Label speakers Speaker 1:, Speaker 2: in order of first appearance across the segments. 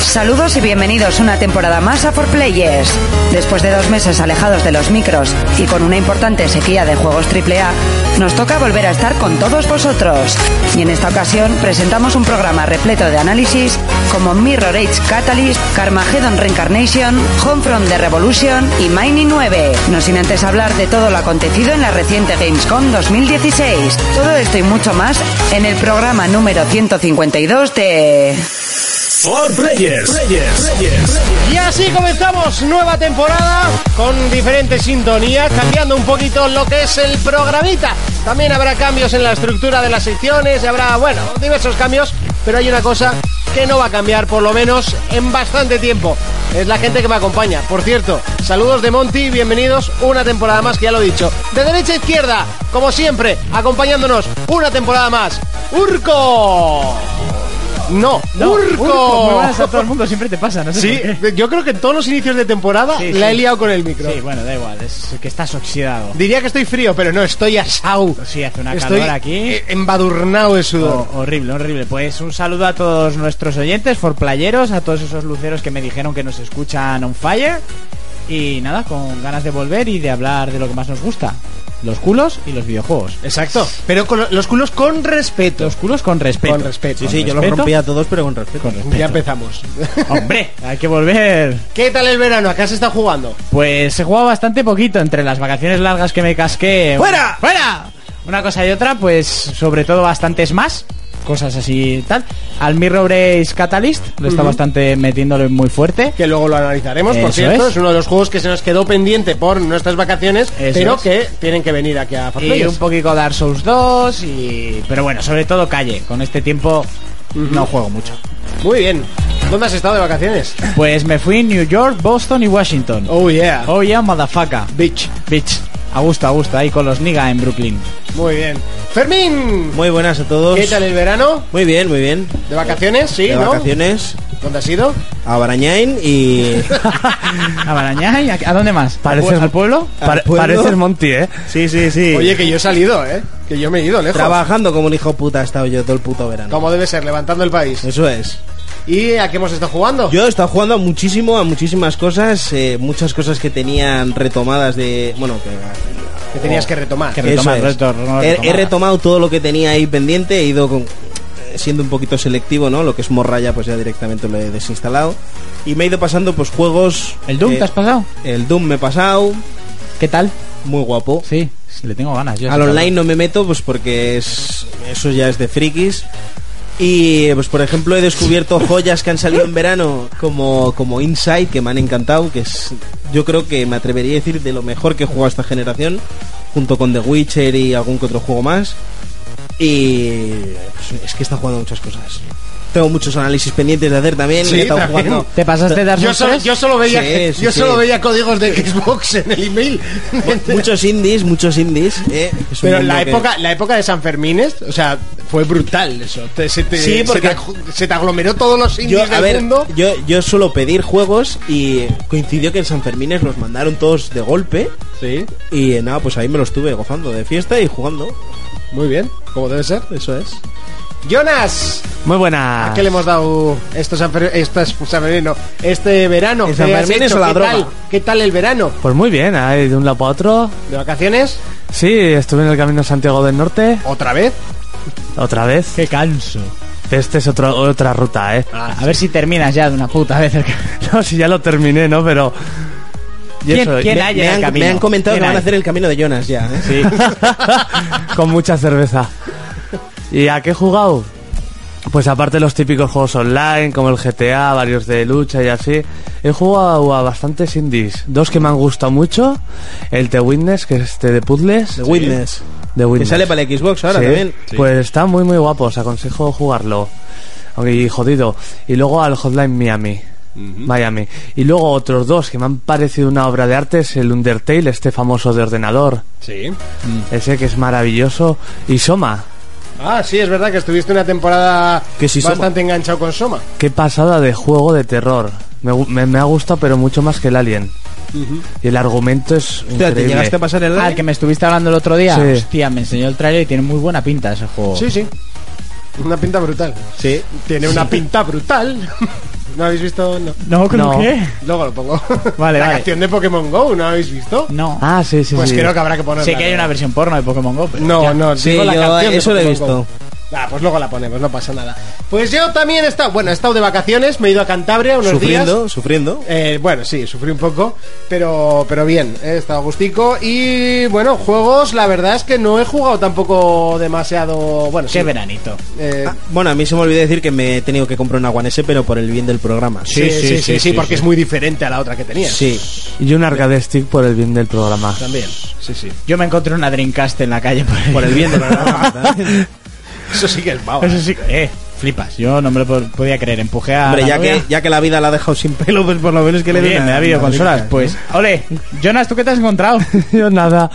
Speaker 1: Saludos y bienvenidos una temporada más a For Players. Después de dos meses alejados de los micros y con una importante sequía de juegos AAA, nos toca volver a estar con todos vosotros. Y en esta ocasión presentamos un programa repleto de análisis como Mirror Age Catalyst, Carmageddon Reincarnation, Homefront The Revolution y Mining 9. No sin antes hablar de todo lo acontecido en la reciente Gamescom 2016. Todo esto y mucho más en el programa número 152 de...
Speaker 2: For Players.
Speaker 3: Y así comenzamos nueva temporada con diferentes sintonías, cambiando un poquito lo que es el programita. También habrá cambios en la estructura de las secciones, y habrá, bueno, diversos cambios, pero hay una cosa que no va a cambiar por lo menos en bastante tiempo. Es la gente que me acompaña. Por cierto, saludos de Monty, bienvenidos una temporada más, que ya lo he dicho. De derecha a izquierda, como siempre, acompañándonos una temporada más. Urco. No, Urco.
Speaker 4: Urco, pues, muy buenas a todo el mundo, siempre te pasa, no sé
Speaker 3: Sí,
Speaker 4: por qué.
Speaker 3: yo creo que en todos los inicios de temporada
Speaker 4: Sí,
Speaker 3: la
Speaker 4: sí.
Speaker 3: he liado con el micro.
Speaker 4: Sí, bueno, da igual, es que estás oxidado.
Speaker 3: Diría que estoy frío, pero no, estoy asado.
Speaker 4: Sí, hace una
Speaker 3: Estoy
Speaker 4: calor aquí.
Speaker 3: eh, embadurnado de
Speaker 4: Oh,
Speaker 3: sudor.
Speaker 4: horrible, horrible. Pues un saludo a todos nuestros oyentes, for playeros, a todos esos luceros que me dijeron que nos escuchan on fire. Y nada, con ganas de volver y de hablar de lo que más nos gusta: los culos y los videojuegos.
Speaker 3: Exacto. Pero con lo- los culos con respeto.
Speaker 4: Los culos con respeto.
Speaker 3: Con respeto.
Speaker 4: Con
Speaker 3: Sí, sí, yo
Speaker 4: respeto,
Speaker 5: rompía a todos, pero con respeto.
Speaker 4: Con respeto.
Speaker 3: Ya empezamos.
Speaker 4: Hombre, hay que volver.
Speaker 3: ¿Qué tal el verano? ¿Acá se está jugando?
Speaker 4: Pues he jugado bastante poquito entre las vacaciones largas que me casqué.
Speaker 3: ¡Fuera!
Speaker 4: ¡Fuera! Una cosa y otra, pues sobre todo bastantes más. Cosas así y tal. Al Mirror Race Catalyst le está
Speaker 3: Ujú.
Speaker 4: bastante metiéndole muy fuerte.
Speaker 3: Que luego lo analizaremos, por
Speaker 4: Eso
Speaker 3: cierto. Es.
Speaker 4: es.
Speaker 3: uno de los juegos que se nos quedó pendiente por nuestras vacaciones,
Speaker 4: Eso
Speaker 3: pero
Speaker 4: es.
Speaker 3: que tienen que venir aquí a Fast
Speaker 4: Y
Speaker 3: Players.
Speaker 4: un poquito Dark Souls 2 y... Pero bueno, sobre todo calle. Con este tiempo no juego mucho.
Speaker 3: Muy bien. ¿Dónde has estado de vacaciones?
Speaker 4: Pues me fui a New York, Boston y Washington.
Speaker 3: Oh, yeah.
Speaker 4: Oh yeah, motherfucker.
Speaker 3: Bitch.
Speaker 4: Bitch. A gusto, a gusto. Ahí con los Niga en Brooklyn.
Speaker 3: Muy bien. Fermín.
Speaker 5: Muy buenas a todos.
Speaker 3: ¿Qué tal el verano?
Speaker 5: Muy bien, muy bien.
Speaker 3: ¿De vacaciones? Sí,
Speaker 5: de
Speaker 3: ¿no?
Speaker 5: vacaciones
Speaker 3: ¿Dónde has ido?
Speaker 5: a Barañain y.
Speaker 4: ¿A Barañá y a, a dónde más?
Speaker 6: Pareces-
Speaker 4: ¿Al pueblo?
Speaker 5: Al pueblo.
Speaker 6: Pareces Monty, ¿eh?
Speaker 5: sí, sí, sí.
Speaker 3: Oye, que yo he salido, ¿eh? Que yo me he ido lejos.
Speaker 5: Trabajando como un hijo puta he estado yo todo el puto verano.
Speaker 3: Como debe ser, levantando el país.
Speaker 5: Eso es.
Speaker 3: ¿Y a qué hemos estado jugando?
Speaker 5: Yo he estado jugando a muchísimo, a muchísimas cosas, eh, muchas cosas que tenían retomadas de. Bueno, que.
Speaker 3: que tenías que retomar.
Speaker 4: Que
Speaker 5: Eso
Speaker 4: retomar,
Speaker 5: es.
Speaker 4: retor- no
Speaker 5: he,
Speaker 4: retomar.
Speaker 5: he retomado todo lo que tenía ahí pendiente, he ido con- siendo un poquito selectivo, ¿no? Lo que es Morraya, pues ya directamente lo he desinstalado. Y me he ido pasando, pues, juegos.
Speaker 4: ¿El Doom
Speaker 5: eh,
Speaker 4: te has pasado?
Speaker 5: El Doom me he pasado,
Speaker 4: ¿Qué tal?
Speaker 5: muy guapo.
Speaker 4: Sí, sí, le tengo ganas. Yo
Speaker 5: Al online no me meto, pues porque es eso ya es de frikis. Y pues por ejemplo he descubierto joyas que han salido en verano como, como Inside, que me han encantado, que es yo creo que me atrevería a decir de lo mejor que he jugado esta generación, junto con The Witcher y algún que otro juego más. Y pues, es que está jugando muchas cosas. Tengo muchos análisis pendientes de hacer también.
Speaker 3: Sí,
Speaker 5: he estado
Speaker 3: también.
Speaker 5: jugando-
Speaker 4: ¿Te pasaste Dark
Speaker 3: Yo
Speaker 4: Souls
Speaker 3: solo,
Speaker 4: 3?
Speaker 3: yo solo veía
Speaker 5: Sí, sí,
Speaker 3: yo
Speaker 5: sí.
Speaker 3: solo veía códigos de Xbox en el email.
Speaker 5: muchos indies, muchos indies. eh, que es un
Speaker 3: Pero la
Speaker 5: mundo que-
Speaker 3: época, la época de San Fermines, o sea, fue brutal eso. Te- se, te,
Speaker 5: Sí, porque-
Speaker 3: se, te, ag- se te aglomeró todos los
Speaker 5: Yo,
Speaker 3: indies
Speaker 5: a
Speaker 3: del
Speaker 5: ver,
Speaker 3: mundo.
Speaker 5: yo, yo suelo pedir juegos y coincidió que en San Fermín los mandaron todos de golpe
Speaker 3: Sí,
Speaker 5: y eh, nada, pues ahí me lo estuve gozando de fiesta y jugando.
Speaker 3: muy bien, como debe ser.
Speaker 5: Eso es.
Speaker 3: Jonas,
Speaker 6: Muy
Speaker 3: ¿a
Speaker 6: buena.
Speaker 3: qué le hemos dado esto San Fer- estas- San Fermín, no, este verano?
Speaker 5: ¿En San
Speaker 3: ¿Qué has
Speaker 5: Fermín
Speaker 3: hecho?
Speaker 5: o la
Speaker 3: ¿Qué
Speaker 5: droga?
Speaker 3: Tal? ¿Qué tal el verano?
Speaker 6: Pues muy bien, ahí de un lado para otro.
Speaker 3: ¿De vacaciones?
Speaker 6: Sí, estuve en el camino a Santiago del Norte
Speaker 3: ¿Otra vez?
Speaker 6: otra vez.
Speaker 4: Qué canso.
Speaker 6: Este es otro, otra ruta, ¿eh?
Speaker 3: Ah,
Speaker 4: A ver si terminas ya de una puta vez. el ca-
Speaker 6: No, si ya lo terminé, ¿no? Pero. y
Speaker 4: ¿Quién-
Speaker 6: eso,
Speaker 4: quién
Speaker 6: me-
Speaker 4: hay? Ahí
Speaker 5: Me
Speaker 4: en el
Speaker 5: han,
Speaker 4: camino.
Speaker 5: me han comentado que
Speaker 4: ¿Quién
Speaker 5: van a
Speaker 4: hay?
Speaker 5: hacer el camino de Jonas ya. ¿eh?
Speaker 6: Sí. Con mucha cerveza. ¿Y a qué he jugado? Pues aparte de los típicos juegos online, como el GTA, varios de lucha y así, he jugado a bastantes indies. Dos que me han gustado mucho, el The Witness, que es este de puzzles.
Speaker 5: The Witness.
Speaker 6: The
Speaker 5: Que
Speaker 6: Witness.
Speaker 5: sale para el Xbox ahora
Speaker 6: Sí.
Speaker 5: también.
Speaker 6: Pues está muy muy guapo, os aconsejo jugarlo. Aunque jodido. Y luego al Hotline Miami. Miami. Y luego otros dos que me han parecido una obra de arte es el Undertale, este famoso de ordenador.
Speaker 3: Sí.
Speaker 5: Mm.
Speaker 6: Ese que es maravilloso. Y Soma.
Speaker 3: Ah, sí, es verdad que estuviste una temporada
Speaker 5: Que sí, Soma.
Speaker 3: bastante enganchado con Soma.
Speaker 6: Qué pasada de juego de terror. Me, gu- me- me ha gustado, pero mucho más que el Alien. Y el argumento es
Speaker 5: Hostia, ¿te
Speaker 6: increíble.
Speaker 5: llegaste a pasar el
Speaker 4: Al
Speaker 5: like?
Speaker 4: que me estuviste hablando Ah, el otro día.
Speaker 6: Sí.
Speaker 4: Hostia, me enseñó el trailer y tiene muy buena pinta ese juego.
Speaker 3: Sí, sí. Una pinta brutal.
Speaker 5: Sí.
Speaker 3: Tiene una pinta brutal. ¿No habéis visto? No.
Speaker 4: No, ¿cómo
Speaker 6: No.
Speaker 4: qué?
Speaker 3: Luego lo pongo.
Speaker 4: Vale,
Speaker 3: La
Speaker 4: vale.
Speaker 3: canción de Pokémon Go, ¿no habéis visto?
Speaker 4: No.
Speaker 6: Ah, sí, sí,
Speaker 3: Pues
Speaker 6: sí.
Speaker 3: creo que habrá que ponerla.
Speaker 4: sé que hay una versión porno de Pokémon Go, pero.
Speaker 3: No, no,
Speaker 5: Sí,
Speaker 3: digo la
Speaker 5: yo
Speaker 3: canción de
Speaker 5: eso lo he
Speaker 3: Pokémon
Speaker 5: visto.
Speaker 3: Go. Ah, pues luego la ponemos, no pasa nada. Pues yo también he estado, bueno, he estado de vacaciones, me he ido a Cantabria unos
Speaker 5: Sufriendo,
Speaker 3: días.
Speaker 5: sufriendo.
Speaker 3: Eh, bueno, sí, sufrí un poco, pero, pero bien, he estado gustico. Y bueno, juegos, la verdad es que no he jugado tampoco demasiado. Bueno,
Speaker 4: Qué
Speaker 3: sí,
Speaker 4: veranito.
Speaker 3: eh,
Speaker 5: Ah, bueno, a mí se me olvidó decir que me he tenido que comprar una One S, pero por el bien del programa.
Speaker 3: sí, sí, sí, sí, porque es muy diferente a la otra que tenía.
Speaker 5: Sí.
Speaker 6: Y un arcade stick por el bien del programa.
Speaker 3: También, sí, sí.
Speaker 4: Yo me encontré una Dreamcast en la calle por,
Speaker 5: Por el bien del programa. ¿verdad?
Speaker 3: Eso sí que es baba.
Speaker 4: Eso sí. Eh, flipas. Yo no me lo po- podía creer. Empujé a.
Speaker 5: Hombre,
Speaker 4: la
Speaker 5: ya
Speaker 4: novia.
Speaker 5: que, ya que la vida la ha dejado sin pelo, pues por lo menos que le
Speaker 4: Muy
Speaker 5: dé
Speaker 4: bien,
Speaker 5: una-
Speaker 4: me da
Speaker 5: una
Speaker 4: videoconsolas.
Speaker 5: vida.
Speaker 4: Pues, ole, Jonas, ¿tú qué te has encontrado?
Speaker 6: Yo nada.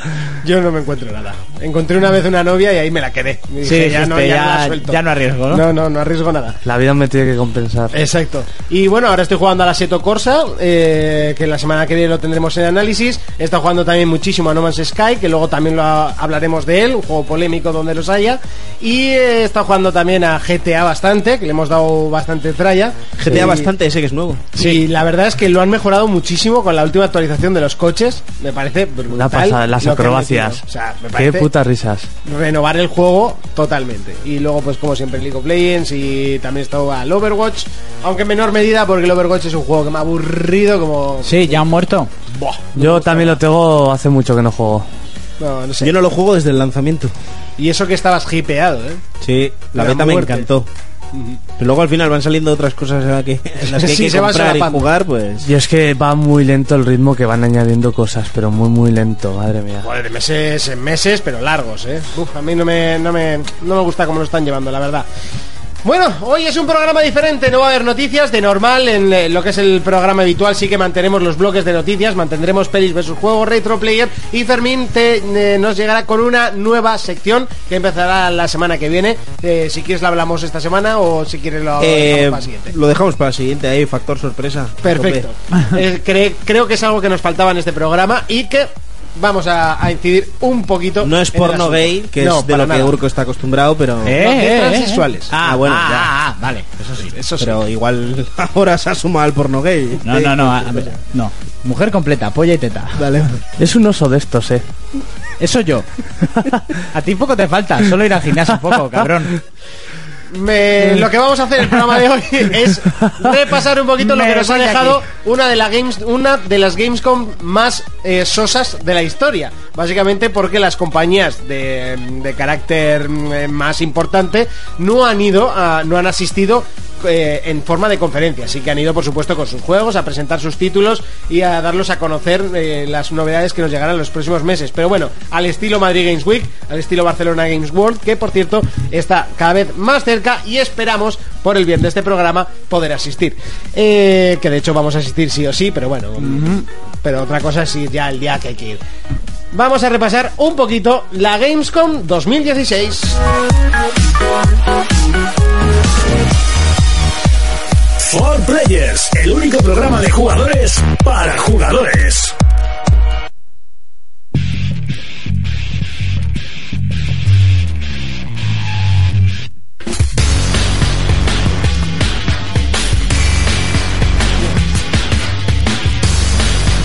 Speaker 3: Yo no me encuentro nada. Encontré una vez una novia y ahí me la quedé. Y
Speaker 4: Sí,
Speaker 3: dije, ya, no,
Speaker 4: dijiste,
Speaker 3: ya no la
Speaker 4: ya-
Speaker 3: suelto.
Speaker 4: ya no arriesgo, ¿no?
Speaker 3: No, no, no arriesgo nada.
Speaker 6: La vida me tiene que compensar.
Speaker 3: Exacto. Y bueno, ahora estoy jugando a la Seto Corsa, eh, que la semana que viene lo tendremos en análisis. He estado jugando también muchísimo a No Man's Sky, que luego también lo ha- hablaremos de él, un juego polémico donde los haya. Y eh, he estado jugando también a GTA bastante, que le hemos dado bastante tralla.
Speaker 5: GTA
Speaker 3: Y-
Speaker 5: bastante ese que es nuevo.
Speaker 3: Sí, y la verdad es que lo han mejorado muchísimo con la última actualización de los coches. Me parece brutal.
Speaker 6: Una pasada, las
Speaker 3: lo que han
Speaker 6: acrobacias.
Speaker 3: metido. O sea, me
Speaker 6: Qué
Speaker 3: parece
Speaker 6: putas risas.
Speaker 3: renovar el juego totalmente. Y luego, pues como siempre, League of Legends y también estaba al Overwatch, aunque en menor medida porque el Overwatch es un juego que me ha aburrido como...
Speaker 4: sí, ya han muerto.
Speaker 3: Buah,
Speaker 6: Yo también lo tengo hace mucho que no juego.
Speaker 3: no, no sé.
Speaker 5: Yo no lo juego desde el lanzamiento.
Speaker 3: Y eso que estabas hipeado, ¿eh?
Speaker 5: Sí, la
Speaker 3: La
Speaker 5: beta me
Speaker 3: muerte.
Speaker 5: encantó. Pero luego al final van saliendo otras cosas en la que- en las que hay
Speaker 3: Sí,
Speaker 5: que
Speaker 3: se va
Speaker 5: comprar y
Speaker 3: solapando.
Speaker 5: jugar, pues...
Speaker 6: Y es que va muy lento el ritmo que van añadiendo cosas, pero muy, muy lento, madre mía.
Speaker 3: Joder, meses en meses, pero largos, ¿eh? Uf, a mí no me, no, me, no me gusta cómo lo están llevando, la verdad. Bueno, hoy es un programa diferente, no va a haber noticias, de normal, en eh, lo que es el programa habitual sí que mantenemos los bloques de noticias, mantendremos pelis versus juegos, retro player y Fermín te, eh, nos llegará con una nueva sección que empezará la semana que viene. Eh, si quieres la hablamos esta semana o si quieres lo
Speaker 5: Eh,
Speaker 3: hablamos para la siguiente.
Speaker 5: lo dejamos para la siguiente, ahí, factor sorpresa.
Speaker 3: Perfecto.
Speaker 5: Tope.
Speaker 3: Eh, cre- creo que es algo que nos faltaba en este programa y que vamos a, a incidir un poquito.
Speaker 5: No es
Speaker 3: en el
Speaker 5: porno
Speaker 3: asunto.
Speaker 5: gay, que
Speaker 3: No,
Speaker 5: es de
Speaker 3: para
Speaker 5: lo que
Speaker 3: nada.
Speaker 5: Urco está acostumbrado, pero...
Speaker 4: Eh,
Speaker 3: No, que
Speaker 4: eh,
Speaker 3: transexuales.
Speaker 4: eh. Ah,
Speaker 5: Ah,
Speaker 4: bueno,
Speaker 5: bueno, ya.
Speaker 4: ah, ah, vale, eso sí.
Speaker 3: Eso sí.
Speaker 5: Pero igual ahora se asuma al porno gay.
Speaker 4: No, no, no, a- a ver, no. Mujer completa, polla y teta.
Speaker 5: Dale.
Speaker 6: Es un oso de estos, eh.
Speaker 4: Eso yo. A ti poco te falta, solo ir al gimnasio un poco, cabrón.
Speaker 3: Me- lo que vamos a hacer en el programa de hoy es repasar un poquito lo
Speaker 4: Me
Speaker 3: que nos ha
Speaker 4: voy de
Speaker 3: dejado
Speaker 4: aquí.
Speaker 3: una de, las games, una de las Gamescom más eh, sosas de la historia. Básicamente porque las compañías de, de carácter mm, eh, más importante no han ido, a- no han asistido eh, en forma de conferencia. Así que han ido, por supuesto, con sus juegos, a presentar sus títulos y a darlos a conocer eh, las novedades que nos llegarán en los próximos meses. Pero bueno, al estilo Madrid Games Week, al estilo Barcelona Games World, que por cierto está cada vez más cerca y esperamos, por el bien de este programa, poder asistir. Eh, que de hecho vamos a asistir sí o sí, pero bueno. Pero otra cosa es ir ya el día que hay que ir. Vamos a repasar un poquito la Gamescom 2016.
Speaker 7: For Players, el único programa de jugadores para jugadores.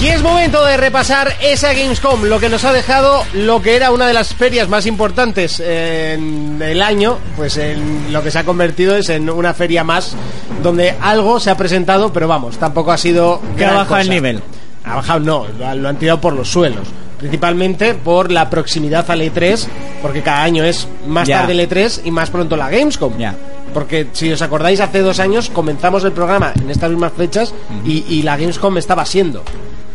Speaker 3: Y es momento de repasar esa Gamescom, lo que nos ha dejado lo que era una de las ferias más importantes eh, en el año, pues en lo que se ha convertido es en una feria más donde algo se ha presentado, pero vamos, tampoco ha sido...
Speaker 4: Que ha
Speaker 3: gran
Speaker 4: bajado el
Speaker 3: cosa.
Speaker 4: nivel.
Speaker 3: Ha bajado, no, lo, han- lo han tirado por los suelos. Principalmente por la proximidad al E3, porque cada año es más
Speaker 4: Ya.
Speaker 3: tarde el E3 y más pronto la Gamescom.
Speaker 4: Ya.
Speaker 3: Porque si os acordáis, hace dos años comenzamos el programa en estas mismas fechas y, y la Gamescom estaba siendo.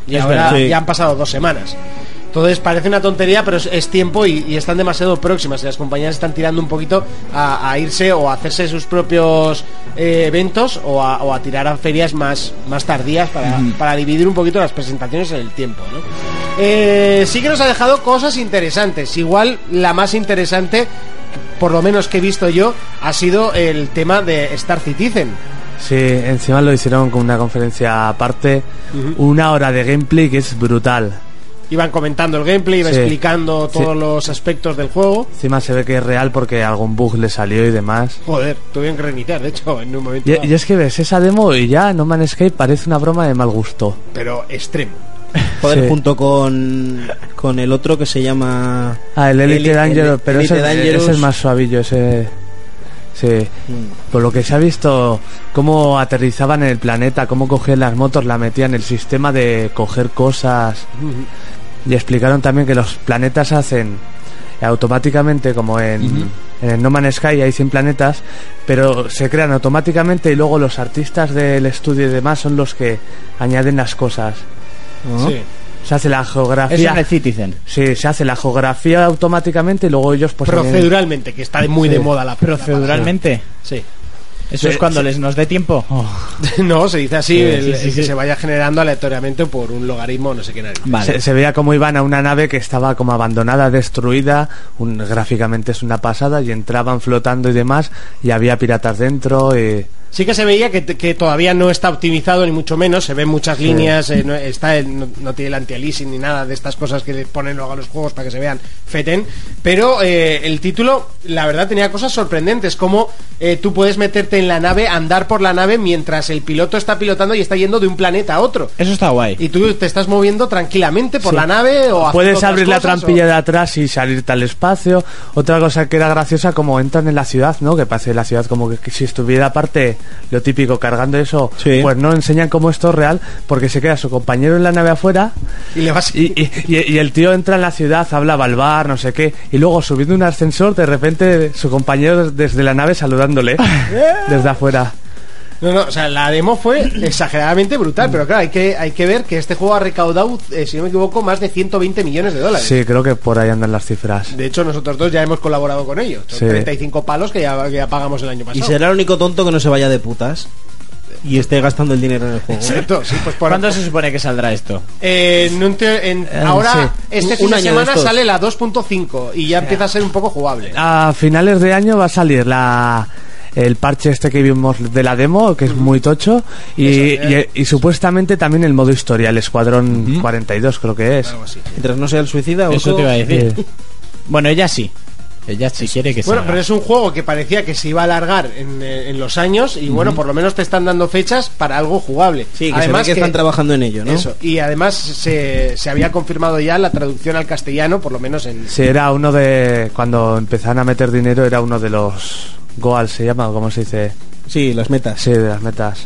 Speaker 3: Y
Speaker 4: Es
Speaker 3: ahora
Speaker 4: verdad.
Speaker 5: Sí.
Speaker 3: ya han pasado dos semanas. Entonces parece una tontería, pero es, es tiempo y, y están demasiado próximas. Y las compañías están tirando un poquito a, a irse o a hacerse sus propios eh, eventos o a, o a tirar a ferias más, más tardías para, para dividir un poquito las presentaciones en el tiempo. ¿no? Eh, sí que nos ha dejado cosas interesantes. Igual la más interesante, por lo menos que he visto yo, ha sido el tema de Star Citizen.
Speaker 6: Sí, encima lo hicieron con una conferencia aparte, una hora de gameplay que es brutal.
Speaker 3: Iban comentando el gameplay, iban
Speaker 6: Sí.
Speaker 3: explicando todos los aspectos del juego.
Speaker 6: Encima se ve que es real porque algún bug le salió y demás.
Speaker 3: Joder, tuvieron que reiniciar, de hecho, en un momento.
Speaker 6: Y,
Speaker 3: dado.
Speaker 6: y es que ves esa demo y ya No Man's Sky parece una broma de mal gusto.
Speaker 3: Pero extremo.
Speaker 5: Joder,
Speaker 6: Sí.
Speaker 5: Eh, junto con, con el otro que se llama...
Speaker 6: Ah, el Elite
Speaker 5: Eli-
Speaker 6: Dangerous,
Speaker 5: Eli-
Speaker 6: pero ese,
Speaker 5: Elite Dangerous.
Speaker 6: ese es más suavillo, ese... Sí. Por lo que se ha visto, cómo aterrizaban en el planeta, cómo cogían las motos, la metían en el sistema de coger cosas. Y explicaron también que los planetas hacen automáticamente, como en, en el No Man's Sky hay 100 planetas, pero se crean automáticamente y luego los artistas del estudio y demás son los que añaden las cosas.
Speaker 4: Ah, pues
Speaker 3: Sí.
Speaker 6: Se hace la
Speaker 4: Eso en
Speaker 6: geografía.
Speaker 4: el Citizen.
Speaker 6: Sí, se hace la geografía automáticamente y luego ellos pues añaden-
Speaker 3: Proceduralmente, que está de- muy de moda la
Speaker 4: Proceduralmente.
Speaker 3: la- Sí.
Speaker 4: Eso
Speaker 5: Eh,
Speaker 4: es cuando les nos dé tiempo.
Speaker 5: oh.
Speaker 3: No, se dice así,
Speaker 4: sí,
Speaker 3: el,
Speaker 4: sí,
Speaker 3: el que
Speaker 4: sí.
Speaker 3: se vaya generando aleatoriamente por un logaritmo, no sé qué narices.
Speaker 4: Vale.
Speaker 6: se, se veía cómo iban a una nave que estaba como abandonada, destruida, un- gráficamente es una pasada, y entraban flotando y demás, y había piratas dentro, y...
Speaker 3: Sí que se veía que, que todavía no está optimizado, ni mucho menos. Se ven muchas líneas, eh, no, está el- no, no tiene el anti-aliasing ni nada de estas cosas que le ponen luego a los juegos para que se vean feten. Pero eh, el título, la verdad, tenía cosas sorprendentes, como eh, tú puedes meterte en la nave, andar por la nave mientras el piloto está pilotando y está yendo de un planeta a otro.
Speaker 4: Eso está guay.
Speaker 3: Y tú te estás moviendo tranquilamente por la nave o haciendo
Speaker 6: Puedes
Speaker 3: otras
Speaker 6: abrir la
Speaker 3: cosas,
Speaker 6: trampilla
Speaker 3: o-
Speaker 6: de atrás y salirte al espacio. Otra cosa que era graciosa, como entran en la ciudad, ¿no? Que parece la ciudad como que, que si estuviera aparte, lo típico, cargando eso,
Speaker 5: Sí.
Speaker 6: pues no enseñan cómo esto es real, porque se queda su compañero en la nave afuera,
Speaker 3: Y le vas...
Speaker 6: Y, y- y- y el tío entra en la ciudad, hablaba al bar, no sé qué, y luego subiendo un ascensor, de repente su compañero desde la nave saludándole desde afuera.
Speaker 3: No, no, o sea, la demo fue exageradamente brutal, pero claro, hay que, hay que ver que este juego ha recaudado, eh, si no me equivoco, más de 120 millones de dólares.
Speaker 6: Sí, creo que por ahí andan las cifras.
Speaker 3: De hecho, nosotros dos ya hemos colaborado con ellos. Son
Speaker 6: Sí.
Speaker 3: 35 palos que ya, que ya pagamos el año
Speaker 5: Y
Speaker 3: pasado.
Speaker 5: será el único tonto que no se vaya de putas y esté gastando el dinero en el juego.
Speaker 3: Exacto, sí, pues por
Speaker 4: ¿Cuándo se supone que saldrá esto?
Speaker 3: Eh, en un te- en-
Speaker 6: Eh,
Speaker 3: ahora,
Speaker 6: sí.
Speaker 3: este
Speaker 5: Un-
Speaker 3: fin
Speaker 5: un
Speaker 3: de
Speaker 5: año de
Speaker 3: semana
Speaker 5: estos. Ah.
Speaker 3: sale la 2.5 y ya empieza a ser un poco jugable.
Speaker 6: A finales de año va a salir la el parche este que vimos de la demo, que es muy tocho, y,
Speaker 3: Eso, eh.
Speaker 6: y- y supuestamente también el modo historia, el Escuadrón 42 creo que es.
Speaker 3: Algo así.
Speaker 5: Mientras no sea el suicida,
Speaker 4: Eso
Speaker 5: Urco,
Speaker 4: te iba a decir.
Speaker 6: Sí.
Speaker 4: Bueno, ella sí. Ella sí quiere que
Speaker 3: Bueno,
Speaker 4: salga.
Speaker 3: pero es un juego que parecía que se iba a alargar en, eh, en los años y bueno, por lo menos te están dando fechas para algo jugable.
Speaker 5: Sí, que se ve que, están trabajando en ello, ¿no?
Speaker 3: Eso. Y además se, se había confirmado ya la traducción al castellano, por lo menos en...
Speaker 6: Sí, era uno de... Cuando empezaban a meter dinero era uno de los... Goals se llama, ¿cómo se dice?
Speaker 5: Sí, las metas.
Speaker 6: Sí, de las metas.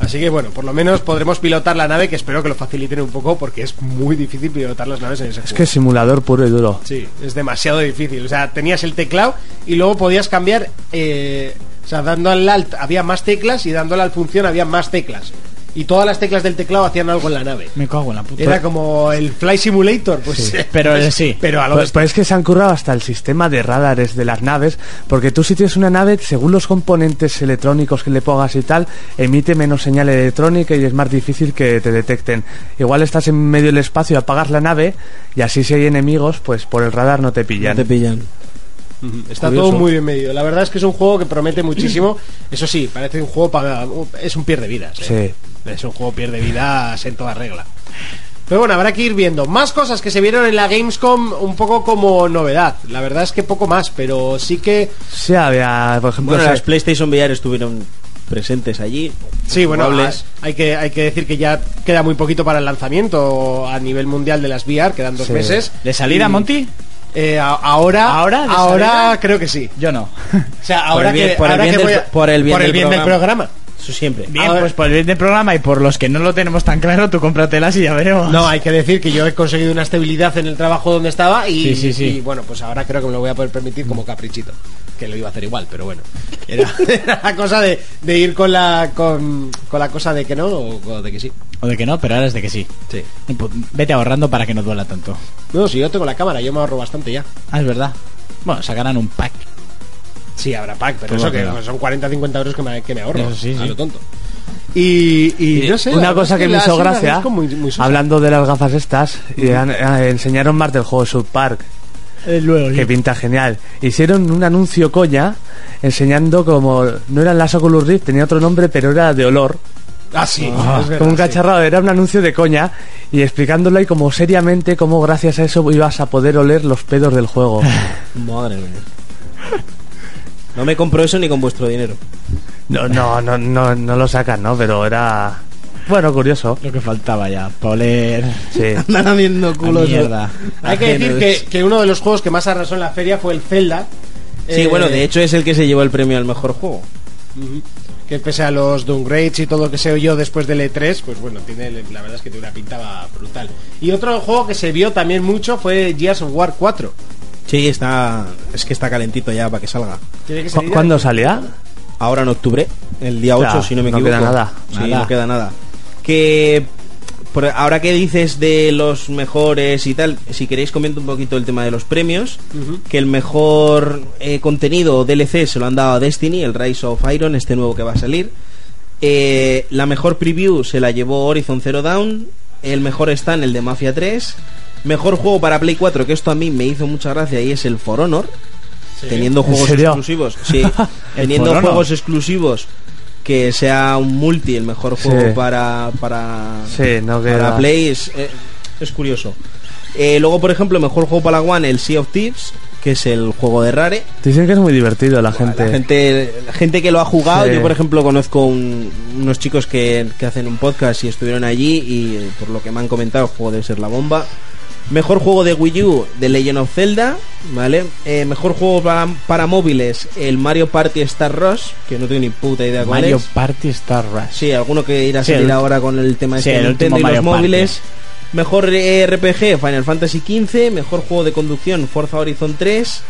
Speaker 3: Así que bueno, por lo menos podremos pilotar la nave, que espero que lo faciliten un poco, porque es muy difícil pilotar las naves en ese
Speaker 6: Es que
Speaker 3: juego.
Speaker 6: es simulador puro y duro.
Speaker 3: Sí, es demasiado difícil. O sea, tenías el teclado y luego podías cambiar... eh, o sea, dando al alt había más teclas y dándole al función había más teclas. Y todas las teclas del teclado hacían algo en la nave.
Speaker 4: Me cago en la puta.
Speaker 3: Era como el Fly Simulator, pues...
Speaker 4: Pero eh, sí.
Speaker 3: Pero a lo
Speaker 6: Pues, pues es que se han currado hasta el sistema de radares de las naves, porque tú si tienes una nave, según los componentes electrónicos que le pongas y tal, emite menos señal electrónica y es más difícil que te detecten. Igual estás en medio del espacio, apagas la nave y así si hay enemigos, pues por el radar no te
Speaker 5: Ya
Speaker 6: pillan.
Speaker 5: te pillan.
Speaker 3: Está
Speaker 6: Curioso.
Speaker 3: todo muy bien medido. La verdad es que es un juego que promete muchísimo. Eso sí, parece un juego para. Es un pierde vidas. ¿eh? Es un juego pierde vidas en toda regla. Pero bueno, habrá que ir viendo. Más cosas que se vieron en la Gamescom un poco como novedad. La verdad es que poco más, pero sí que.
Speaker 6: Sí, había, por ejemplo,
Speaker 5: Bueno,
Speaker 6: se-
Speaker 5: las PlayStation VR estuvieron presentes allí.
Speaker 3: Sí, bueno,
Speaker 5: Jugables.
Speaker 3: ha- hay que, hay que decir que ya queda muy poquito para el lanzamiento a nivel mundial de las VR, quedan dos
Speaker 6: Sí.
Speaker 3: meses.
Speaker 4: ¿De salida,
Speaker 3: Y,
Speaker 4: Monty?
Speaker 3: eh, a- ahora,
Speaker 4: ¿Ahora? ¿De
Speaker 3: ahora
Speaker 4: salida?
Speaker 3: creo que sí.
Speaker 4: Yo no.
Speaker 3: O sea, ahora
Speaker 5: el bien-
Speaker 3: que
Speaker 5: por el
Speaker 3: ahora
Speaker 5: bien
Speaker 3: que
Speaker 5: del
Speaker 3: voy a-
Speaker 5: pro- por el bien del
Speaker 3: del
Speaker 5: programa.
Speaker 3: programa.
Speaker 5: Eso siempre.
Speaker 4: Bien,
Speaker 3: Ahora-
Speaker 4: pues por el bien del programa y por los que no lo tenemos tan claro, tú cómpratelas y ya veremos.
Speaker 3: No, hay que decir que yo he conseguido una estabilidad en el trabajo donde estaba y,
Speaker 4: Sí, sí, sí.
Speaker 3: y, bueno, pues ahora creo que me lo voy a poder permitir como caprichito. Que lo iba a hacer igual, pero bueno. Era, era la cosa de, de ir con la con, con la cosa de que no o, o de que sí.
Speaker 4: O de que no, pero ahora es de que sí.
Speaker 3: Sí.
Speaker 4: Y pu- Vete ahorrando para que no duela tanto.
Speaker 3: No, si yo tengo la cámara, yo me ahorro bastante ya.
Speaker 4: Ah, es verdad. Bueno, sacarán un pack.
Speaker 3: Sí, habrá pack, pero
Speaker 4: Todo
Speaker 3: eso que
Speaker 4: queda.
Speaker 3: son 40 50 euros que me, que me ahorro.
Speaker 4: Eso sí,
Speaker 3: a
Speaker 4: sí.
Speaker 3: lo tonto. Y, y no sé, la
Speaker 6: una
Speaker 3: verdad
Speaker 6: cosa
Speaker 3: es
Speaker 6: que me
Speaker 3: la-
Speaker 6: hizo
Speaker 3: sí, la
Speaker 6: gracia,
Speaker 3: disco muy- muy sosa.
Speaker 6: hablando de las gafas estas, y han- eh, enseñaron más del juego South Park.
Speaker 4: Eh, luego,
Speaker 6: que pinta genial. Hicieron un anuncio coña enseñando como no era las Oculus Rift, tenía otro nombre, pero era de olor.
Speaker 3: Ah, sí. es verdad,
Speaker 6: como un
Speaker 3: sí.
Speaker 6: cacharrado, era un anuncio de coña y explicándolo y como seriamente cómo gracias a eso ibas a poder oler los pedos del juego.
Speaker 5: Ah, Madre mía. No me compro eso ni con vuestro dinero.
Speaker 6: No, no, no, no, no lo sacan, ¿no? Pero era bueno, curioso.
Speaker 4: lo que faltaba ya, para oler
Speaker 6: Sí.
Speaker 5: Nada viendo
Speaker 4: a mierda.
Speaker 3: Hay
Speaker 6: Ah,
Speaker 3: que decir que, que uno de los juegos que más arrasó en la feria fue el Zelda.
Speaker 5: Sí,
Speaker 3: Eh,
Speaker 5: bueno, de hecho es el que se llevó el premio al mejor juego.
Speaker 3: Que pese a los downgrades y todo lo que se oyó después del E3, pues bueno, tiene, la verdad es que tiene una pintaba brutal. Y otro juego que se vio también mucho fue Gears of War 4.
Speaker 5: Sí, está. Es que está calentito ya para que salga.
Speaker 3: Tiene que
Speaker 6: ¿Cu-
Speaker 3: salir
Speaker 6: ¿Cuándo salía?
Speaker 5: Ahora en octubre, el día 8,
Speaker 6: Claro,
Speaker 5: si no me
Speaker 6: no
Speaker 5: equivoco.
Speaker 6: queda nada.
Speaker 5: Sí,
Speaker 4: Nada.
Speaker 5: no queda nada. Que. por- ahora que dices de los mejores y tal, si queréis comento un poquito el tema de los premios. Que el mejor eh, contenido o DLC se lo han dado a Destiny, el Rise of Iron, este nuevo que va a salir. Eh, la mejor preview se la llevó Horizon Zero Dawn. El mejor stand, el de Mafia 3. Mejor juego para Play 4, que esto a mí me hizo mucha gracia, y es el For Honor. Teniendo
Speaker 6: ¿En
Speaker 5: juegos
Speaker 6: serio?
Speaker 5: exclusivos. Sí,
Speaker 6: For
Speaker 5: teniendo
Speaker 6: Honor.
Speaker 5: juegos exclusivos. Que sea un multi el mejor
Speaker 6: Sí.
Speaker 5: juego para, para,
Speaker 6: Sí, no
Speaker 5: para
Speaker 6: queda.
Speaker 5: Play es, eh, es curioso. Eh, luego, por ejemplo, el mejor juego para la One, el Sea of Thieves, que es el juego de Rare.
Speaker 6: Dicen que es muy divertido la
Speaker 5: La
Speaker 6: gente.
Speaker 5: gente, la gente que lo ha jugado,
Speaker 6: Sí.
Speaker 5: yo por ejemplo conozco un- unos chicos que, que hacen un podcast y estuvieron allí y eh, por lo que me han comentado el juego debe ser la bomba. Mejor juego de Wii U, The Legend of Zelda, ¿vale? Eh, mejor juego para, para móviles, el Mario Party Star Rush, que no tengo ni puta idea cuál
Speaker 4: Mario
Speaker 5: es.
Speaker 4: Party Star Rush.
Speaker 5: Sí, alguno que irá a
Speaker 4: Sí,
Speaker 5: salir
Speaker 4: el-
Speaker 5: ahora con el tema de
Speaker 4: sí,
Speaker 5: este
Speaker 4: el
Speaker 5: Nintendo
Speaker 4: último
Speaker 5: y los
Speaker 4: Mario Party.
Speaker 5: móviles. Mejor eh, RPG, Final Fantasy XV. Mejor juego de conducción, Forza Horizon 3.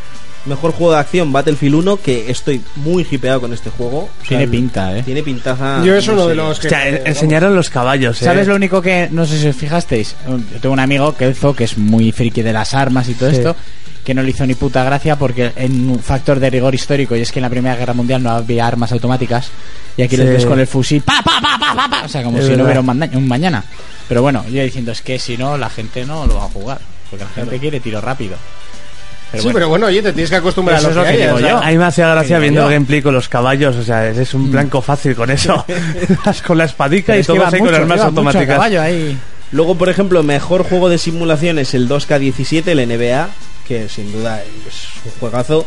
Speaker 5: Mejor juego de acción, Battlefield 1. Que estoy muy hipeado con este juego. O sea,
Speaker 4: Tiene
Speaker 5: el-
Speaker 4: pinta, eh.
Speaker 5: Tiene pintaza.
Speaker 3: Yo es
Speaker 5: no
Speaker 3: uno
Speaker 5: sé.
Speaker 3: de los que...
Speaker 6: Hostia, en- enseñaron los caballos, ¿eh?
Speaker 4: ¿Sabes lo único que no sé si os fijasteis? Un- Yo tengo un amigo, Kelzo, que es muy friki de las armas y todo
Speaker 6: Sí.
Speaker 4: esto, que no le hizo ni puta gracia porque en un factor de rigor histórico, y es que en la Primera Guerra Mundial no había armas automáticas, y aquí les
Speaker 6: Sí.
Speaker 4: ves con el fusil, pa, pa, pa, pa, pa, pa, o sea, como
Speaker 6: Es
Speaker 4: si
Speaker 6: verdad.
Speaker 4: no hubiera un, manda- un mañana. Pero bueno, yo diciendo, es que si no, la gente no lo va a jugar, porque la gente quiere tiro rápido. Pero
Speaker 3: Sí,
Speaker 4: bueno,
Speaker 3: pero bueno, oye, te tienes que acostumbrar
Speaker 4: Eso
Speaker 3: a
Speaker 4: es
Speaker 3: lo
Speaker 4: lo
Speaker 3: que,
Speaker 4: que
Speaker 3: haya,
Speaker 4: digo
Speaker 3: o sea,
Speaker 4: yo.
Speaker 6: A mí me hacía gracia
Speaker 4: Digo
Speaker 6: viendo
Speaker 4: yo. Mm.
Speaker 6: el gameplay con los caballos, o sea, es un blanco fácil con eso. Das con la espadica y
Speaker 4: es que
Speaker 6: todo
Speaker 4: iba
Speaker 6: así con
Speaker 4: mucho,
Speaker 6: armas
Speaker 4: iba mucho a
Speaker 6: automáticas.
Speaker 4: caballo ahí.
Speaker 5: Luego, por ejemplo, mejor juego de simulaciones, el 2K17, el NBA. Que sin duda es un juegazo.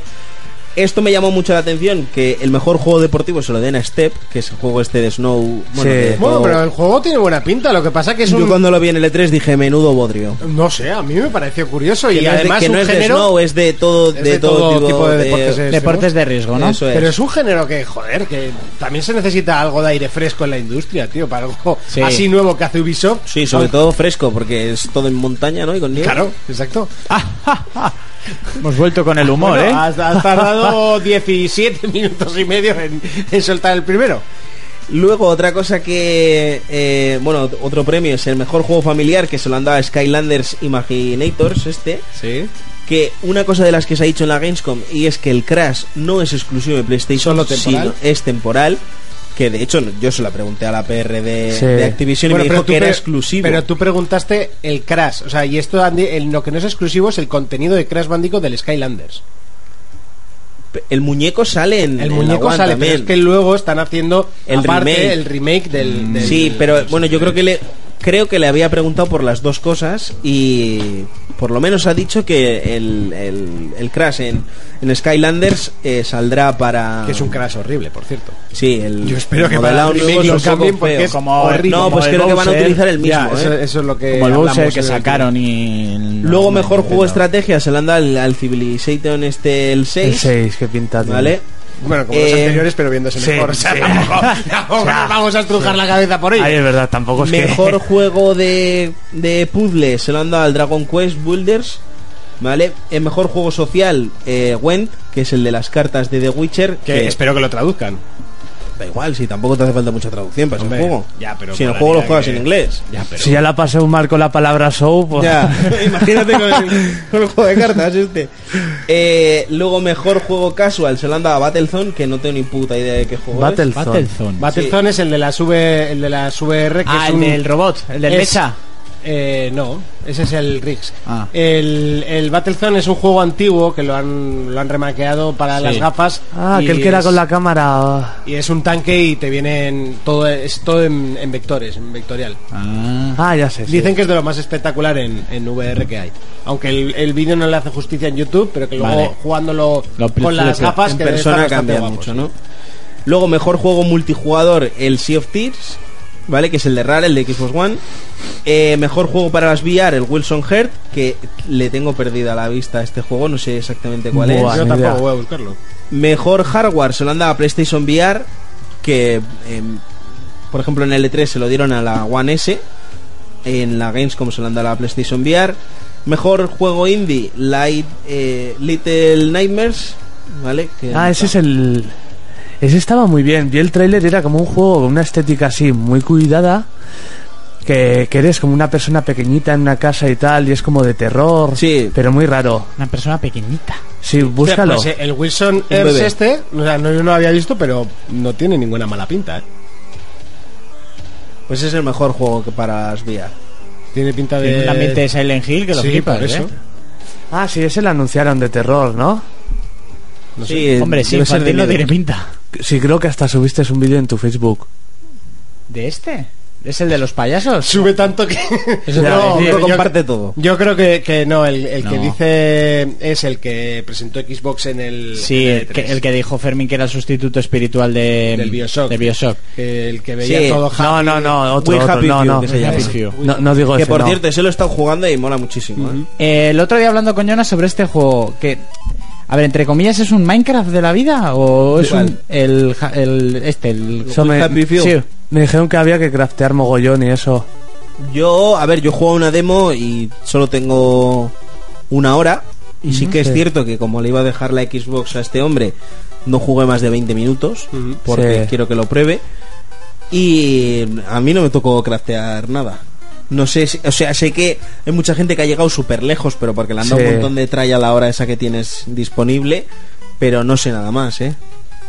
Speaker 5: Esto me llamó mucho la atención. Que el mejor juego deportivo se lo den a Step. Que es el juego este de Snow.
Speaker 6: Sí.
Speaker 5: de
Speaker 3: Bueno,
Speaker 5: juego-
Speaker 3: pero el juego tiene buena pinta, lo que pasa que es
Speaker 5: Yo
Speaker 3: un...
Speaker 5: cuando lo vi en el E3 dije, menudo bodrio.
Speaker 3: No sé, a mí me pareció curioso y
Speaker 5: Que no es de-
Speaker 3: además
Speaker 5: que no
Speaker 3: un
Speaker 5: es de
Speaker 3: género...
Speaker 5: snow, es de todo,
Speaker 3: es
Speaker 5: de todo tipo,
Speaker 3: de deportes. es, ¿no?
Speaker 4: Deportes de riesgo, ¿no?
Speaker 5: Eso es.
Speaker 3: Pero es un género que, joder, que también se necesita algo de aire fresco en la industria, tío, para algo
Speaker 4: Sí.
Speaker 3: así nuevo que hace Ubisoft. Ah,
Speaker 5: Sí, sobre todo fresco, porque es todo en montaña, ¿no? Y con nieve.
Speaker 3: Claro, exacto.
Speaker 4: Hemos vuelto con el humor,
Speaker 3: Bueno,
Speaker 4: ¿eh?
Speaker 3: has, has tardado 17 minutos y medio en, en soltar el primero.
Speaker 5: Luego, otra cosa que. eh, bueno, otro premio es el mejor juego familiar que se lo han dado a Skylanders Imaginators, este.
Speaker 3: Sí.
Speaker 5: Que una cosa de las que se ha dicho en la Gamescom y es que el Crash no es exclusivo de PlayStation,
Speaker 3: Solo temporal.
Speaker 5: sino es temporal. Que de hecho, yo se la pregunté a la PR de,
Speaker 6: Sí.
Speaker 5: de Activision y me dijo que era exclusivo.
Speaker 3: pero tú preguntaste el Crash, o sea, y esto Andy, el- lo que no es exclusivo es el contenido de Crash Bandicoot del Skylanders.
Speaker 5: El muñeco sale en en
Speaker 3: El
Speaker 5: la
Speaker 3: muñeco
Speaker 5: One
Speaker 3: sale, pero
Speaker 5: también.
Speaker 3: es que luego están haciendo
Speaker 5: El
Speaker 3: aparte,
Speaker 5: remake. Mm.
Speaker 3: el remake del, del-
Speaker 5: Sí, pero bueno, yo creo que le creo que le había preguntado por las dos cosas y por lo menos ha dicho que el, el- el Crash en, en Skylanders eh, saldrá para
Speaker 3: que es un Crash horrible, por cierto.
Speaker 5: Sí, el
Speaker 3: Yo espero que
Speaker 5: modelado
Speaker 3: para el
Speaker 5: nuevo
Speaker 3: remake
Speaker 5: es
Speaker 3: lo
Speaker 5: un poco
Speaker 3: cambien porque
Speaker 5: feo.
Speaker 3: es horrible.
Speaker 5: No, pues
Speaker 4: como el
Speaker 5: creo que van a
Speaker 4: Bowser.
Speaker 5: utilizar el mismo,
Speaker 3: Ya,
Speaker 5: ¿eh?
Speaker 3: eso, eso es lo que
Speaker 4: Como el Bowser
Speaker 3: hablamos
Speaker 4: que
Speaker 3: el otro
Speaker 4: sacaron y...
Speaker 5: Luego mejor juego
Speaker 4: estratégico
Speaker 5: estrategia se le han dado al, al Civilization este el 6,
Speaker 6: El 6, qué pinta tiene.
Speaker 5: ¿vale?
Speaker 3: Bueno, como los
Speaker 5: Eh,
Speaker 3: anteriores, pero viéndose
Speaker 6: sí,
Speaker 3: mejor. O sea,
Speaker 6: sí.
Speaker 3: tampoco, tampoco
Speaker 6: O sea,
Speaker 3: nos vamos a estrujar la cabeza por
Speaker 6: Ahí
Speaker 3: ello.
Speaker 6: es verdad, tampoco es
Speaker 5: Mejor
Speaker 6: que...
Speaker 5: juego de, de puzzle se lo han dado al Dragon Quest Builders. ¿Vale? El mejor juego social, eh, Went, que es el de las cartas de The Witcher.
Speaker 3: Que espero que lo traduzcan.
Speaker 5: da igual, si tampoco te hace falta mucha traducción para ese
Speaker 3: Hombre,
Speaker 5: juego.
Speaker 3: ya, pero
Speaker 5: si en el
Speaker 3: molaría
Speaker 5: juego lo juegas
Speaker 3: que-
Speaker 5: en inglés.
Speaker 3: Ya, pero.
Speaker 6: Si ya la pasé un mal con la palabra show, pues...
Speaker 5: Ya, imagínate con el, con el juego de cartas este. Eh, luego, mejor juego casual se lo han dado a Battlezone, que no tengo ni puta idea de qué juego es.
Speaker 6: Battlezone.
Speaker 4: Battlezone.
Speaker 3: Battlezone es el de las V, el de las VR que
Speaker 4: Ah,
Speaker 3: es
Speaker 4: el
Speaker 3: un-
Speaker 4: del robot, el del
Speaker 3: es-
Speaker 4: mecha.
Speaker 3: Eh, no, ese es el Riggs.
Speaker 4: Ah.
Speaker 3: El, el Battlezone es un juego antiguo que lo han, lo han remaqueado para las gafas.
Speaker 6: Ah,
Speaker 3: y
Speaker 6: aquel que era
Speaker 3: es-
Speaker 6: con la cámara.
Speaker 3: Y es un tanque y te vienen todo, es todo en, en vectores, en vectorial.
Speaker 6: Ah, ya sé. sí.
Speaker 3: Dicen que es de lo más espectacular en, en VR que hay. Aunque el, el vídeo no le hace justicia en YouTube, pero que luego
Speaker 4: Vale.
Speaker 3: jugándolo
Speaker 4: Lo
Speaker 3: con las
Speaker 4: flipa.
Speaker 3: gafas
Speaker 5: en
Speaker 3: que debe
Speaker 5: persona
Speaker 3: estar bastante
Speaker 5: cambia
Speaker 3: guapo,
Speaker 5: mucho,
Speaker 3: sí.
Speaker 5: ¿no? Luego, mejor juego multijugador, el Sea of Thieves, ¿vale? Que es el de Rare, el de Xbox One. Eh, mejor juego para las VR, el Wilson Heart, que le tengo perdida la vista a este juego, no sé exactamente cuál es.
Speaker 6: Buah,
Speaker 3: Yo
Speaker 6: ni
Speaker 3: tampoco
Speaker 6: idea.
Speaker 3: voy a buscarlo.
Speaker 5: Mejor hardware, se lo han dado a PlayStation VR, que em, por ejemplo en L3 se lo dieron a la One S, en la Gamescom se lo han dado a la PlayStation VR. Mejor juego indie, Light, eh, Little Nightmares, ¿vale? Que-
Speaker 6: Ah, ese es el. Ese estaba muy bien. Vi el tráiler y era como un juego con una estética así muy cuidada. Que, que eres como una persona pequeñita en una casa y tal, y es como de terror.
Speaker 5: Sí.
Speaker 6: Pero muy raro.
Speaker 4: Una persona pequeñita.
Speaker 6: Sí, búscalo.
Speaker 3: Pues, eh, el Wilson
Speaker 5: bebé.
Speaker 3: Earth este, o sea, no, yo no lo había visto, pero no tiene ninguna mala pinta. ¿eh?
Speaker 5: Pues es el mejor juego que para las VR.
Speaker 3: Tiene pinta de...
Speaker 4: Tiene un ambiente de Silent Hill que lo
Speaker 3: Eh, sí,
Speaker 4: flipas,
Speaker 3: por eso.
Speaker 4: ¿eh?
Speaker 6: Ah, sí, ese lo anunciaron de terror, ¿no?
Speaker 3: No sé.
Speaker 5: Sí,
Speaker 4: Hombre, sí,
Speaker 5: debe ser de
Speaker 4: infantil no
Speaker 5: miedo.
Speaker 4: tiene pinta.
Speaker 6: Sí, creo que hasta subiste un vídeo en tu Facebook.
Speaker 4: ¿De este? ¿Es el de los payasos?
Speaker 3: Sube tanto que...
Speaker 5: No,
Speaker 3: yo-
Speaker 5: no
Speaker 3: yo-
Speaker 5: comparte todo.
Speaker 3: Yo creo que, que no, el, el que
Speaker 4: No.
Speaker 3: dice es el que presentó Xbox en el...
Speaker 4: Sí,
Speaker 3: en
Speaker 4: el que,
Speaker 3: E3.
Speaker 4: el que dijo Fermín que era el sustituto espiritual de,
Speaker 3: Del Bioshock.
Speaker 4: de Bioshock.
Speaker 3: Que el que veía
Speaker 5: Sí.
Speaker 3: todo
Speaker 6: No, no, no, otro,
Speaker 5: We
Speaker 6: otro,
Speaker 5: Happy
Speaker 6: no,
Speaker 5: Few,
Speaker 6: no.
Speaker 5: que se llama.
Speaker 4: Happy Few.
Speaker 6: no. no digo
Speaker 5: Que
Speaker 6: ese,
Speaker 5: por
Speaker 6: no.
Speaker 5: cierto, ese lo he estado jugando y mola muchísimo. ¿eh?
Speaker 4: Eh, el otro día hablando con Jonas sobre este juego que... A ver, entre comillas, ¿es un Minecraft de la vida? ¿O es
Speaker 5: ¿Cuál?
Speaker 4: un... El, ja- el... Este, el...
Speaker 6: Eso me,
Speaker 5: Happy Few.
Speaker 6: sí, me dijeron que había que craftear mogollón y eso.
Speaker 5: Yo, a ver, yo he jugado una demo y solo tengo una hora. Y sí que es cierto que como le iba a dejar la Xbox a este hombre, no jugué más de 20 minutos
Speaker 3: Ujú.
Speaker 5: porque
Speaker 6: Sí.
Speaker 5: quiero que lo pruebe. Y a mí no me tocó craftear nada. No sé, si- o sea, sé que hay mucha gente que ha llegado súper lejos, pero porque le han dado
Speaker 6: Sí.
Speaker 5: un montón de tralla a la hora esa que tienes disponible. Pero no sé nada más, ¿eh?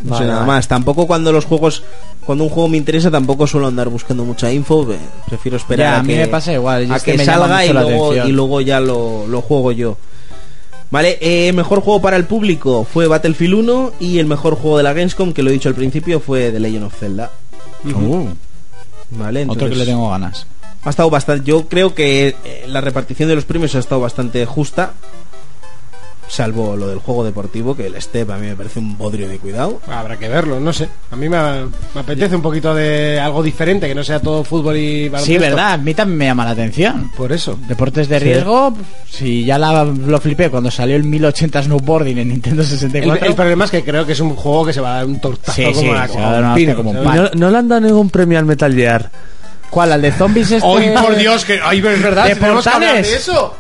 Speaker 5: No
Speaker 6: Vale,
Speaker 5: sé nada
Speaker 6: vale.
Speaker 5: más. Tampoco cuando los juegos. Cuando un juego me interesa, tampoco suelo andar buscando mucha info. eh, Prefiero esperar
Speaker 4: Ya,
Speaker 5: a,
Speaker 4: a mí
Speaker 5: que-
Speaker 4: me pasa igual, y
Speaker 5: A
Speaker 4: es que
Speaker 5: que
Speaker 4: me llama
Speaker 5: salga y
Speaker 4: mucho la
Speaker 5: luego,
Speaker 4: atención.
Speaker 5: y luego ya lo, lo juego yo. Vale, eh, mejor juego para el público fue Battlefield 1 y el mejor juego de la Gamescom, que lo he dicho al principio, fue The Legend of Zelda.
Speaker 4: Uh,
Speaker 5: Vale,
Speaker 4: otro que
Speaker 5: entonces,
Speaker 4: le tengo ganas.
Speaker 5: Ha estado bastante. Yo creo que eh, la repartición de los premios ha estado bastante justa. Salvo lo del juego deportivo, que el Step a mí me parece un bodrio de cuidado.
Speaker 3: Habrá que verlo, no sé. A mí me, me apetece un poquito de algo diferente, que no sea todo fútbol y
Speaker 4: Sí,
Speaker 3: baloncesto.
Speaker 4: ¿verdad? A mí también me llama la atención.
Speaker 3: Por eso.
Speaker 4: Deportes de riesgo, si ya la, lo flipé cuando salió el 1080 Snowboarding en Nintendo
Speaker 3: El,
Speaker 4: 64.
Speaker 3: el problema es que creo que es un juego que se va a dar un tortazo
Speaker 4: Sí,
Speaker 3: como,
Speaker 4: sí,
Speaker 3: la-
Speaker 4: se va a dar una
Speaker 3: un pino,
Speaker 4: hostia como un
Speaker 6: Y
Speaker 3: ¿sabes?
Speaker 4: pan.
Speaker 6: No, no le han dado ningún premio al Metal Gear.
Speaker 4: ¿Cuál? ¿Al de zombies este?
Speaker 3: Ay, por Dios, que ay, es verdad,
Speaker 4: ¿De
Speaker 3: si tenemos que hablar
Speaker 4: portales?
Speaker 3: de eso.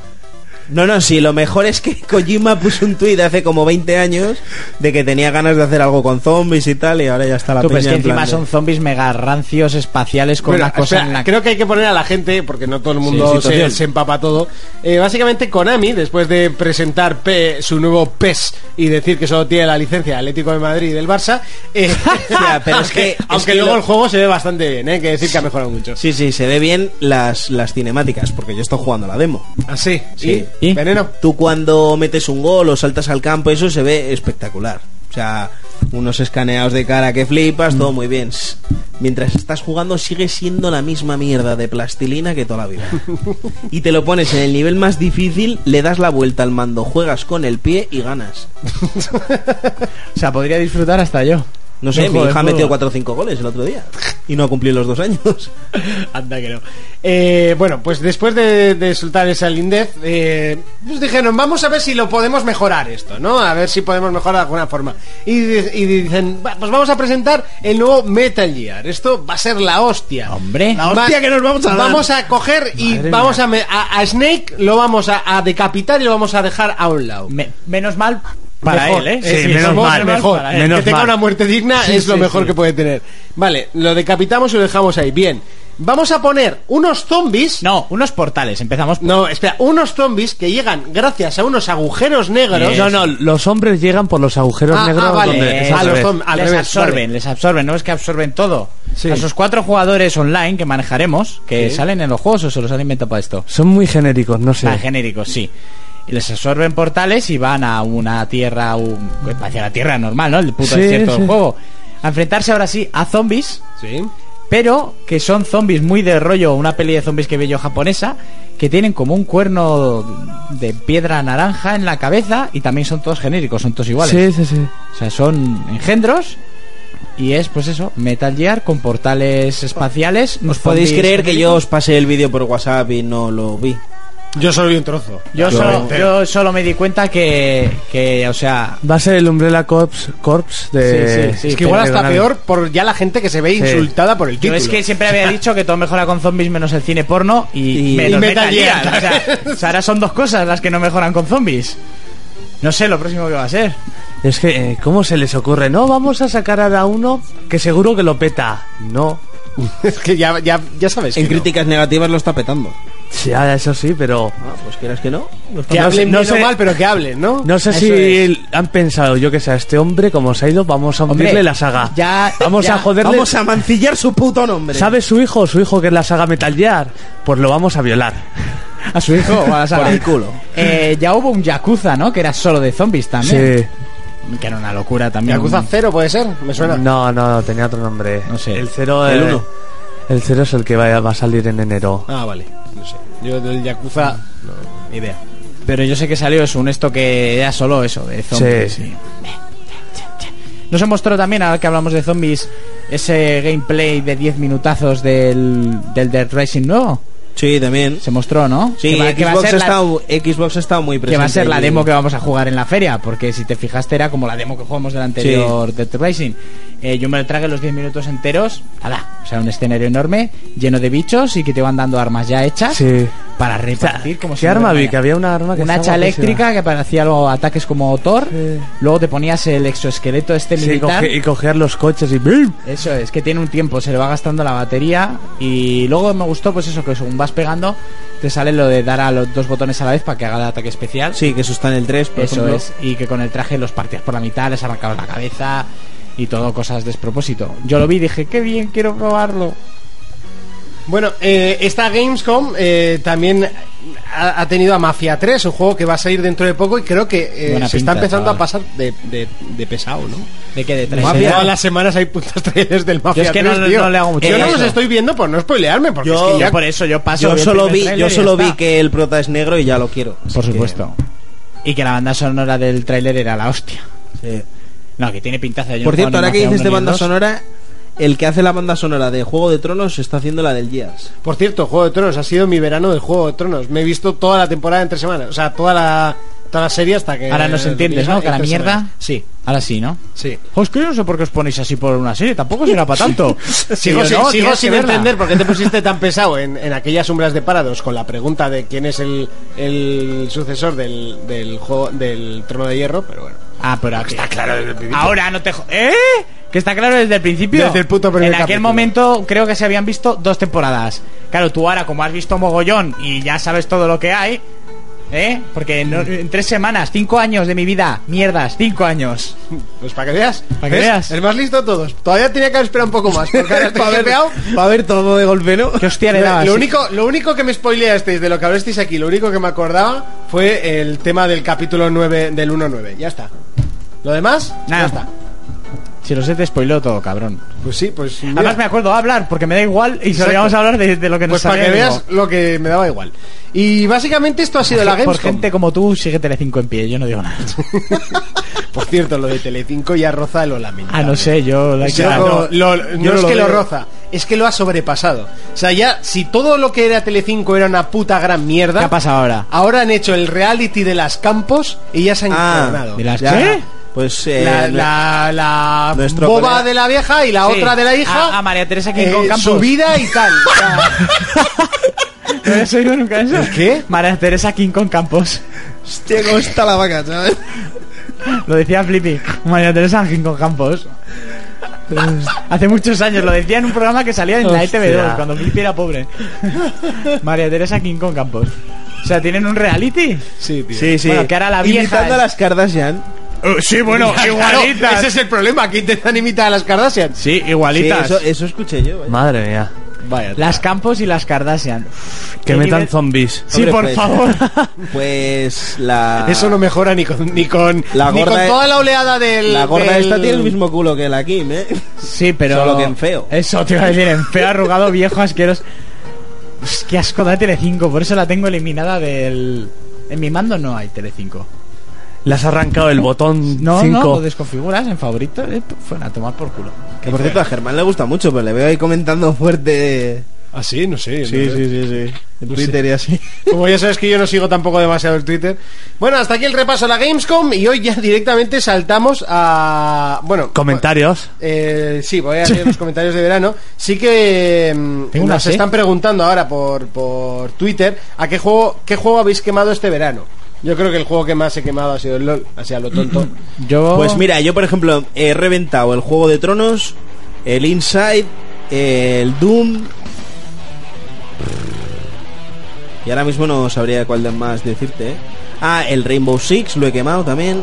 Speaker 5: No, no, sí, lo mejor es que Kojima puso un tuit hace como 20 años de que tenía ganas de hacer algo con zombies y tal, y ahora ya está la
Speaker 4: Tú,
Speaker 5: peña
Speaker 4: pues que
Speaker 5: en plan
Speaker 4: encima
Speaker 5: de-
Speaker 4: son zombies mega rancios espaciales con
Speaker 3: Bueno,
Speaker 4: una cosa
Speaker 3: espera,
Speaker 4: en la
Speaker 3: Creo que hay que poner a la gente, porque no todo el mundo
Speaker 5: Sí,
Speaker 3: se,
Speaker 5: situación.
Speaker 3: se empapa todo. Eh, básicamente, Konami, después de presentar P- su nuevo PES y decir que solo tiene la licencia de Atlético de Madrid y del Barça, eh,
Speaker 5: Ya, pero es que-
Speaker 3: aunque,
Speaker 5: es
Speaker 3: aunque
Speaker 5: que
Speaker 3: luego
Speaker 5: lo-
Speaker 3: el juego se ve bastante bien, ¿eh? que decir que ha mejorado mucho.
Speaker 5: Sí, sí, se ve bien las, las cinemáticas, porque yo estoy jugando la demo.
Speaker 3: Así,
Speaker 5: Sí.
Speaker 3: Ah, ¿Y?
Speaker 4: ¿Y?
Speaker 3: veneno.
Speaker 5: Tú cuando metes un gol o saltas al campo, eso se ve espectacular. O sea, unos escaneados de cara que flipas, todo muy bien. S- Mientras estás jugando sigue siendo la misma mierda de plastilina que toda la vida. Y te lo pones en el nivel más difícil, le das la vuelta al mando, juegas con el pie y ganas.
Speaker 4: O sea, podría disfrutar hasta yo.
Speaker 5: No sé,
Speaker 4: No
Speaker 5: mi
Speaker 4: joder,
Speaker 5: hija
Speaker 4: juego.
Speaker 5: metió 4 o 5 goles el otro día. Y no ha cumplido los dos años.
Speaker 3: Anda que no. Eh, bueno, pues después de, de soltar esa lindez, eh, pues dijeron, vamos a ver si lo podemos mejorar esto, ¿no? A ver si podemos mejorar de alguna forma. Y, di- y dicen, "Va, pues vamos a presentar el nuevo Metal Gear. Esto va a ser la hostia.
Speaker 4: Hombre.
Speaker 3: Va- Vamos a coger y
Speaker 6: Madre
Speaker 3: vamos a, me- a, a Snake, lo vamos a, a decapitar y lo vamos a dejar a un lado.
Speaker 4: Me- menos mal para
Speaker 3: Mejor.
Speaker 4: él, ¿eh?
Speaker 6: Sí, menos
Speaker 4: somos
Speaker 6: mal,
Speaker 3: Mejor.
Speaker 4: para él.
Speaker 6: menos
Speaker 3: que tenga
Speaker 6: mal.
Speaker 3: una muerte digna
Speaker 4: Sí,
Speaker 3: es lo
Speaker 4: sí,
Speaker 3: mejor
Speaker 4: sí.
Speaker 3: que puede tener. Vale, lo decapitamos y lo dejamos ahí. Bien. Vamos a poner unos zombies.
Speaker 4: No, unos portales. Empezamos. por-
Speaker 3: No, espera, unos zombies que llegan gracias a unos agujeros negros.
Speaker 4: Yes.
Speaker 6: No, no, los hombres llegan por los agujeros
Speaker 3: Ah,
Speaker 6: negros
Speaker 3: ah, vale.
Speaker 6: donde es
Speaker 3: a
Speaker 6: al
Speaker 3: los
Speaker 6: revés.
Speaker 3: zombies. al
Speaker 4: eh, les
Speaker 3: revés,
Speaker 4: absorben,
Speaker 3: vale.
Speaker 4: les absorben, no es que absorben todo.
Speaker 6: Sí.
Speaker 4: A esos cuatro jugadores online que manejaremos, que salen en los juegos o se los han inventado para esto.
Speaker 6: Son muy genéricos, no sé.
Speaker 4: Ah, genéricos, sí. Y les absorben portales y van a una tierra, un, hacia la tierra normal, ¿no? El puto
Speaker 6: Sí,
Speaker 4: desierto del
Speaker 6: sí.
Speaker 4: juego. A enfrentarse ahora sí a zombies,
Speaker 3: Sí.
Speaker 4: pero que son zombies muy de rollo, una peli de zombies que vi yo japonesa, que tienen como un cuerno de piedra naranja en la cabeza y también son todos genéricos, son todos iguales.
Speaker 6: Sí, sí, sí.
Speaker 4: O sea, son engendros y es pues eso, Metal Gear con portales espaciales.
Speaker 5: ¿Os
Speaker 4: unos
Speaker 5: podéis
Speaker 4: zombies
Speaker 5: creer que yo
Speaker 4: genéricos.
Speaker 5: os pasé el vídeo por WhatsApp y no lo vi?
Speaker 3: Yo solo vi un trozo.
Speaker 4: Yo
Speaker 5: Yo-
Speaker 4: solo, yo solo me di cuenta que, que, o sea...
Speaker 6: Va a ser el Umbrella Corps, Corps de...
Speaker 4: Sí, sí, sí.
Speaker 3: es que igual
Speaker 6: de
Speaker 3: hasta
Speaker 6: Konami.
Speaker 3: peor por ya la gente que se ve insultada por el
Speaker 4: Yo
Speaker 3: título.
Speaker 4: es que siempre había dicho que todo mejora con zombies menos el cine porno y,
Speaker 5: Y-
Speaker 4: menos
Speaker 3: y
Speaker 4: Metal,
Speaker 3: Metal
Speaker 4: Gear.
Speaker 3: Gear.
Speaker 4: O sea, o sea, ahora son dos cosas las que no mejoran con zombies. No sé lo próximo que va a ser.
Speaker 6: Es que, eh, ¿cómo se les ocurre? No, vamos a sacar ahora uno que seguro que lo peta. No.
Speaker 3: Es que ya, ya, ya sabes.
Speaker 5: En
Speaker 3: que no.
Speaker 5: críticas negativas lo está petando.
Speaker 6: Sí, ah, eso sí, pero...
Speaker 5: Ah, pues quieras que no.
Speaker 3: Que
Speaker 6: No sé-
Speaker 3: hablen
Speaker 6: no
Speaker 3: bien o
Speaker 6: sé-
Speaker 3: mal, pero que hablen, ¿no?
Speaker 6: No sé
Speaker 3: Eso
Speaker 6: si
Speaker 3: es.
Speaker 6: han pensado, yo que sé, a este hombre, como se ha ido, vamos a
Speaker 4: Hombre,
Speaker 6: hundirle la saga.
Speaker 4: ya-
Speaker 6: vamos
Speaker 4: Ah, ya.
Speaker 6: a joderle...
Speaker 5: Vamos a mancillar su puto nombre.
Speaker 6: ¿Sabe su hijo? Su hijo que es la saga Metal Gear. Pues lo vamos a violar.
Speaker 4: A su hijo o a la saga.
Speaker 5: Por el culo.
Speaker 4: Eh, ya hubo un Yakuza, ¿no? Que era solo de zombies también.
Speaker 6: Sí.
Speaker 4: Que era una locura también.
Speaker 3: Yakuza cero puede ser, me suena.
Speaker 6: No, no, tenía otro nombre.
Speaker 4: No sé.
Speaker 6: El cero...
Speaker 5: El
Speaker 6: eh,
Speaker 5: uno.
Speaker 6: El cero es el que va a, va a salir en enero.
Speaker 3: Ah, vale. No sé. Yo del Yakuza, no, ni idea.
Speaker 4: Pero yo sé que salió eso, un esto que era solo eso, de zombies.
Speaker 6: Sí.
Speaker 4: sí. No se mostró también, ahora que hablamos de zombies, ese gameplay de 10 minutazos del, del Dead Racing nuevo.
Speaker 5: Sí, también.
Speaker 4: Se mostró, ¿no?
Speaker 5: Sí,
Speaker 4: que va, que va a
Speaker 5: Xbox,
Speaker 4: ser
Speaker 5: está,
Speaker 4: la,
Speaker 5: Xbox está muy presente.
Speaker 4: que va a ser la
Speaker 5: allí.
Speaker 4: demo que vamos a jugar en la feria, porque si te fijaste era como la demo que jugamos del anterior Dead Racing. Eh, yo me lo tragué los 10 minutos enteros, ala, o sea, un escenario enorme, lleno de bichos y que te van dando armas ya hechas
Speaker 6: Sí.
Speaker 4: para repartir como
Speaker 6: ¿Qué
Speaker 4: no
Speaker 6: arma
Speaker 4: hubiera
Speaker 6: vi?
Speaker 4: mañana.
Speaker 6: Que había una arma que
Speaker 4: Una hacha
Speaker 6: estaba guapísima.
Speaker 4: eléctrica que parecía luego ataques como Thor.
Speaker 6: Sí.
Speaker 4: Luego te ponías el exoesqueleto este
Speaker 6: Sí,
Speaker 4: militar.
Speaker 6: coge- y coger los coches y... ¡brum!
Speaker 4: Eso es, que tiene un tiempo, se le va gastando la batería. Y luego me gustó, pues eso, que según vas pegando, te sale lo de dar a los dos botones a la vez para que haga el ataque especial.
Speaker 5: Sí, que eso está en el 3, por
Speaker 4: eso
Speaker 5: ejemplo.
Speaker 4: es. Y que con el traje los partías por la mitad, les arrancabas la cabeza y todo, cosas despropósito. Yo lo vi y dije, qué bien, quiero probarlo.
Speaker 3: Bueno, eh, esta Gamescom eh, también ha, ha tenido a Mafia 3, un juego que va a salir dentro de poco y creo que eh,
Speaker 4: Buena
Speaker 3: se
Speaker 4: pinta,
Speaker 3: está empezando
Speaker 4: chaval.
Speaker 3: a pasar de, de, de pesado, ¿no?
Speaker 4: ¿De qué? ¿De tres?
Speaker 3: Mafia. Todas las semanas hay putas trailers del Mafia
Speaker 4: Yo es que
Speaker 3: 3,
Speaker 4: no-
Speaker 3: tío.
Speaker 4: no le hago mucho
Speaker 3: Yo no
Speaker 4: caso.
Speaker 3: los estoy viendo por no spoilearme, porque
Speaker 5: Yo-
Speaker 3: es que ya...
Speaker 4: Yo por eso yo paso.
Speaker 5: Yo
Speaker 4: el
Speaker 5: solo
Speaker 4: primer
Speaker 5: vi,
Speaker 4: tráiler
Speaker 5: yo
Speaker 4: y ya
Speaker 5: solo
Speaker 4: está.
Speaker 5: vi que el prota es negro y ya lo quiero. Así
Speaker 4: Por
Speaker 5: que-
Speaker 4: supuesto. Y que la banda sonora del tráiler era la hostia.
Speaker 5: sí.
Speaker 4: No, que tiene pintaza. yo
Speaker 5: Por
Speaker 4: no
Speaker 5: cierto,
Speaker 4: juego ni
Speaker 5: ahora que
Speaker 4: Mafia
Speaker 5: dices
Speaker 4: 1
Speaker 5: de
Speaker 4: ni
Speaker 5: banda
Speaker 4: el 2.
Speaker 5: sonora, el que hace la banda sonora de Juego de Tronos está haciendo la del Gears.
Speaker 3: Por cierto, Juego de Tronos ha sido mi verano del Juego de Tronos. Me he visto toda la temporada entre semanas, o sea, toda la, toda la serie hasta que...
Speaker 4: Ahora nos entiendes, ¿no? Que la
Speaker 3: entre
Speaker 4: mierda.
Speaker 3: semanas. Sí,
Speaker 4: Ahora sí, ¿no?
Speaker 3: sí.
Speaker 4: Os que yo no sé por qué os ponéis así por una serie, tampoco será para tanto. Digo,
Speaker 3: Sigo, sin,
Speaker 4: no,
Speaker 3: sigo
Speaker 4: tienes
Speaker 3: sin
Speaker 4: que verla.
Speaker 3: entender por qué te pusiste tan pesado en, en aquellas umbras de parados con la pregunta de quién es el, el sucesor del, del juego del trono de hierro, pero bueno.
Speaker 4: Ah, pero aquí-
Speaker 3: Está claro desde el principio.
Speaker 4: Ahora no te. jo- ¿Eh? Que está claro desde el principio.
Speaker 3: Desde el puto primer
Speaker 4: En aquel
Speaker 3: capítulo.
Speaker 4: momento creo que se habían visto dos temporadas. Claro, tú ahora, como has visto mogollón y ya sabes todo lo que hay. ¿Eh? Porque no- en tres semanas, cinco años de mi vida, mierdas, cinco años.
Speaker 3: Pues para que veas.
Speaker 4: Para que
Speaker 3: ¿ves?
Speaker 4: veas.
Speaker 3: El más listo de todos. Todavía tenía que haber esperado un poco más. Porque ahora estoy hypeado.
Speaker 5: Va a ver todo de golpe, ¿no?
Speaker 4: ¿Qué hostia le
Speaker 3: Lo-
Speaker 4: dabas?
Speaker 3: Lo único, lo único que me spoileasteis de lo que hablasteis aquí, lo único que me acordaba fue el tema del capítulo 9 del 1-9. Ya está. ¿Lo demás?
Speaker 4: Nada.
Speaker 3: Ya está.
Speaker 4: Si lo sé, te spoiló todo, cabrón.
Speaker 3: Pues sí, pues. mira.
Speaker 4: Además, me acuerdo hablar, porque me da igual y solo
Speaker 3: Exacto.
Speaker 4: íbamos a hablar de, de lo que nos
Speaker 3: Pues para
Speaker 4: salía
Speaker 3: que
Speaker 4: de
Speaker 3: veas
Speaker 4: nuevo.
Speaker 3: lo que me daba igual. Y básicamente esto ha sido la
Speaker 4: Por
Speaker 3: Gamescom.
Speaker 4: gente como tú, sigue Tele5 en pie, yo no digo nada.
Speaker 3: Por cierto, lo de Telecinco ya roza lo lamentable.
Speaker 4: Ah, no sé, yo... la-
Speaker 3: O sea,
Speaker 4: no,
Speaker 3: no, lo- no
Speaker 5: yo no
Speaker 3: es
Speaker 5: lo
Speaker 3: que lo
Speaker 5: veo.
Speaker 3: roza, es que lo ha sobrepasado. O sea, ya si todo lo que era Telecinco era una puta gran mierda,
Speaker 4: ¿Qué ha pasado ahora?
Speaker 3: Ahora han hecho el reality de las campos y ya se han
Speaker 5: Ah,
Speaker 3: coronado.
Speaker 4: ¿De las
Speaker 5: ya.
Speaker 4: qué?
Speaker 5: Pues eh,
Speaker 3: La, la- la
Speaker 5: Nuestro
Speaker 3: boba
Speaker 5: colega-
Speaker 3: de la vieja y la
Speaker 4: Sí, Ah,
Speaker 3: otra de la hija. Eh,
Speaker 4: a- a María Teresa Quincón Campos.
Speaker 3: Su vida y tal. O sea,
Speaker 4: ¿No has oído nunca eso?
Speaker 3: qué?
Speaker 4: María Teresa King con Campos.
Speaker 5: Hostia, cómo está la vaca, ¿sabes?
Speaker 4: Lo decía Flippy. María Teresa King con Campos.
Speaker 3: Pues-
Speaker 4: Hace muchos años, lo decía en un programa que salía en la E
Speaker 6: Hostia.
Speaker 4: ETV2, cuando Flippy era pobre. María Teresa King con Campos. O sea, ¿tienen un reality?
Speaker 3: Sí, tío.
Speaker 5: Sí, sí.
Speaker 4: Bueno, que ahora la vieja
Speaker 5: Imitando a
Speaker 4: es-
Speaker 5: las Kardashian. Oh,
Speaker 4: sí, bueno,
Speaker 3: Claro, ese es el problema, aquí intentan imitar a las Kardashian.
Speaker 4: Sí,
Speaker 5: Sí,
Speaker 4: igualitas.
Speaker 5: eso, eso escuché yo. eh. vaya.
Speaker 6: Madre mía.
Speaker 4: Las Campos y las Kardashian.
Speaker 6: Que metan
Speaker 4: nivel-
Speaker 6: zombies.
Speaker 4: Sí,
Speaker 5: Hombre,
Speaker 4: por
Speaker 5: pues,
Speaker 4: favor.
Speaker 5: Pues la.
Speaker 3: Eso no mejora ni con ni con,
Speaker 5: La
Speaker 3: ni
Speaker 5: gorda
Speaker 3: con
Speaker 5: es-
Speaker 3: toda la oleada del
Speaker 5: La gorda
Speaker 3: del-
Speaker 5: esta tiene el mismo culo que la Kim, ¿eh?
Speaker 4: Sí, pero.
Speaker 5: Solo que en feo.
Speaker 4: Eso te iba a decir, en feo, arrugado, viejo, asqueroso. Pues qué asco da Tele5, por eso la tengo eliminada del. En mi mando no hay Tele5.
Speaker 6: Le has arrancado el botón
Speaker 4: No, no, lo
Speaker 6: 5.
Speaker 4: desconfiguras en favorito. eh, fuera, a tomar por culo.
Speaker 5: Que por cierto, a Germán le gusta mucho, pero le veo ahí comentando fuerte.
Speaker 3: Ah, sí, no sé. no sé.
Speaker 5: sí, sí. En Twitter y así.
Speaker 3: Como ya sabes que yo no sigo tampoco demasiado el Twitter. Bueno, hasta aquí el repaso de la Gamescom y hoy ya directamente saltamos a bueno,
Speaker 6: Comentarios.
Speaker 3: Eh, sí, voy a hacer los comentarios de verano. Sí que mm,
Speaker 4: Tengo una
Speaker 3: nos
Speaker 4: sed.
Speaker 3: están preguntando ahora por, por Twitter a qué juego, qué juego habéis quemado este verano. Yo creo que el juego que más he quemado ha sido el LOL, así a lo tonto.
Speaker 4: Yo.
Speaker 5: Pues mira, yo por ejemplo he reventado el Juego de Tronos, el Inside, el Doom. Y ahora mismo no sabría cuál de más decirte. ¿eh? Ah, el Rainbow Six lo he quemado también.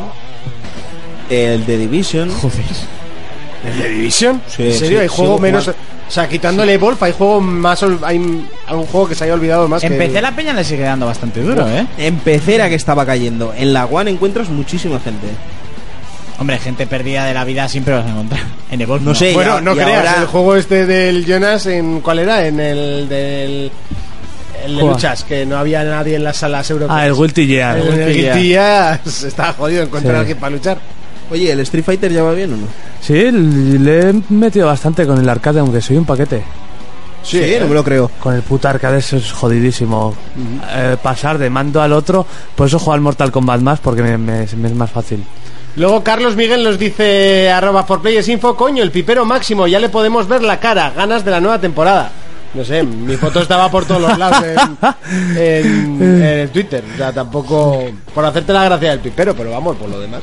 Speaker 5: El The Division.
Speaker 4: Joder.
Speaker 3: ¿El de Division?
Speaker 5: Sí,
Speaker 3: ¿En serio?
Speaker 5: sí,
Speaker 3: hay juego
Speaker 5: sigo
Speaker 3: menos.
Speaker 5: jugando.
Speaker 3: O sea, quitándole Wolf, hay juego más. ol- Hay un- algún juego que se haya olvidado más. que-
Speaker 4: Empecé la peña le sigue dando bastante duro, ¿eh?
Speaker 5: En pecera que estaba cayendo. En la One encuentras muchísima gente.
Speaker 4: Hombre, gente perdida de la vida siempre vas a encontrar. En Evolve.
Speaker 5: No sé.
Speaker 3: Bueno,
Speaker 5: Y
Speaker 3: no
Speaker 5: y
Speaker 3: creas,
Speaker 5: ahora-
Speaker 3: el juego este del Jonas, en ¿cuál era? En el del. El de
Speaker 6: Joder.
Speaker 3: luchas, que no había nadie en las salas europeas.
Speaker 6: Ah, el Guilty Gear.
Speaker 3: El
Speaker 4: Guilty
Speaker 3: Guilty
Speaker 4: Gear.
Speaker 3: Gear estaba jodido encontrar a alguien para luchar.
Speaker 5: Oye, ¿el Street Fighter ya va bien o no?
Speaker 6: Sí, le he metido bastante con el arcade, aunque soy un paquete.
Speaker 5: Sí,
Speaker 4: eh.
Speaker 5: no me lo creo.
Speaker 6: Con el puto arcade eso es jodidísimo. Eh, pasar de mando al otro, por eso juego al Mortal Kombat más, porque me, me- me es más fácil.
Speaker 3: Luego Carlos Miguel nos dice arroba por players info, coño, el pipero máximo, ya le podemos ver la cara, ganas de la nueva temporada. No sé, mi foto estaba por todos los lados en, en- en el Twitter. O sea, tampoco por hacerte la gracia del pipero, pero vamos, por lo demás.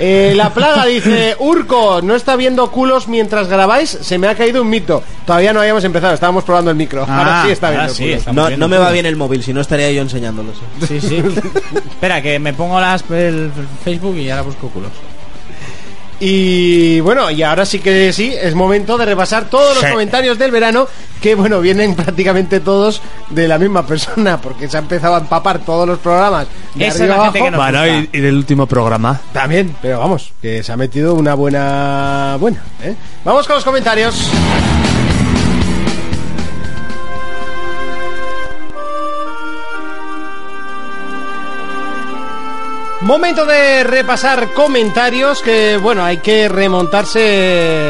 Speaker 3: Eh, la plaga dice, Urco, no está viendo culos mientras grabáis, se me ha caído un mito. Todavía no habíamos empezado, estábamos probando el micro.
Speaker 4: Ah,
Speaker 3: ahora sí está
Speaker 4: ahora
Speaker 3: viendo
Speaker 4: sí,
Speaker 3: culos.
Speaker 4: está-
Speaker 5: No,
Speaker 4: bien,
Speaker 5: no me
Speaker 4: ¿no?
Speaker 5: va bien el móvil, si no estaría yo enseñándolos.
Speaker 4: Sí, sí. Espera, que me pongo las, el Facebook y ahora busco culos.
Speaker 3: Y bueno, y ahora sí que sí, es momento de repasar todos los comentarios del verano, que bueno, vienen prácticamente todos de la misma persona, porque se ha empezado a empapar todos los programas. De
Speaker 4: Esa es
Speaker 3: arriba
Speaker 4: la gente
Speaker 3: abajo.
Speaker 4: que nos
Speaker 6: Bueno, y,
Speaker 4: gusta.
Speaker 6: y del último programa.
Speaker 3: También, pero vamos, que se ha metido una buena... Buena, ¿eh? Vamos con los comentarios. Momento de repasar comentarios que, bueno, hay que remontarse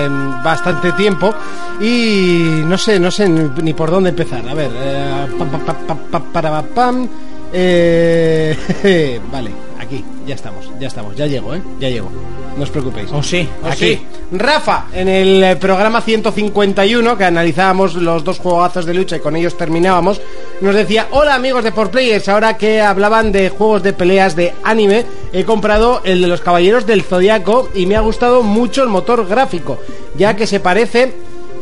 Speaker 3: eh, bastante tiempo y no sé, no sé ni por dónde empezar. A ver, eh, pam, pam, pam, pam, pam, para, pam, pam. Eh, vale, aquí, ya estamos, ya estamos, ya llego, ¿eh? Ya llego, no os preocupéis.
Speaker 4: O Oh, sí, o
Speaker 3: aquí.
Speaker 4: sí.
Speaker 3: Rafa, en el eh, programa 151, que analizábamos los dos juegazos de lucha y con ellos terminábamos, nos decía, hola amigos de 4Players, ahora que hablaban de juegos de peleas de anime, he comprado el de los Caballeros del Zodiaco y me ha gustado mucho el motor gráfico, ya que se parece...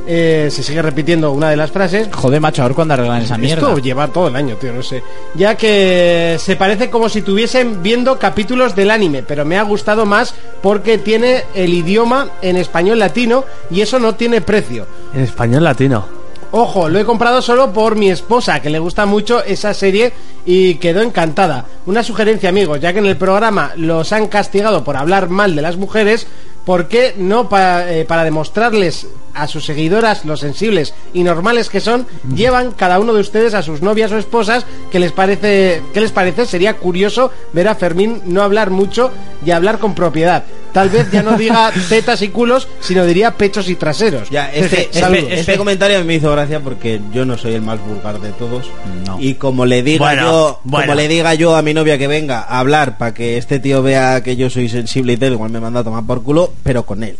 Speaker 3: eh, se sigue repitiendo una de las frases
Speaker 4: Joder, macho, a ver cuándo arreglan esa mierda.
Speaker 3: esto lleva todo el año, tío, no sé. Ya que se parece como si estuviesen viendo capítulos del anime, pero me ha gustado más porque tiene el idioma en español latino y eso no tiene precio.
Speaker 6: En español latino.
Speaker 3: Ojo, lo he comprado solo por mi esposa, que le gusta mucho esa serie y quedó encantada. Una sugerencia, amigos, ya que en el programa los han castigado por hablar mal de las mujeres, ¿por qué no pa- eh, para demostrarles a sus seguidoras lo sensibles y normales que son, llevan cada uno de ustedes a sus novias o esposas? ¿Qué les parece? ¿Qué les parece? Sería curioso ver a Fermín no hablar mucho y hablar con propiedad. Tal vez ya no diga tetas y culos, sino diría pechos y traseros.
Speaker 5: Ya, este,
Speaker 3: Saludos.
Speaker 5: este- este comentario me hizo gracia porque yo no soy el más vulgar de todos.
Speaker 4: No.
Speaker 5: Y como le diga
Speaker 6: Bueno,
Speaker 5: yo,
Speaker 6: bueno.
Speaker 5: como le diga yo a mi novia que venga a hablar para que este tío vea que yo soy sensible y tal, igual me manda a tomar por culo, pero con él.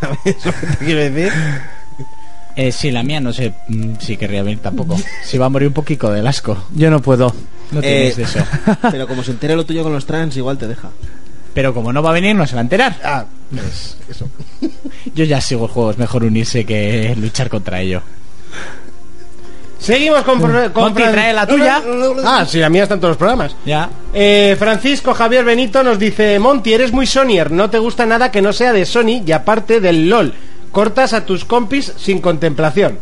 Speaker 5: ¿Sabes lo que te quiero decir?
Speaker 4: Eh, sí, la mía no sé mm, si querría venir tampoco. Si va a morir un poquito del asco.
Speaker 6: Yo no puedo.
Speaker 4: No
Speaker 5: Eh,
Speaker 4: tienes de
Speaker 3: Eh.
Speaker 4: eso.
Speaker 5: Pero como se entere lo tuyo con los trans, igual te deja.
Speaker 4: Pero como no va a venir, no se va a enterar.
Speaker 3: Ah, Es eso.
Speaker 4: Yo ya sigo juegos, mejor unirse que luchar contra ello.
Speaker 3: Seguimos con... pro- con
Speaker 4: Monty,
Speaker 3: Fran-
Speaker 4: trae la tuya.
Speaker 3: Ah, sí, la mía está en todos los programas.
Speaker 4: Ya.
Speaker 3: Eh, Francisco Javier Benito nos dice, Monty, eres muy Sonyer, no te gusta nada que no sea de Sony y aparte del LOL. Cortas a tus compis sin contemplación.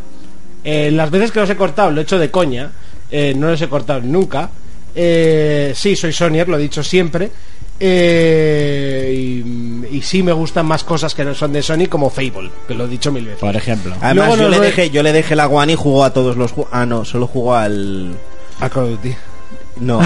Speaker 3: Eh, las veces que los he cortado, lo he hecho de coña, eh, no los he cortado nunca. Eh, sí, soy Sonyer, lo he dicho siempre. Eh, y, y sí me gustan más cosas que no son de Sony como Fable, que lo he dicho mil veces.
Speaker 4: Por ejemplo.
Speaker 5: Además,
Speaker 3: Luego
Speaker 5: yo
Speaker 3: nos
Speaker 5: le,
Speaker 3: ve-
Speaker 5: dejé, yo le dejé la One y jugó a todos los juegos. Ah, no, solo jugó al.
Speaker 3: A Call of Duty.
Speaker 5: No.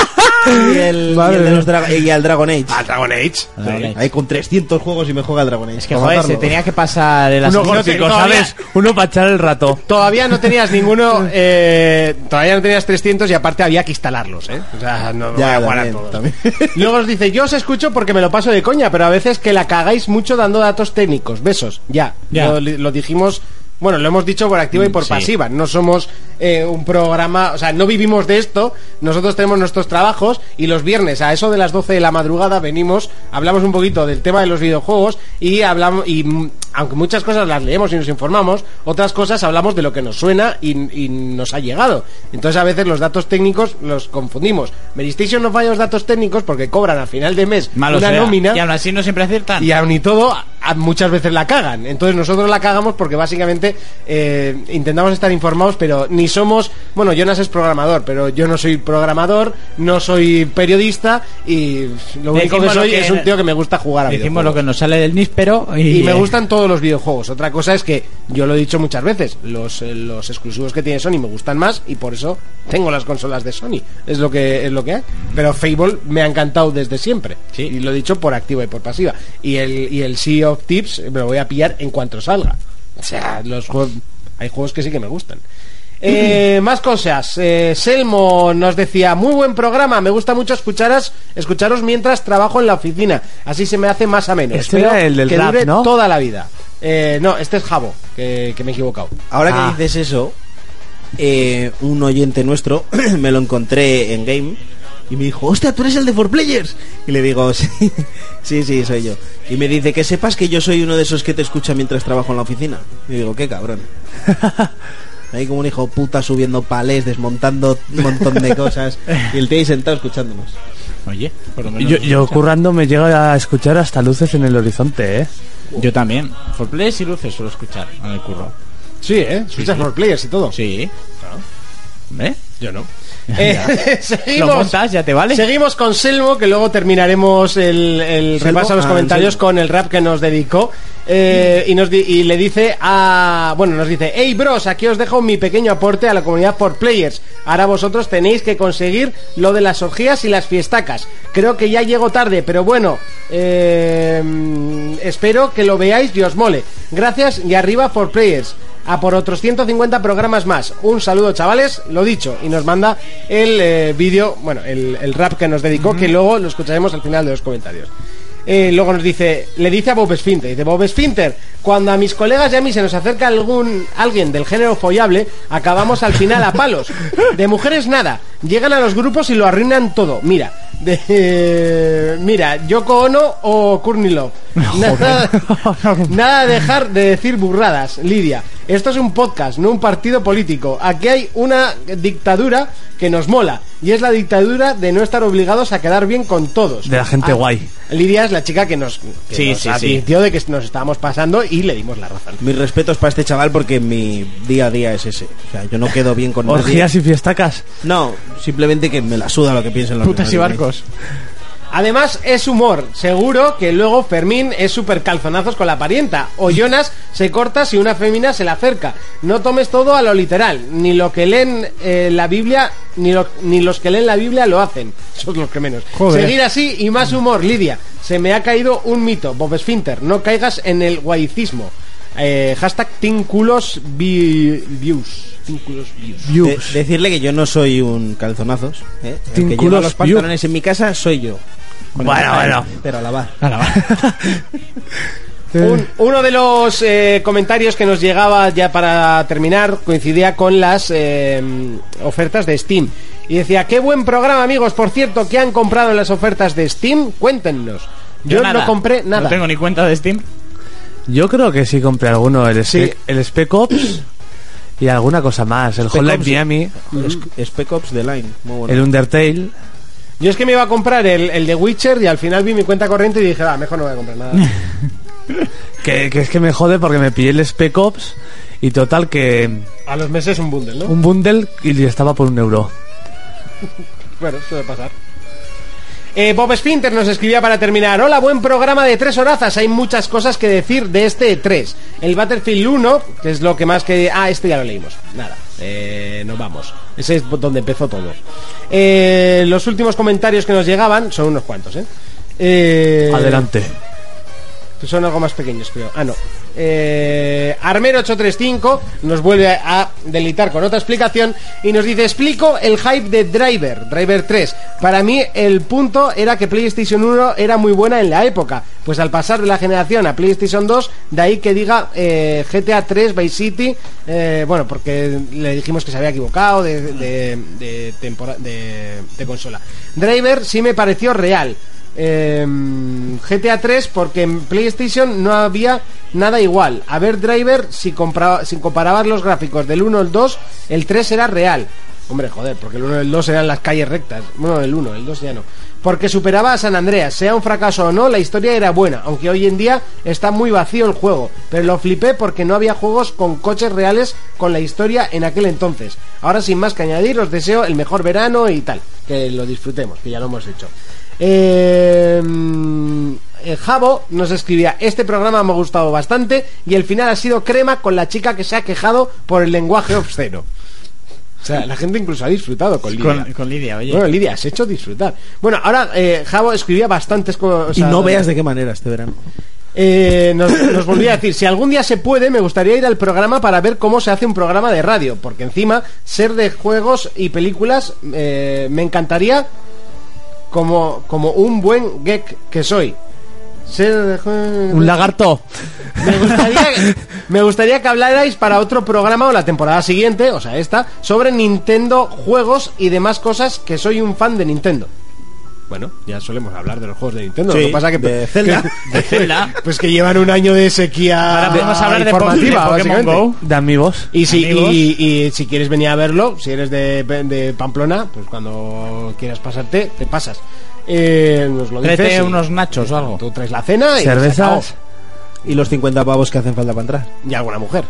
Speaker 5: y, el, y, el de los Dra- y al Dragon Age.
Speaker 3: Al Ah, Dragon Age.
Speaker 4: Dragon Age.
Speaker 5: Ahí con 300 juegos y me juega al Dragon Age.
Speaker 4: Es que,
Speaker 5: Para
Speaker 4: joder,
Speaker 5: matarlo.
Speaker 4: se tenía que pasar el
Speaker 3: Uno
Speaker 4: asesino
Speaker 3: corte,
Speaker 4: chico,
Speaker 3: todavía-
Speaker 4: ¿sabes?
Speaker 6: Uno para echar el rato.
Speaker 3: Todavía no tenías ninguno, eh, todavía no tenías 300 y aparte había que instalarlos, ¿eh? O sea, no me
Speaker 5: Ya,
Speaker 3: voy a jugar a
Speaker 5: también,
Speaker 3: todos.
Speaker 5: también.
Speaker 3: Luego os dice, yo os escucho porque me lo paso de coña, pero a veces que la cagáis mucho dando datos técnicos. Besos, ya.
Speaker 4: Ya.
Speaker 3: Lo, lo dijimos, bueno, lo hemos dicho por
Speaker 5: Mm,
Speaker 3: activa y por
Speaker 4: sí.
Speaker 3: pasiva. No somos eh, un programa, o sea, no vivimos de esto. Nosotros tenemos nuestros trabajos y los viernes a eso de las 12 de la madrugada venimos, hablamos un poquito del tema de los videojuegos y hablamos, y mm, aunque muchas cosas las leemos y nos informamos, otras cosas hablamos de lo que nos suena y, y nos ha llegado. Entonces a veces los datos técnicos los confundimos. Meristation no falla los datos técnicos porque cobran a final de mes
Speaker 4: Malo
Speaker 3: una
Speaker 4: sea.
Speaker 3: nómina
Speaker 4: Y aún así no siempre aciertan.
Speaker 3: y aun y todo a- a- muchas veces la cagan entonces nosotros la cagamos porque básicamente eh, intentamos estar informados pero ni somos bueno Jonas es programador pero yo no soy programador no soy periodista y lo único
Speaker 4: Decimos
Speaker 3: que
Speaker 4: lo
Speaker 3: soy
Speaker 4: que-
Speaker 3: es un tío que me gusta jugar a
Speaker 4: Decimos lo
Speaker 3: videojuegos
Speaker 4: que nos sale del níspero y,
Speaker 3: y me gustan todos los videojuegos. Otra cosa es que yo lo he dicho muchas veces, los, eh, los exclusivos que tiene Sony me gustan más y por eso tengo las consolas de Sony. Es lo que es lo que hay. Pero Fable me ha encantado desde siempre.
Speaker 4: Sí.
Speaker 3: Y lo he dicho por activa y por pasiva. Y el y el Sea of Tips me lo voy a pillar en cuanto salga. O sea, los juegos hay juegos que sí que me gustan. Eh, más cosas. Eh, Selmo nos decía, muy buen programa, me gusta mucho escucharos, escucharos mientras trabajo en la oficina. Así se me hace más ameno.
Speaker 6: Este
Speaker 3: Espero
Speaker 6: era el del
Speaker 3: que
Speaker 6: rap,
Speaker 3: dure
Speaker 6: ¿no?
Speaker 3: toda la vida. Eh, no, este es Jabo, que, que me he equivocado.
Speaker 5: Ahora
Speaker 6: Ah.
Speaker 5: que dices eso, eh, un oyente nuestro me lo encontré en Game y me dijo, hostia, tú eres el de 4Players. Y le digo, sí, sí, sí, soy yo. Y me dice, que sepas que yo soy uno de esos que te escucha mientras trabajo en la oficina. Y digo, qué cabrón. Ahí como un hijo puta subiendo palés, desmontando un montón de cosas. Y el tío ahí sentado escuchándonos.
Speaker 4: Oye, por lo menos.
Speaker 6: Yo, yo currando me llega a escuchar hasta luces en el horizonte, ¿eh?
Speaker 4: Yo también. For plays y luces suelo escuchar en el curro.
Speaker 3: Sí, ¿eh? Escuchas por players y todo.
Speaker 4: Sí. ¿Eh?
Speaker 3: Yo no. Eh,
Speaker 4: Lo
Speaker 3: seguimos,
Speaker 4: montas, ya te vale.
Speaker 3: seguimos con Selmo, que luego terminaremos el, el
Speaker 5: Selmo,
Speaker 3: repaso a los
Speaker 5: ah,
Speaker 3: comentarios
Speaker 5: Selmo.
Speaker 3: con el rap que nos dedicó. Eh, y, nos di- y le dice a. Bueno, nos dice: Hey bros, aquí os dejo mi pequeño aporte a la comunidad por players. Ahora vosotros tenéis que conseguir lo de las orgías y las fiestacas. Creo que ya llego tarde, pero bueno. eh, espero que lo veáis y os mole. Gracias y arriba por players. A por otros 150 programas más. Un saludo, chavales. Lo dicho. Y nos manda el eh, vídeo, bueno, el, el rap que nos dedicó, que luego lo escucharemos al final de los comentarios. Eh, luego nos dice, le dice a Bob Sfinter, dice Bob Sfinter, cuando a mis colegas y a mí se nos acerca algún alguien del género follable, acabamos al final a palos. De mujeres nada, llegan a los grupos y lo arruinan todo. Mira, de, eh, mira, Yoko Ono o Kurnilov. Nada, nada dejar de decir burradas, Lidia. Esto es un podcast, no un partido político. Aquí hay una dictadura que nos mola y es la dictadura de no estar obligados a quedar bien con todos.
Speaker 6: De la gente
Speaker 3: Ah,
Speaker 6: guay.
Speaker 3: Lidia es la chica que nos, que
Speaker 4: Sí,
Speaker 3: nos
Speaker 4: sí, sí.
Speaker 3: advirtió de que nos estábamos pasando y le dimos la razón.
Speaker 5: Mis respetos para este chaval porque mi día a día es ese. O sea, yo no quedo bien con nadie.
Speaker 6: Orgías y fiestacas.
Speaker 5: No, simplemente que me la suda lo que piensen los
Speaker 4: Putas y
Speaker 5: demás de mí.
Speaker 4: barcos.
Speaker 3: Además, es humor. Seguro que luego Fermín es súper calzonazos con la parienta. O Jonas se corta si una fémina se le acerca. No tomes todo a lo literal. Ni lo que leen eh, la Biblia, ni, lo- ni los que leen la Biblia lo hacen. Son los que menos.
Speaker 4: Joder.
Speaker 3: Seguir así y más humor, Lidia. Se me ha caído un mito. Bob Sfinter, no caigas en el guaicismo. Eh, hashtag Tinculos vi- Views. Tinculos Views.
Speaker 5: De- decirle que yo no soy un calzonazos. ¿eh? El que
Speaker 6: Tinculos
Speaker 5: lleva
Speaker 6: view.
Speaker 5: los pantalones en mi casa soy yo. Con
Speaker 6: Bueno,
Speaker 5: el-
Speaker 6: bueno.
Speaker 5: Pero a lavar.
Speaker 3: Un- uno de los eh, comentarios que nos llegaba ya para terminar coincidía con las eh, ofertas de Steam. Y decía, qué buen programa amigos, por cierto, ¿qué han comprado en las ofertas de Steam? Cuéntenos. Yo no compré nada.
Speaker 4: No tengo ni cuenta de Steam.
Speaker 6: Yo creo que sí compré alguno, el,
Speaker 3: Sí.
Speaker 6: Spec, el Spec Ops y alguna cosa más. El
Speaker 5: Spec
Speaker 6: Hotline
Speaker 5: Ops.
Speaker 6: Miami,
Speaker 5: Es- Spec Ops The Line, muy bueno.
Speaker 6: el Undertale.
Speaker 3: Yo es que me iba a comprar el, el de Witcher y al final vi mi cuenta corriente y dije, ah, mejor no voy a comprar nada.
Speaker 6: Que, que es que me jode porque me pillé el Spec Ops y total que
Speaker 3: A los meses un bundle, ¿no?
Speaker 6: un bundle y estaba por un euro.
Speaker 3: Bueno, suele pasar. Eh, Bob Spinter nos escribía para terminar. Hola, buen programa de tres horazas. Hay muchas cosas que decir de este 3. El Battlefield 1, que es lo que más que... Ah, este ya lo leímos. Nada, eh, nos vamos. Ese es donde empezó todo. Eh, los últimos comentarios que nos llegaban son unos cuantos, ¿eh? Eh,
Speaker 6: Adelante.
Speaker 3: Pues son algo más pequeños, creo. Ah, no. Eh, Armero835 nos vuelve a, a delitar con otra explicación y nos dice: Explico el hype de Driver, Driver 3. Para mí, el punto era que PlayStation 1 era muy buena en la época. Pues al pasar de la generación a PlayStation 2, de ahí que diga eh, GTA 3, Vice City. eh, bueno, porque le dijimos que se había equivocado de, de, de tempora- de- de consola. Driver sí me pareció real. Eh, GTA 3 porque en PlayStation no había nada igual. A ver, Driver, si, compra- si comparabas los gráficos del 1 al 2, el 3 era real. Hombre, joder, porque el 1 y el 2 eran las calles rectas. Bueno, el 1, el 2 ya no. Porque superaba a San Andreas, sea un fracaso o no, la historia era buena, aunque hoy en día está muy vacío el juego. Pero lo flipé porque no había juegos con coches reales con la historia en aquel entonces. Ahora sin más que añadir, os deseo el mejor verano y tal. Que lo disfrutemos, que ya lo hemos dicho. Eh, mm, eh, Javo nos escribía, este programa me ha gustado bastante y el final ha sido crema con la chica que se ha quejado por el lenguaje obsceno. O sea, la gente incluso ha disfrutado con Lidia.
Speaker 4: Con, con Lidia, oye.
Speaker 3: Bueno, Lidia, has hecho disfrutar. Bueno, ahora eh, Javo escribía bastantes cosas.
Speaker 5: y no veas de qué manera este verano.
Speaker 3: Eh, nos, nos volvía a decir, si algún día se puede, me gustaría ir al programa para ver cómo se hace un programa de radio, porque encima ser de juegos y películas eh, me encantaría como, como un buen geek que soy. Ser de jue-
Speaker 6: Un lagarto.
Speaker 3: me gustaría, me gustaría que hablarais para otro programa o la temporada siguiente, o sea, esta, sobre Nintendo, juegos y demás cosas que soy un fan de Nintendo. Bueno, ya solemos hablar de los juegos de Nintendo.
Speaker 5: Sí,
Speaker 3: lo que pasa que,
Speaker 5: de Zelda.
Speaker 3: que- pues que llevan un año de sequía.
Speaker 4: Ahora podemos hablar de Pokémon-
Speaker 3: informativa,
Speaker 4: de Pokémon
Speaker 3: básicamente.
Speaker 4: Go.
Speaker 6: Ah, De amigos.
Speaker 3: Y si,
Speaker 4: Amigos.
Speaker 3: y, y si quieres venir a verlo, si eres de, de Pamplona, pues cuando quieras pasarte, te pasas. Eh, nos lo dices.
Speaker 4: Tráete
Speaker 3: y
Speaker 4: unos nachos o algo.
Speaker 3: Tú traes la cena y se acabó.
Speaker 6: Cervezas.
Speaker 5: Y los 50 pavos que hacen falta para entrar.
Speaker 3: Y alguna mujer.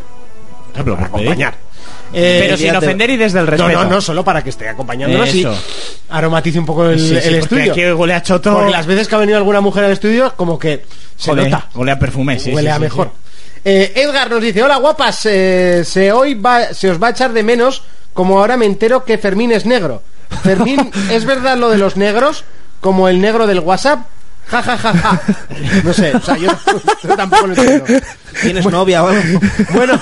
Speaker 3: para
Speaker 4: ¿eh?
Speaker 3: acompañar.
Speaker 4: Pero sin
Speaker 5: ya te-
Speaker 4: ofender y desde el Eh, respeto.
Speaker 3: No, no, no, solo para que esté acompañándonos y
Speaker 4: Eso.
Speaker 3: aromatice un poco el,
Speaker 4: Sí, sí,
Speaker 3: el
Speaker 4: porque
Speaker 3: estudio.
Speaker 4: Aquí huele a choto.
Speaker 3: Porque las veces que ha venido alguna mujer al estudio, como que se
Speaker 4: Joder,
Speaker 3: nota,
Speaker 4: Huele a perfume, sí.
Speaker 3: huele
Speaker 4: sí,
Speaker 3: a
Speaker 4: sí,
Speaker 3: mejor.
Speaker 4: sí.
Speaker 3: Eh, Edgar nos dice, hola guapas, eh, se, hoy va- se os va a echar de menos como ahora me entero que Fermín es negro. Fermín, ¿es verdad lo de los negros? Como el negro del WhatsApp. Ja, ja, ja, ja. No sé, o sea, yo, yo tampoco lo entiendo.
Speaker 5: ¿Tienes novia o algo?
Speaker 3: Bueno.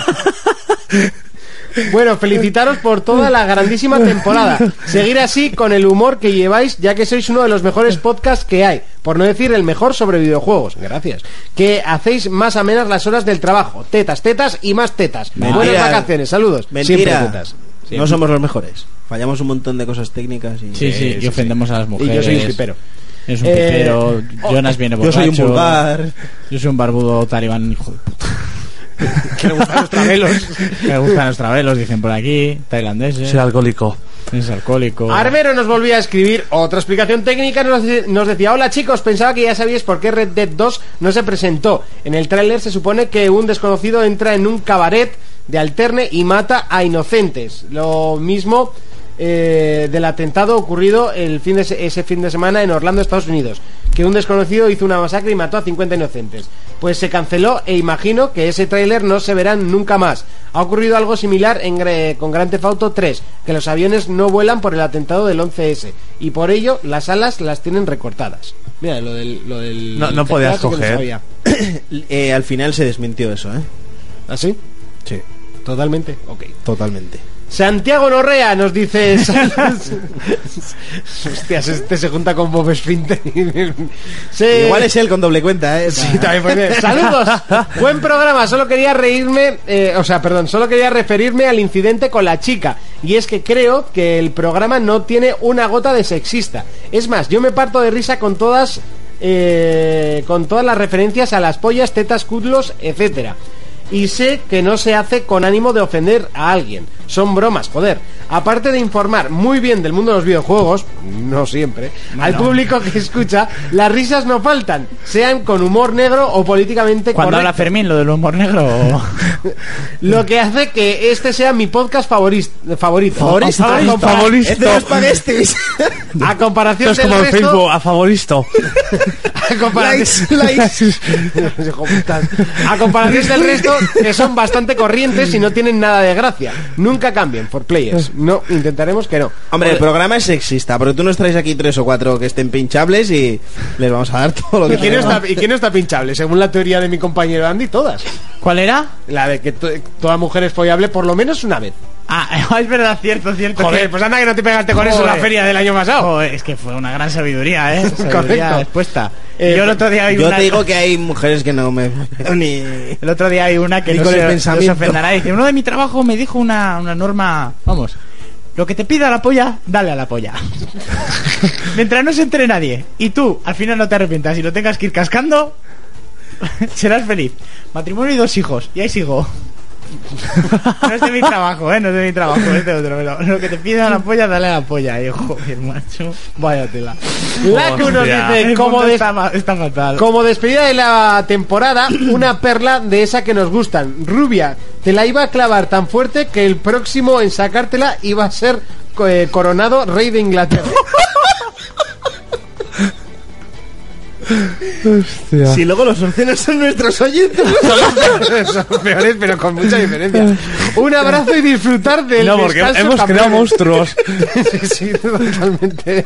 Speaker 3: Bueno, felicitaros por toda la grandísima temporada. Seguir así con el humor que lleváis, ya que sois uno de los mejores podcasts que hay, por no decir el mejor sobre videojuegos. Gracias. Que hacéis más amenas las horas del trabajo. Tetas, tetas y más tetas.
Speaker 5: Mentira.
Speaker 3: Buenas vacaciones, saludos. Siempre
Speaker 5: Mentira.
Speaker 3: tetas.
Speaker 5: No somos los mejores. Fallamos un montón de cosas técnicas y...
Speaker 4: Sí, sí, y ofendemos a las
Speaker 3: Y
Speaker 4: mujeres.
Speaker 3: yo soy un pipero.
Speaker 4: Es un
Speaker 3: Eh,
Speaker 4: pipero. Jonas viene
Speaker 5: Yo
Speaker 4: borracho.
Speaker 5: soy un vulgar.
Speaker 4: Yo soy un barbudo talibán, hijo de puta.
Speaker 3: Que le gustan los travelos.
Speaker 4: Me gustan los travelos, dicen por aquí. Tailandeses.
Speaker 6: Soy alcohólico.
Speaker 4: Es alcohólico.
Speaker 3: Armero nos volvía a escribir otra explicación técnica. Nos, de- nos decía: Hola chicos, pensaba que ya sabíais por qué Red Dead 2 no se presentó. En el tráiler se supone que un desconocido entra en un cabaret de alterne y mata a inocentes. Lo mismo eh, del atentado ocurrido el fin de se- ese fin de semana en Orlando, Estados Unidos. Que un desconocido hizo una masacre y mató a 50 inocentes. Pues se canceló e imagino que ese tráiler no se verá nunca más. Ha ocurrido algo similar en, Gre- con Grand Theft Auto 3, que los aviones no vuelan por el atentado del 11S y por ello las alas las tienen recortadas. Mira, lo del... Lo del
Speaker 6: No- no podías
Speaker 3: teclado sí que
Speaker 6: coger.
Speaker 3: lo sabía.
Speaker 5: Eh, al final se desmintió eso, ¿eh?
Speaker 3: ¿Ah, sí?
Speaker 5: Sí,
Speaker 3: Totalmente. Ok.
Speaker 5: totalmente.
Speaker 3: Santiago Norrea nos dice... Hostias, este se junta con Bob Sprinter. y- Se-
Speaker 5: Igual es él con doble cuenta, ¿eh?
Speaker 3: Sí, también puede ser. Saludos. Buen programa. Solo quería reírme, eh, o sea, perdón, solo quería referirme al incidente con la chica. Y es que creo que el programa no tiene una gota de sexista. Es más, yo me parto de risa con todas eh, con todas las referencias a las pollas, tetas, cudlos, etcétera. Y sé que no se hace con ánimo de ofender a alguien. Son bromas, joder. Aparte de informar muy bien del mundo de los videojuegos, no siempre, al público que escucha, las risas no faltan, sean con humor negro o políticamente
Speaker 4: Cuando habla
Speaker 3: correcto.
Speaker 4: Fermín, lo del humor negro. o-
Speaker 3: Lo que hace que este sea mi podcast favoris- favorito.
Speaker 4: Favorito.
Speaker 3: A, compara-
Speaker 6: Favorito.
Speaker 5: Es de los paguestis.
Speaker 3: a comparación
Speaker 6: Esto es
Speaker 3: del
Speaker 6: como el
Speaker 3: resto-
Speaker 6: Facebook, a favorito.
Speaker 3: a comparación,
Speaker 5: likes, likes.
Speaker 3: Hijo putas. A comparación del resto, que son bastante corrientes y no tienen nada de gracia. Nunca cambien, for players. No, intentaremos que no.
Speaker 5: Hombre, el programa es sexista, pero tú nos traes aquí tres o cuatro que estén pinchables y les vamos a dar todo lo que
Speaker 3: ¿Y quién,
Speaker 5: quieras.
Speaker 3: está, ¿Y quién está pinchable? Según la teoría de mi compañero Andy, todas.
Speaker 4: ¿Cuál era?
Speaker 3: La de que to- toda mujer es follable por lo menos una vez.
Speaker 4: Ah, es verdad, cierto, cierto.
Speaker 3: Joder,
Speaker 4: que-
Speaker 3: pues anda que no te pegaste con eso en la
Speaker 4: Joder.
Speaker 3: feria del año pasado.
Speaker 4: Joder, es que fue una gran sabiduría, ¿eh? Sabiduría
Speaker 3: Correcto.
Speaker 4: expuesta.
Speaker 3: Eh,
Speaker 4: Yo el otro día vi
Speaker 5: Yo
Speaker 4: una...
Speaker 5: te digo que hay mujeres que no me veo ni...
Speaker 4: El otro día hay una que
Speaker 5: Ni
Speaker 4: no
Speaker 5: con
Speaker 4: se,
Speaker 5: el
Speaker 4: no se
Speaker 5: pensamiento.
Speaker 4: ofenderá. Dice, uno de mi trabajo me dijo una, una norma... Vamos, lo que te pida la polla, dale a la polla. Mientras no se entere nadie y tú al final no te arrepientas y lo tengas que ir cascando, serás feliz. Matrimonio y dos hijos, y ahí sigo. No es de mi trabajo, ¿eh? No es de mi trabajo, es de otro. Pero lo que te pida la polla, dale a la polla. Y yo, joder, macho, vaya tela.
Speaker 3: La que nos
Speaker 6: Hostia.
Speaker 3: dice
Speaker 4: El
Speaker 3: cómo
Speaker 4: mundo
Speaker 3: de
Speaker 4: está, ma- está fatal.
Speaker 3: Como despedida de la temporada, una perla de esa que nos gustan. Rubia, te la iba a clavar tan fuerte que el próximo en sacártela iba a ser co- eh, coronado rey de Inglaterra.
Speaker 5: Si luego los orcenos son nuestros oyentes.
Speaker 3: Son peores, pero con mucha diferencia. Un abrazo y disfrutar del
Speaker 6: No, porque
Speaker 3: descanso,
Speaker 6: hemos creado
Speaker 3: campeones.
Speaker 6: monstruos.
Speaker 3: sí, sí, totalmente.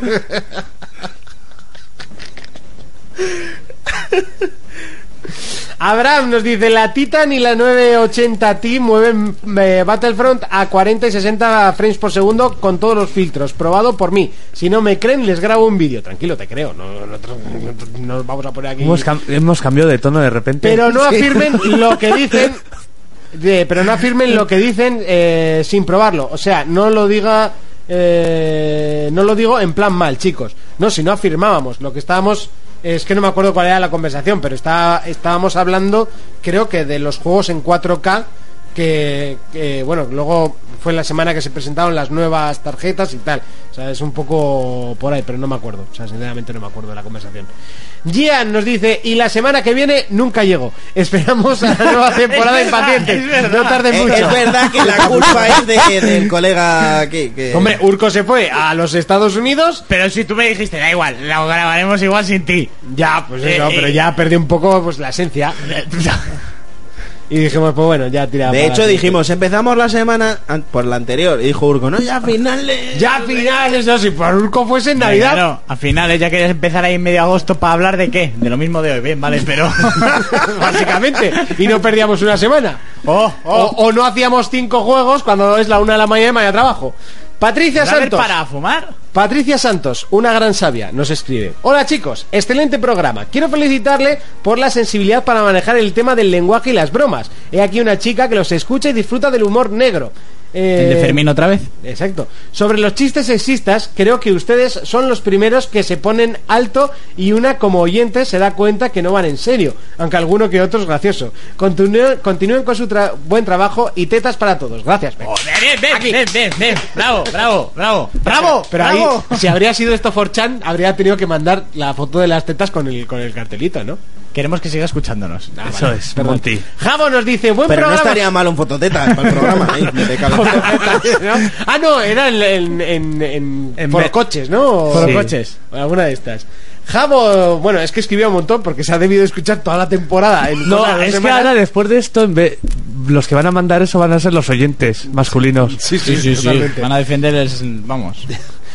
Speaker 3: Abraham nos dice, la Titan y la 980 Ti mueven eh, Battlefront a 40 y 60 frames por segundo con todos los filtros, probado por mí. Si no me creen, les grabo un vídeo. Tranquilo, te creo, no, no, no- no nos vamos a poner aquí...
Speaker 6: Hemos, cam- hemos cambiado de tono de repente.
Speaker 3: Pero no afirmen lo que dicen. de- pero no afirmen lo que dicen eh, sin probarlo. O sea, no lo diga. eh, no lo digo en plan mal, chicos. No, si no afirmábamos. Lo que estábamos. Es que no me acuerdo cuál era la conversación, pero está, estábamos hablando, creo que de los juegos en 4K. Que, que, bueno, luego fue la semana que se presentaron las nuevas tarjetas y tal. O sea, es un poco por ahí, pero no me acuerdo. O sea, sinceramente no me acuerdo de la conversación. Gian nos dice, y la semana que viene nunca llego. Esperamos a la nueva temporada
Speaker 4: Es verdad,
Speaker 3: impaciente.
Speaker 4: es verdad.
Speaker 3: No tarde
Speaker 5: Eh,
Speaker 3: mucho.
Speaker 5: Es verdad que la culpa es de- del colega aquí. Que...
Speaker 3: Hombre, Urco se fue a los Estados Unidos.
Speaker 4: Pero si tú me dijiste, da igual, la grabaremos igual sin ti.
Speaker 3: Ya, pues
Speaker 4: Eh,
Speaker 3: eso,
Speaker 4: eh.
Speaker 3: pero ya perdí un poco pues la esencia. Y dijimos, pues bueno, ya tiramos.
Speaker 5: de hecho dijimos, empezamos la semana an- por la anterior. Y dijo Urco, no, ya finales.
Speaker 3: Ya finales, no, si por Urco fuese en
Speaker 4: Navidad.
Speaker 3: Navidad.
Speaker 4: Claro, a finales ya querías empezar ahí en medio agosto para hablar de qué? De lo mismo de hoy, bien, vale, pero.
Speaker 3: básicamente. Y no perdíamos una semana.
Speaker 4: Oh, oh.
Speaker 3: O, o no hacíamos cinco juegos cuando es la una de la mañana y mañana trabajo. Patricia
Speaker 4: ¿Va a haber
Speaker 3: Santos.
Speaker 4: para fumar?
Speaker 3: Patricia Santos, una gran sabia, nos escribe. Hola chicos, excelente programa. Quiero felicitarle por la sensibilidad para manejar el tema del lenguaje y las bromas. He aquí una chica que los escucha y disfruta del humor negro. Eh,
Speaker 4: ¿El de Fermín otra vez?
Speaker 3: Exacto. Sobre los chistes sexistas, creo que ustedes son los primeros que se ponen alto y una como oyente se da cuenta que no van en serio, aunque alguno que otro es gracioso. Continúen, continúen con su tra- buen trabajo y tetas para todos. Gracias. Beck.
Speaker 4: Bien, bien, bien, bien, bien. Bravo, bravo, bravo. Bravo,
Speaker 3: Pero ahí,
Speaker 4: bravo.
Speaker 3: si habría sido esto Forchan, habría tenido que mandar la foto de las tetas con el, con el cartelito, ¿no?
Speaker 4: Queremos que siga escuchándonos.
Speaker 3: Ah,
Speaker 6: Eso es, Monty.
Speaker 3: Javo nos dice, buen
Speaker 5: Pero no
Speaker 3: programa.
Speaker 5: estaría mal un fototeta para el programa. ¿eh? Me cago en-
Speaker 3: ¿no? Ah, no, era en, en, en, en,
Speaker 6: En
Speaker 3: Foro
Speaker 6: Be-
Speaker 3: coches, ¿no?
Speaker 6: Foro
Speaker 3: Sí.
Speaker 6: Coches.
Speaker 3: Alguna de estas. Javo, bueno, es que escribió un montón porque se ha debido escuchar toda la temporada. en
Speaker 6: No,
Speaker 3: todas las
Speaker 6: es que
Speaker 3: semanas.
Speaker 6: ahora después de esto, en vez- los que van a mandar eso van a ser los oyentes masculinos.
Speaker 3: Sí, sí, totalmente.
Speaker 4: Van a defender el. Vamos.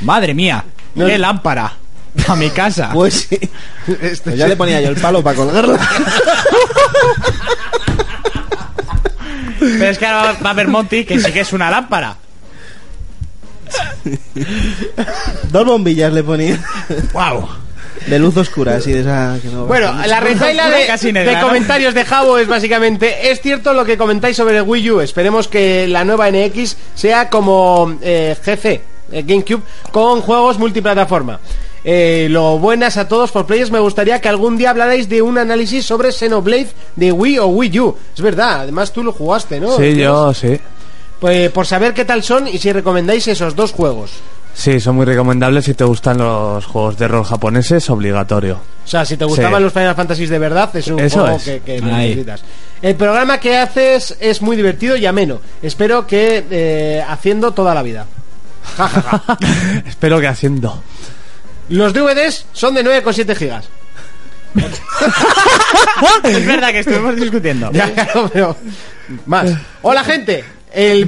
Speaker 4: Madre mía, qué lámpara. A mi casa.
Speaker 5: Pues sí.
Speaker 4: Este
Speaker 5: Pues ya le ponía yo el palo para colgarla.
Speaker 4: Pero es que ahora va- va a haber Monty que sí que es una lámpara.
Speaker 5: Dos bombillas le ponía.
Speaker 4: ¡Wow!
Speaker 5: De luz oscura, así de esa que no-
Speaker 3: Bueno, la retaila de,
Speaker 4: Casi negra,
Speaker 3: de
Speaker 4: ¿no?
Speaker 3: comentarios de Javo es básicamente Es cierto lo que comentáis sobre el Wii U Esperemos que la nueva NX sea como eh, GC, eh, Gamecube Con juegos multiplataforma Eh, lo buenas a todos por players. Me gustaría que algún día hablarais de un análisis sobre Xenoblade de Wii o Wii U. Es verdad, además tú lo jugaste, ¿no?
Speaker 6: sí, yo, sí.
Speaker 3: Pues por saber qué tal son y si recomendáis esos dos juegos.
Speaker 6: Sí, son muy recomendables si te gustan los juegos de rol japoneses, obligatorio.
Speaker 3: O sea, si te gustaban
Speaker 6: Sí.
Speaker 3: los Final Fantasy de verdad, es un
Speaker 6: Eso
Speaker 3: juego
Speaker 6: es.
Speaker 3: que, que
Speaker 5: Ahí.
Speaker 3: necesitas. El programa que haces es muy divertido y ameno. Espero que eh, haciendo toda la vida. Ja, ja, ja.
Speaker 6: Espero que haciendo.
Speaker 3: Los DVDs son de 9,7 gigas.
Speaker 4: Es verdad que estuvimos discutiendo.
Speaker 3: Ya, claro, pero Más. Hola, gente. El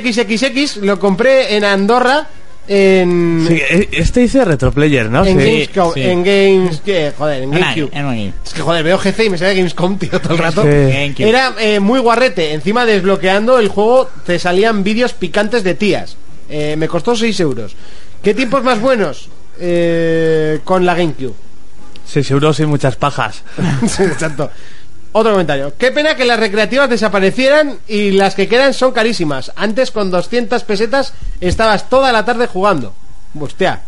Speaker 3: BMXXXX lo compré en Andorra en.
Speaker 6: Sí, e- este dice Retroplayer, ¿no?
Speaker 3: Mm. En,
Speaker 6: Sí.
Speaker 3: Gamescom-
Speaker 4: sí.
Speaker 3: en Games, eh, joder, en
Speaker 4: Online,
Speaker 3: GameCube.
Speaker 4: en online.
Speaker 3: Es que joder, veo GC y me sale Gamescom, tío, todo el rato.
Speaker 6: Sí.
Speaker 4: GameCube.
Speaker 3: Era eh, muy guarrete. Encima, desbloqueando el juego, te salían vídeos picantes de tías. Eh, me costó 6 euros. ¿Qué tiempos más buenos? Eh, con la GameCube.
Speaker 6: 6 euros y muchas pajas.
Speaker 3: Sí, Exacto. Otro comentario. Qué pena que las recreativas desaparecieran y las que quedan son carísimas. Antes con 200 pesetas estabas toda la tarde jugando. Hostia.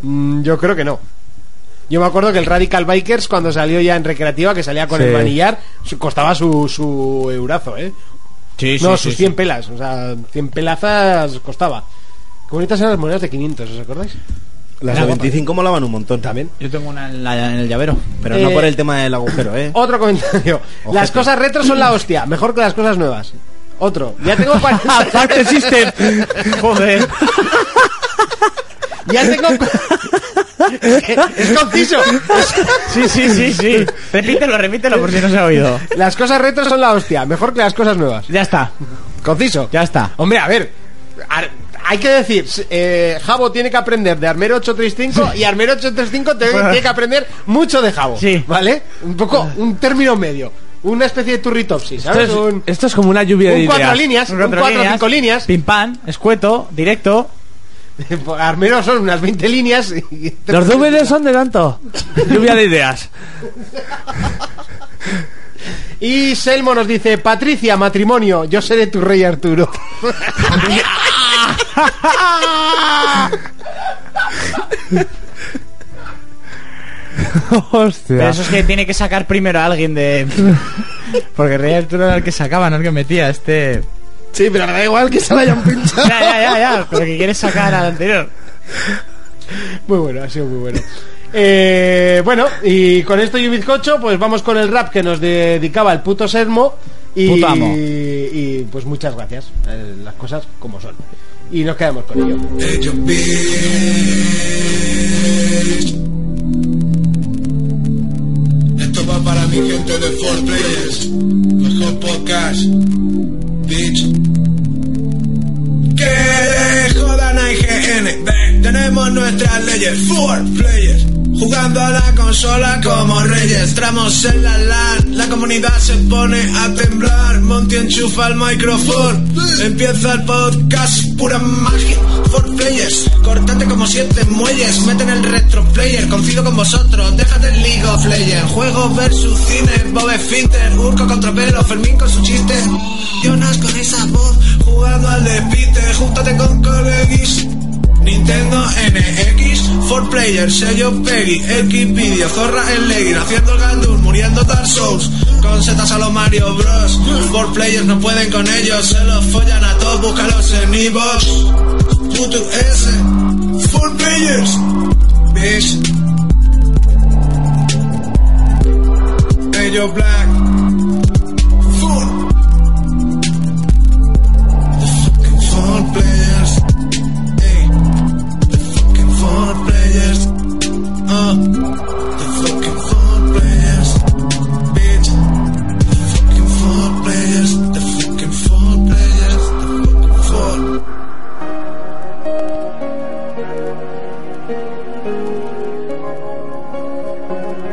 Speaker 3: Mm, yo creo que no. Yo me acuerdo que el Radical Bikers cuando salió ya en recreativa, que salía con
Speaker 6: Sí.
Speaker 3: el manillar, su- costaba su, su eurazo, ¿eh? no, sus 100 pelas. O sea, 100 pelazas costaba. Qué bonitas eran las monedas de 500, ¿os acordáis?
Speaker 5: Las
Speaker 3: Era
Speaker 5: de
Speaker 3: guapa.
Speaker 5: 25 molaban un montón.
Speaker 3: También.
Speaker 4: Yo tengo una en, la- en el llavero.
Speaker 5: Pero
Speaker 3: Eh,
Speaker 5: no por el tema del agujero, ¿eh?
Speaker 3: Otro comentario. Las cosas retro son la hostia, mejor que las cosas nuevas. Otro. Ya tengo 40.
Speaker 6: ¡Aparte System! Joder.
Speaker 3: ya tengo. es conciso.
Speaker 4: Sí, sí, sí, sí. Repítelo, repítelo por si no se ha oído.
Speaker 3: Las cosas retro son la hostia, mejor que las cosas nuevas.
Speaker 4: Ya está,
Speaker 3: Conciso.
Speaker 4: ya está.
Speaker 3: Hombre, a ver. ar- Hay que decir, s- eh, Jabo tiene que aprender de Armero 835 y Armero 835 te- tiene que aprender mucho de Jabo.
Speaker 4: Sí.
Speaker 3: ¿Vale? Un poco, un término medio. Una especie de turritopsis,
Speaker 6: Esto
Speaker 3: ¿sabes?
Speaker 6: es,
Speaker 3: un
Speaker 6: esto es como una lluvia de
Speaker 3: un cuatro
Speaker 6: ideas.
Speaker 3: líneas, un cuatro o cinco líneas.
Speaker 4: Pim pam, escueto, directo.
Speaker 3: Armero son unas 20 líneas. y-
Speaker 6: Los DVDs son de tanto. Lluvia de ideas.
Speaker 3: Y Selmo nos dice, Patricia, matrimonio, yo seré tu rey Arturo.
Speaker 4: Pero
Speaker 6: Hostia.
Speaker 4: eso es que tiene que sacar primero a alguien de. Porque Rey Arturo era el que sacaba, no el que metía este.
Speaker 3: Sí, pero me da igual que se la hayan pinchado.
Speaker 4: Ya, ya, ya, ya. Pero que quieres sacar al anterior.
Speaker 3: Muy bueno, ha sido muy bueno. Eh, bueno, y con esto y un bizcocho, pues vamos con el rap que nos dedicaba el puto Selmo. Y,
Speaker 4: Puto amo.
Speaker 3: y pues muchas gracias. eh, las cosas como son. Y nos quedamos con ello.
Speaker 8: Esto va para mi gente de Fort Players. Mejor podcast. Bitch. Que jodan a IGN. Ve, tenemos nuestras leyes. Four players. Jugando a la consola como reyes. Tramos en la LAN. La comunidad se pone a temblar. Monty enchufa el micrófono. Empieza el podcast. Pura magia. Four players. Cortate como siete muelles. Meten el retro player. Confío con vosotros. Déjate el League of Legends. Juegos versus cine. Bob Finter. Urco contra pelo. Fermín con su chiste. Jonas con esa voz. Jugando al despite. Júntate con colegis. Nintendo NX, 4 Player, sello Peggy, Xvideo, Zorra en Legging, haciendo el Gandul, muriendo Dark Souls, con setas a los Mario Bros. 4 Players no pueden con ellos, se los follan a todos, búscalos en Evox. Puto S, 4 Players, bitch. Ellos Black, 4 Players. Hey, the fucking four players. Uh, the fucking four players. Bitch, the fucking four players. The fucking four players. The fucking four.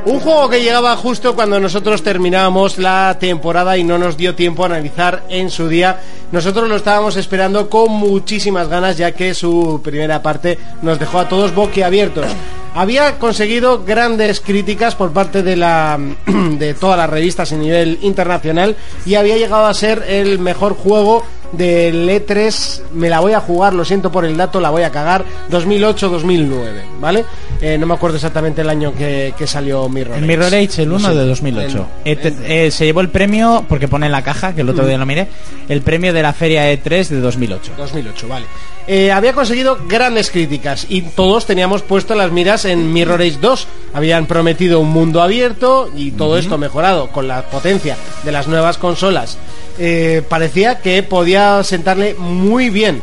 Speaker 3: Un juego que llegaba justo cuando nosotros terminábamos la temporada y no nos dio tiempo a analizar en su día. Nosotros lo estábamos esperando con muchísimas ganas ya que su primera parte nos dejó a todos boquiabiertos. Había conseguido grandes críticas por parte de, la, de todas las revistas a nivel internacional y había llegado a ser el mejor juego del E3, me la voy a jugar, lo siento por el dato, la voy a cagar, 2008-2009, ¿vale? Eh, no me acuerdo exactamente el año que, que salió Mirror
Speaker 4: El Mirror Age, el
Speaker 3: Lo
Speaker 4: 1
Speaker 3: siento.
Speaker 4: de 2008.
Speaker 3: En-
Speaker 4: Et- eh, se llevó el premio, porque pone en la caja, que el otro día lo miré, el premio de la feria E3 de 2008.
Speaker 3: 2008, vale. Eh, había conseguido grandes críticas y todos teníamos puestas las miras en Mirror Age 2. Habían prometido un mundo abierto y todo esto mejorado con la potencia de las nuevas consolas. Eh, parecía que podía sentarle muy bien,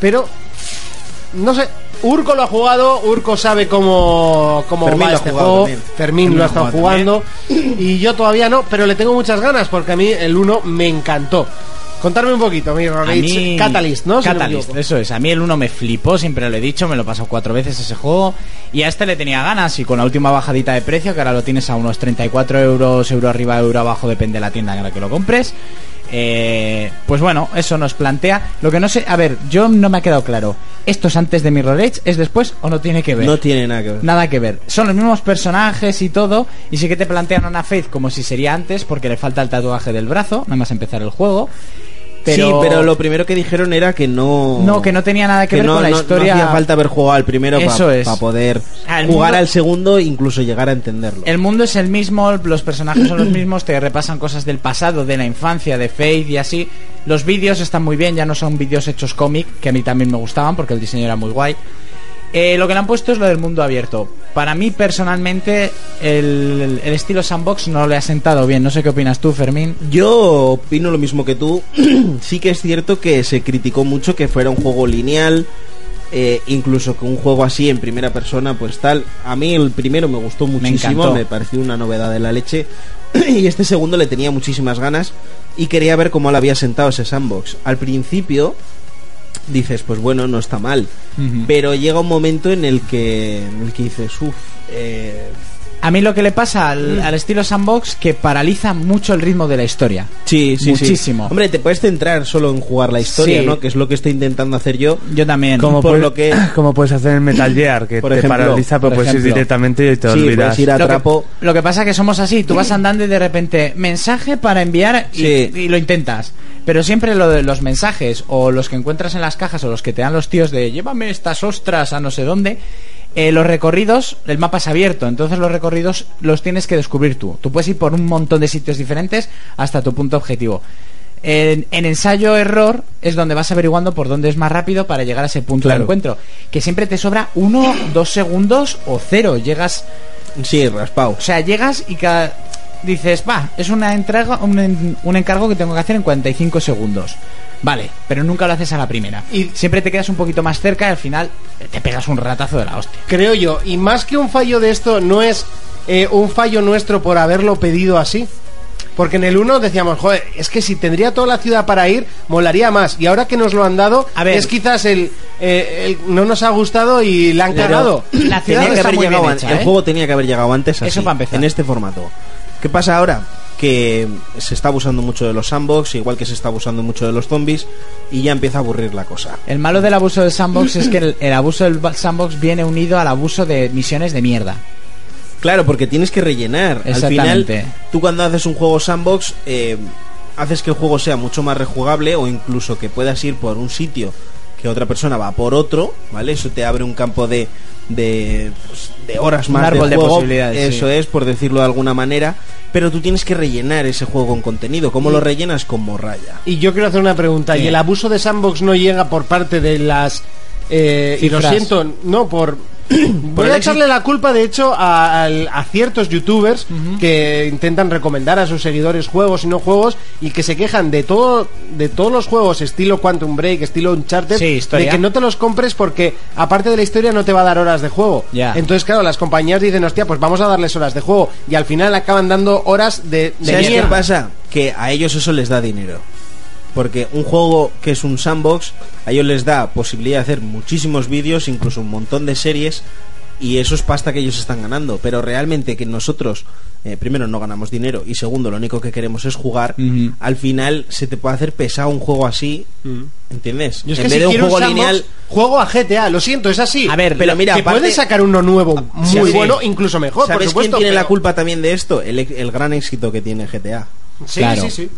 Speaker 3: pero no sé. Urco lo ha jugado, Urco sabe cómo, cómo
Speaker 5: Fermín
Speaker 3: va
Speaker 5: lo ha
Speaker 3: este
Speaker 5: jugado
Speaker 3: juego,
Speaker 5: también.
Speaker 3: Fermín lo ha estado jugando y yo todavía no, pero le tengo muchas ganas porque a mí el 1 me encantó. Contarme un poquito, Mirror
Speaker 4: A
Speaker 3: Age
Speaker 4: mí-
Speaker 3: Catalyst, ¿no? Si no me
Speaker 4: Catalyst,
Speaker 3: equivoco.
Speaker 4: eso es. A mí el 1 me flipó, siempre lo he dicho, me lo he pasado cuatro veces ese juego. Y a este le tenía ganas y con la última bajadita de precio, que ahora lo tienes a unos 34 euros, euro arriba, euro abajo, depende de la tienda en la que lo compres. eh, pues bueno, eso nos plantea. Lo que no sé, a ver, yo no me ha quedado claro. ¿Esto es antes de Mirror Edge? ¿Es después o no tiene que ver?
Speaker 5: No tiene nada que ver.
Speaker 4: Nada que ver. Son los mismos personajes y todo. Y sí que te plantean a una Faith como si sería antes, porque le falta el tatuaje del brazo, nada más empezar el juego. Pero...
Speaker 5: Sí, pero lo primero que dijeron era que no.
Speaker 4: No, que no tenía nada que, ver
Speaker 5: no,
Speaker 4: con la
Speaker 5: no- no
Speaker 4: historia.
Speaker 5: hacía falta haber jugado al primero
Speaker 4: Eso
Speaker 5: para
Speaker 4: es.
Speaker 5: poder
Speaker 4: Al
Speaker 5: jugar
Speaker 4: mundo-
Speaker 5: al segundo e incluso llegar a entenderlo.
Speaker 4: El mundo es el mismo, los personajes son los mismos, te repasan cosas del pasado, de la infancia, de Faith y así. Los vídeos están muy bien, ya no son vídeos hechos cómic, que a mí también me gustaban porque el diseño era muy guay. Eh, lo que le han puesto es lo del mundo abierto. Para mí personalmente el, el estilo sandbox no le ha sentado bien. No sé qué opinas tú, Fermín.
Speaker 5: Yo opino lo mismo que tú. sí que es cierto que se criticó mucho que fuera un juego lineal. eh, incluso que un juego así en primera persona, pues tal. A mí el primero me gustó muchísimo,
Speaker 4: encantó.
Speaker 5: me, pareció una novedad de la leche. y este segundo le tenía muchísimas ganas y quería ver cómo le había sentado ese sandbox. Al principio dices, pues bueno, no está mal. Pero llega un momento en el que, en el que dices, eh, uff,
Speaker 4: A mí lo que le pasa al, al estilo sandbox que paraliza mucho el ritmo de la historia.
Speaker 5: Sí, sí, sí.
Speaker 4: Muchísimo.
Speaker 5: Hombre, te puedes centrar solo en jugar la historia,
Speaker 4: Sí.
Speaker 5: ¿no? Que es lo que estoy intentando hacer yo.
Speaker 4: Yo también.
Speaker 6: Como
Speaker 5: por
Speaker 6: puedes-
Speaker 5: lo que-
Speaker 6: como puedes hacer en Metal Gear, que
Speaker 5: Por
Speaker 6: te
Speaker 5: ejemplo,
Speaker 6: paraliza, pero
Speaker 4: por
Speaker 6: puedes ir
Speaker 4: ejemplo.
Speaker 6: directamente y te
Speaker 5: Sí,
Speaker 6: olvidas.
Speaker 5: puedes ir a
Speaker 4: Lo que-
Speaker 5: trapo.
Speaker 4: Lo que pasa es que somos así, tú vas andando y de repente mensaje para enviar y,
Speaker 5: Sí.
Speaker 4: y lo intentas. Pero siempre lo de los mensajes o los que encuentras en las cajas o los que te dan los tíos de llévame estas ostras a no sé dónde, eh, los recorridos, el mapa es abierto, entonces los recorridos los tienes que descubrir tú. Tú puedes ir por un montón de sitios diferentes hasta tu punto objetivo. En, en ensayo error es donde vas averiguando por dónde es más rápido para llegar a ese punto de
Speaker 5: Claro.
Speaker 4: encuentro. Que siempre te sobra uno, dos segundos o cero. Llegas
Speaker 5: Sí, raspao.
Speaker 4: o sea, llegas y cada... dices, va, es una entrega, un, en- un encargo que tengo que hacer en 45 segundos. Vale, pero nunca lo haces a la primera.
Speaker 3: Y-
Speaker 4: Y siempre te quedas un poquito más cerca y al final te pegas un ratazo de la hostia.
Speaker 3: creo yo. Y más que un fallo de esto, no es eh, un fallo nuestro por haberlo pedido así. Porque en el 1 decíamos, joder, es que si tendría toda la ciudad para ir, molaría más. Y ahora que nos lo han dado,
Speaker 4: A ver.
Speaker 3: es quizás el, eh, el- no nos ha gustado y la han cagado.
Speaker 4: La ciudad
Speaker 5: Tenía que
Speaker 4: está
Speaker 5: haber
Speaker 4: muy
Speaker 5: llegado
Speaker 4: bien
Speaker 5: an-
Speaker 4: hecha,
Speaker 5: El
Speaker 4: ¿eh?
Speaker 5: juego tenía que haber llegado antes así,
Speaker 4: Eso para empezar.
Speaker 5: en este formato. ¿Qué pasa ahora? Que se está abusando mucho de los sandbox, igual que se está abusando mucho de los zombies, y ya empieza a aburrir la cosa.
Speaker 4: El malo del abuso del sandbox es que el, el abuso del ba- sandbox viene unido al abuso de misiones de mierda.
Speaker 5: Claro, porque tienes que rellenar. Al
Speaker 4: Exactamente.
Speaker 5: final, tú cuando haces un juego sandbox, eh, haces que el juego sea mucho más rejugable o incluso que puedas ir por un sitio que otra persona va por otro, ¿vale? Eso te abre un campo de, de, pues, de horas
Speaker 4: Un
Speaker 5: más
Speaker 4: árbol de
Speaker 5: juego.
Speaker 4: posibilidades,
Speaker 5: Eso
Speaker 4: sí.
Speaker 5: es, por decirlo de alguna manera. Pero tú tienes que rellenar ese juego con contenido. ¿Cómo
Speaker 4: Mm.
Speaker 5: lo rellenas? Con morralla.
Speaker 3: Y yo quiero hacer una pregunta. ¿Y el abuso de Sandbox no llega por parte de las... eh, y lo
Speaker 4: Cifras.
Speaker 3: siento, no, por... Voy
Speaker 5: el éxito.
Speaker 3: a echarle la culpa, de hecho, a, al- a ciertos youtubers que intentan recomendar a sus seguidores juegos y no juegos y que se quejan de todo de todos los juegos estilo Quantum Break, estilo Uncharted,
Speaker 4: Sí, historia.
Speaker 3: de que no te los compres porque, aparte de la historia, no te va a dar horas de juego.
Speaker 4: Ya.
Speaker 3: Entonces, claro, las compañías dicen, hostia, pues vamos a darles horas de juego y al final acaban dando horas de, de
Speaker 5: ¿Sabes qué
Speaker 3: mierda.
Speaker 5: pasa? Que a ellos eso les da dinero. Porque un juego que es un sandbox, a ellos les da posibilidad de hacer muchísimos vídeos, incluso un montón de series, y eso es pasta que ellos están ganando. Pero realmente que nosotros, eh, primero, no ganamos dinero, y segundo, lo único que queremos es jugar,
Speaker 4: Ujú.
Speaker 5: al final se te puede hacer pesado un juego así, ¿entiendes?
Speaker 3: Yo es
Speaker 5: en
Speaker 3: que
Speaker 5: vez
Speaker 3: si
Speaker 5: de un
Speaker 3: quiero
Speaker 5: juego
Speaker 3: sandbox,
Speaker 5: lineal...
Speaker 3: juego a GTA, lo siento, es así.
Speaker 4: A ver,
Speaker 5: Pero mira,
Speaker 3: que
Speaker 5: aparte-
Speaker 3: puedes sacar uno nuevo,
Speaker 4: Ah,
Speaker 3: muy
Speaker 5: Sí, sí.
Speaker 3: bueno, incluso mejor, por
Speaker 5: ¿Sabes
Speaker 3: supuesto.
Speaker 5: quién tiene
Speaker 3: pero-
Speaker 5: la culpa también de esto? El, el gran éxito que tiene GTA.
Speaker 3: Sí,
Speaker 4: Claro.
Speaker 3: sí, sí.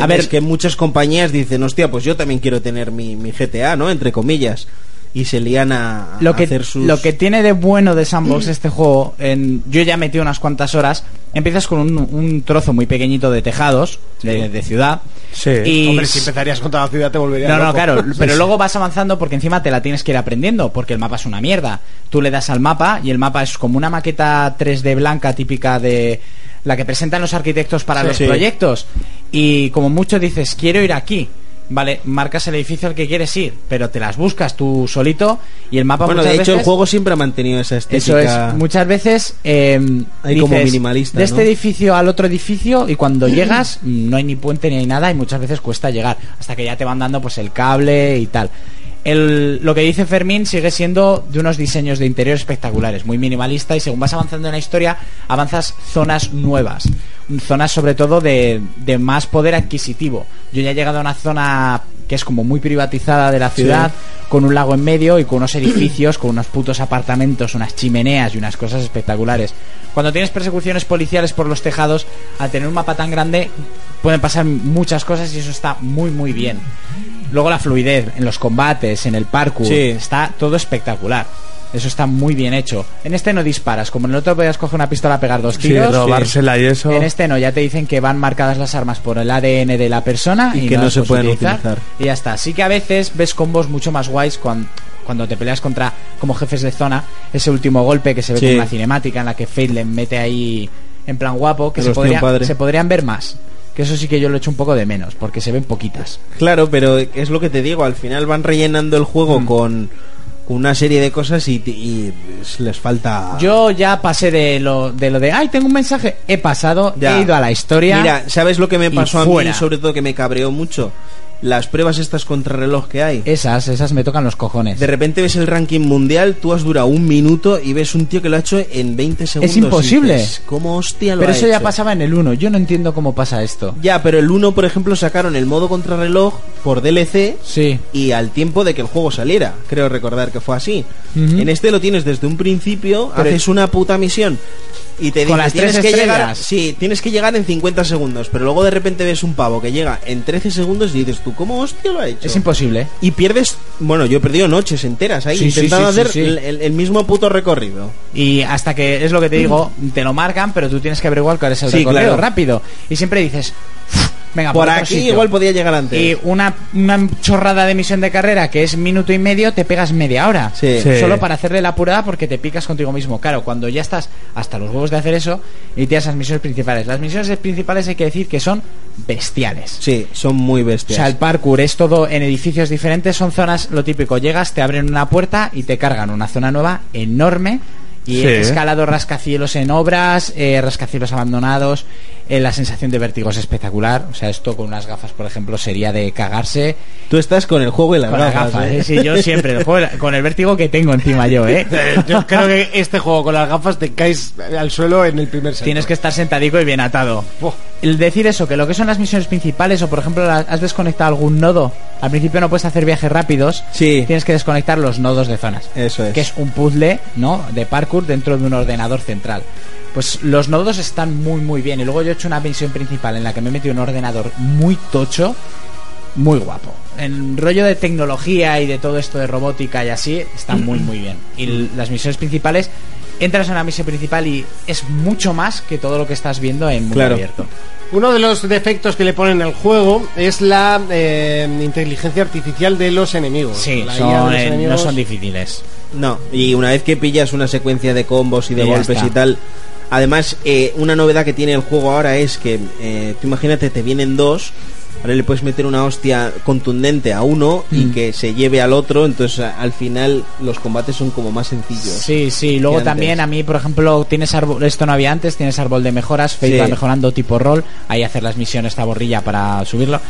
Speaker 5: A ver, que muchas compañías dicen, hostia, pues yo también quiero tener mi, mi GTA, ¿no? Entre comillas. Y se lían a, a
Speaker 4: lo que,
Speaker 5: hacer sus...
Speaker 4: lo que tiene de bueno de Sandbox este juego, en, yo ya metí unas cuantas horas, empiezas con un, un trozo muy pequeñito de tejados, de, de ciudad.
Speaker 6: Sí.
Speaker 4: y
Speaker 3: Hombre, si empezarías con toda la ciudad te volvería
Speaker 4: No, no,
Speaker 3: loco.
Speaker 4: claro,
Speaker 3: Sí,
Speaker 4: pero
Speaker 3: sí.
Speaker 4: luego vas avanzando porque encima te la tienes que ir aprendiendo, porque el mapa es una mierda. Tú le das al mapa y el mapa es como una maqueta 3D blanca típica de la que presentan los arquitectos para los
Speaker 5: Sí.
Speaker 4: proyectos. Y como mucho dices, quiero ir aquí. Vale, marcas el edificio al que quieres ir, pero te las buscas tú solito y el mapa
Speaker 5: Bueno, de
Speaker 4: muchas
Speaker 5: hecho, el
Speaker 4: veces-
Speaker 5: juego siempre ha mantenido esa
Speaker 4: eso
Speaker 5: estética.
Speaker 4: es, muchas veces eh,
Speaker 5: Hay
Speaker 4: dices,
Speaker 5: como minimalista, ¿no?
Speaker 4: De este edificio al otro edificio y cuando llegas mm, no hay ni puente ni hay nada y muchas veces cuesta llegar hasta que ya te van dando pues el cable y tal. El- lo que dice Fermín sigue siendo de unos diseños de interior espectaculares, muy minimalista y según vas avanzando en la historia avanzas zonas nuevas, zonas sobre todo de, de más poder adquisitivo. Yo ya he llegado a una zona que es como muy privatizada de la ciudad, con un lago en medio y con unos edificios, con unos putos apartamentos, unas chimeneas y unas cosas espectaculares. Cuando tienes persecuciones policiales por los tejados, al tener un mapa tan grande pueden pasar muchas cosas y eso está muy muy bien. Luego la fluidez en los combates, en el parkour,
Speaker 5: Sí.
Speaker 4: está todo espectacular. Eso está muy bien hecho. En este no disparas, como en el otro podías coger una pistola, pegar dos
Speaker 6: Sí,
Speaker 4: tiros.
Speaker 6: robársela y eso.
Speaker 4: En este no, ya te dicen que van marcadas las armas por el ADN de la persona
Speaker 5: Y
Speaker 4: y,
Speaker 5: que no
Speaker 4: las
Speaker 5: se
Speaker 4: puedes
Speaker 5: pueden utilizar.
Speaker 4: Y ya está. Sí que a veces ves combos mucho más guays cuando, cuando te peleas contra como jefes de zona. Ese último golpe que se ve
Speaker 5: Sí.
Speaker 4: con una cinemática en la que Fate le mete ahí en plan guapo, que
Speaker 5: Pero
Speaker 4: se,
Speaker 5: hostia,
Speaker 4: podría-
Speaker 5: padre.
Speaker 4: se podrían ver más. Que eso sí que yo lo echo un poco de menos, porque se ven poquitas.
Speaker 5: Claro, pero es lo que te digo, al final van rellenando el juego
Speaker 4: Mm.
Speaker 5: con con una serie de cosas y, y les falta...
Speaker 4: Yo ya pasé de lo de, lo de ay, tengo un mensaje. He pasado,
Speaker 5: Ya.
Speaker 4: he ido a la historia.
Speaker 5: Mira, ¿sabes lo que me
Speaker 4: y
Speaker 5: pasó a mí?
Speaker 4: fuera.
Speaker 5: Sobre todo que me cabreó mucho. Las pruebas estas contrarreloj que hay.
Speaker 4: Esas, esas me tocan los cojones.
Speaker 5: De repente ves el ranking mundial, tú has durado un minuto y ves un tío que lo ha hecho en 20 segundos. y
Speaker 4: imposible.
Speaker 5: dices, ¿Cómo hostia lo
Speaker 4: Pero
Speaker 5: ha
Speaker 4: eso ya
Speaker 5: hecho?".
Speaker 4: pasaba en el 1. Yo no entiendo cómo pasa esto.
Speaker 5: Ya, pero el 1, por ejemplo, sacaron el modo contrarreloj por DLC
Speaker 4: Sí.
Speaker 5: y al tiempo de que el juego saliera. Creo recordar que fue así.
Speaker 4: Ujú.
Speaker 5: En este lo tienes desde un principio,
Speaker 4: Pero-
Speaker 5: haces una puta misión y te
Speaker 4: Con
Speaker 5: dice,
Speaker 4: las
Speaker 5: tienes
Speaker 4: tres
Speaker 5: que llegar,
Speaker 4: estrellas".
Speaker 5: sí, tienes que llegar en 50 segundos, pero luego de repente ves un pavo que llega en 13 segundos y dices tú, ¿cómo hostia lo ha hecho?
Speaker 4: Es imposible. ¿eh?
Speaker 5: y pierdes, bueno, yo he perdido noches enteras ahí
Speaker 4: Sí, sí,
Speaker 5: intentando
Speaker 4: sí, sí,
Speaker 5: hacer
Speaker 4: sí.
Speaker 5: El, el- el mismo puto recorrido.
Speaker 4: Y hasta que es lo que te digo, te lo marcan, pero tú tienes que averiguar cuál es el
Speaker 5: Mm. Sí,
Speaker 4: recorrido
Speaker 5: claro.
Speaker 4: rápido. Y siempre dices, "Uf, venga,
Speaker 5: Por
Speaker 4: otro
Speaker 5: aquí
Speaker 4: sitio".
Speaker 5: igual podía llegar antes.
Speaker 4: Y una, una chorrada de misión de carrera que es minuto y medio, te pegas media hora.
Speaker 5: Sí.
Speaker 6: Sí.
Speaker 4: Solo para hacerle la apurada porque te picas contigo mismo. Claro, cuando ya estás hasta los huevos de hacer eso, y te das las misiones principales. Las misiones principales hay que decir que son bestiales.
Speaker 5: Sí, son muy
Speaker 4: O
Speaker 5: bestias.
Speaker 4: sea, el parkour es todo en edificios diferentes, son zonas, lo típico, llegas, te abren una puerta y te cargan una zona nueva enorme y
Speaker 6: Sí.
Speaker 4: he escalado rascacielos en obras, eh, rascacielos abandonados, eh, la sensación de vértigo es espectacular, o sea, esto con unas gafas, por ejemplo, sería de cagarse
Speaker 5: Tú estás con el juego y las
Speaker 4: con las
Speaker 5: gafas.
Speaker 4: gafas,
Speaker 5: ¿eh?
Speaker 4: ¿eh? sí, yo siempre, el juego de la- con el vértigo que tengo encima yo, ¿eh?
Speaker 3: Yo creo que este juego con las gafas te caes eh, al suelo en el primer set.
Speaker 4: Tienes que estar sentadico y bien atado.
Speaker 3: Buah.
Speaker 4: El decir eso, que lo que son las misiones principales, o por ejemplo, la- has desconectado algún nodo, al principio no puedes hacer viajes rápidos,
Speaker 5: Sí.
Speaker 4: tienes que desconectar los nodos de zonas.
Speaker 5: Eso es.
Speaker 4: Que es un puzzle, ¿no? De parkour dentro de un ordenador central. Pues los nodos están muy, muy bien. Y luego yo he hecho una misión principal en la que me he metido un ordenador muy tocho, muy guapo. En rollo de tecnología y de todo esto de robótica y así, está muy, muy bien. Y l- las misiones principales, entras en la misión principal y es mucho más que todo lo que estás viendo en mundo
Speaker 5: Claro.
Speaker 4: abierto.
Speaker 3: Uno de los defectos que le ponen al juego es la eh, inteligencia artificial de los enemigos.
Speaker 4: Sí,
Speaker 3: Pues La IA de
Speaker 4: son,
Speaker 3: los
Speaker 4: eh, no
Speaker 3: enemigos-
Speaker 4: son difíciles.
Speaker 5: No, y una vez que pillas una secuencia de combos y de
Speaker 4: Y ya
Speaker 5: golpes
Speaker 4: está.
Speaker 5: y tal. Además, eh, una novedad que tiene el juego ahora es que, eh, tú imagínate, te vienen dos, ahora le puedes meter una hostia contundente a uno
Speaker 4: Mm.
Speaker 5: y que se lleve al otro, entonces a- al final los combates son como más sencillos.
Speaker 4: Sí, sí. Luego
Speaker 5: antes.
Speaker 4: también a mí, por ejemplo, tienes árbol. Esto no había antes. Tienes árbol de mejoras. Fate
Speaker 5: Sí.
Speaker 4: va mejorando tipo rol. Ahí hacer las misiones esta borrilla para subirlo.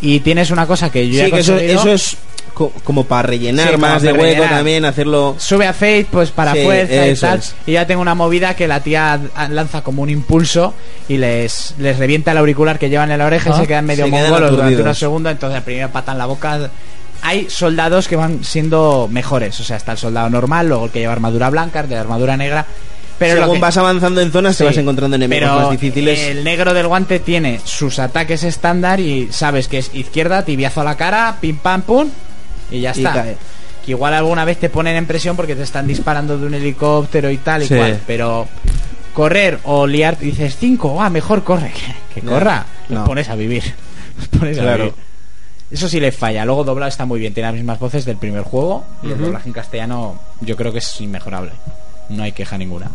Speaker 4: Y tienes una cosa que yo ya
Speaker 5: Sí,
Speaker 4: he
Speaker 5: que eso,
Speaker 4: conseguido.
Speaker 5: eso es co- como para rellenar
Speaker 4: Sí, como
Speaker 5: más de
Speaker 4: para
Speaker 5: hueco
Speaker 4: rellenar.
Speaker 5: también, hacerlo...
Speaker 4: Sube a Fate pues para
Speaker 5: Sí,
Speaker 4: fuerza y
Speaker 5: eso
Speaker 4: tal.
Speaker 5: es.
Speaker 4: Y ya tengo una movida que la tía a- lanza como un impulso y les, les revienta el auricular que llevan en la oreja y se quedan medio
Speaker 5: Ah, Se quedan
Speaker 4: mongolos durante
Speaker 5: aturdidos.
Speaker 4: unos segundos. Entonces, primero pata en la boca. Hay soldados que van siendo mejores. O sea, está el soldado normal, luego el que lleva armadura blanca, el de armadura negra. Pero lo
Speaker 5: Según
Speaker 4: que-
Speaker 5: vas avanzando en zonas,
Speaker 4: Sí.
Speaker 5: te vas encontrando enemigos
Speaker 4: Pero
Speaker 5: más difíciles.
Speaker 4: El negro del guante tiene sus ataques estándar y sabes que es izquierda, tibiazo a la cara, pim pam pum y ya
Speaker 5: Y
Speaker 4: está.
Speaker 5: cae.
Speaker 4: Que igual alguna vez te ponen en presión porque te están disparando de un helicóptero y tal y
Speaker 6: Sí.
Speaker 4: cual, pero correr o liar dices cinco, ah, mejor corre, que, que
Speaker 5: No,
Speaker 4: corra,
Speaker 5: no.
Speaker 4: los pones a vivir. Los pones a
Speaker 5: Claro.
Speaker 4: vivir. Eso sí le falla. Luego doblado está muy bien, tiene las mismas voces del primer juego y el doblaje en castellano yo creo que es inmejorable. No hay queja ninguna.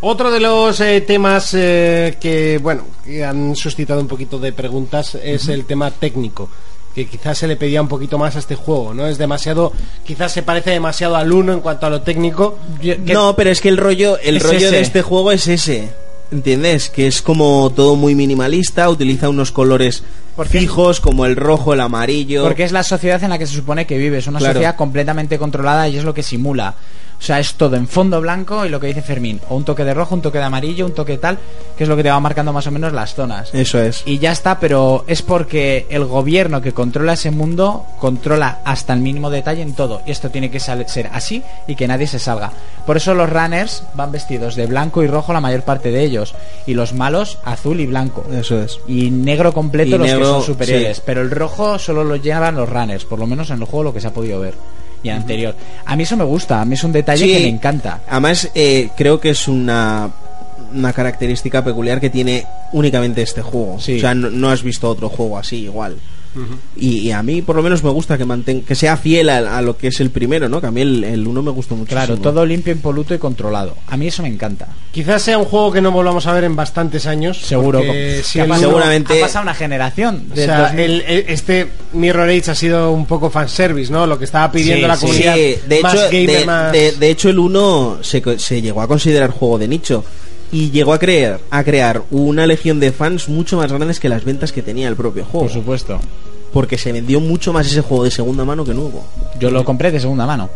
Speaker 3: Otro de los eh, temas eh, que, bueno, que han suscitado un poquito de preguntas es el tema técnico, que quizás se le pedía un poquito más a este juego, ¿no? Es demasiado, quizás se parece demasiado al uno en cuanto a lo técnico.
Speaker 5: No, pero es que el rollo, el
Speaker 4: Es
Speaker 5: rollo
Speaker 4: ese.
Speaker 5: de este juego es ese. ¿Entiendes? Que es como todo muy minimalista, utiliza unos colores
Speaker 4: ¿Por qué?
Speaker 5: fijos como el rojo, el amarillo.
Speaker 4: Porque es la sociedad en la que se supone que vives, una
Speaker 5: Claro.
Speaker 4: sociedad completamente controlada y es lo que simula. O sea, es todo en fondo blanco y lo que dice Fermín, o un toque de rojo, un toque de amarillo, un toque tal, que es lo que te va marcando más o menos las zonas.
Speaker 5: Eso es.
Speaker 4: Y ya está, pero es porque el gobierno que controla ese mundo controla hasta el mínimo detalle en todo. Y esto tiene que sal- ser así y que nadie se salga. Por eso los runners van vestidos de blanco y rojo la mayor parte de ellos. Y los malos azul y blanco
Speaker 5: Eso es.
Speaker 4: y negro completo
Speaker 5: Y
Speaker 4: los que
Speaker 5: negro,
Speaker 4: son superiores.
Speaker 5: sí.
Speaker 4: Pero el rojo solo lo llevan los runners, por lo menos en el juego lo que se ha podido ver. Y en anterior. A mí eso me gusta, a mí es un detalle
Speaker 5: Sí.
Speaker 4: que me encanta.
Speaker 5: Además, eh, creo que es una, una característica peculiar que tiene únicamente este juego.
Speaker 4: Sí.
Speaker 5: O sea, no, no has visto otro juego así igual. y, y a mí, por lo menos, me gusta que manten- que sea fiel a, a lo que es el primero, ¿no? Que a mí el, el uno me gustó mucho.
Speaker 4: Claro, todo limpio, impoluto y controlado. A mí eso me encanta.
Speaker 3: Quizás sea un juego que no volvamos a ver en bastantes años.
Speaker 4: Seguro.
Speaker 3: porque
Speaker 4: que
Speaker 3: si
Speaker 4: ha
Speaker 3: el uno-
Speaker 4: pasado-
Speaker 5: seguramente-
Speaker 4: Ha pasado una generación.
Speaker 3: o
Speaker 4: del
Speaker 3: sea,
Speaker 4: 2000.
Speaker 3: el- el- este Mirror Age ha sido un poco fanservice, ¿no? Lo que estaba pidiendo
Speaker 4: Sí,
Speaker 3: la
Speaker 4: sí.
Speaker 5: Sí,
Speaker 3: comunidad.
Speaker 5: de
Speaker 3: más
Speaker 5: hecho,
Speaker 3: gamer,
Speaker 5: de,
Speaker 3: más-
Speaker 5: de- de hecho el 1 se, co- se llegó a considerar juego de nicho y llegó a crear, a crear una legión de fans mucho más grandes que las ventas que tenía el propio juego.
Speaker 4: Por supuesto.
Speaker 5: Porque se vendió mucho más ese juego de segunda mano que nuevo.
Speaker 4: Yo lo compré de segunda mano.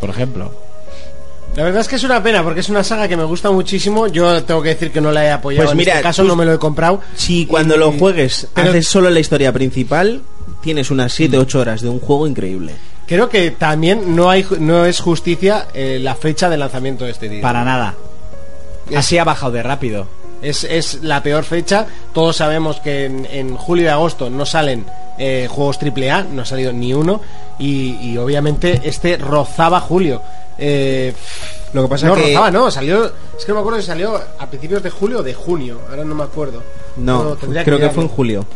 Speaker 4: Por ejemplo.
Speaker 3: La verdad es que es una pena porque es una saga que me gusta muchísimo. Yo tengo que decir que no la he apoyado.
Speaker 5: Pues
Speaker 3: en
Speaker 5: mira,
Speaker 3: este caso
Speaker 5: tú-
Speaker 3: no me lo he comprado.
Speaker 5: Si cuando
Speaker 3: Y-
Speaker 5: lo juegues
Speaker 3: Eh, pero-
Speaker 5: haces solo la historia principal, tienes unas 7-8 horas de un juego increíble.
Speaker 3: Creo que también no hay no es justicia eh, la fecha de lanzamiento de este día.
Speaker 4: Para nada.
Speaker 3: Es-
Speaker 4: Así ha bajado de rápido.
Speaker 3: Es, es la peor fecha. Todos sabemos que en, en julio y agosto no salen eh, juegos AAA, no ha salido ni uno. Y, y obviamente este rozaba julio. Eh,
Speaker 5: Lo que pasa
Speaker 3: no,
Speaker 5: que-
Speaker 3: rozaba, no, salió. Es que no me acuerdo si salió a principios de julio o de junio. Ahora no me acuerdo.
Speaker 5: No,
Speaker 3: tendría
Speaker 5: creo que
Speaker 3: mirarlo.
Speaker 5: fue en julio.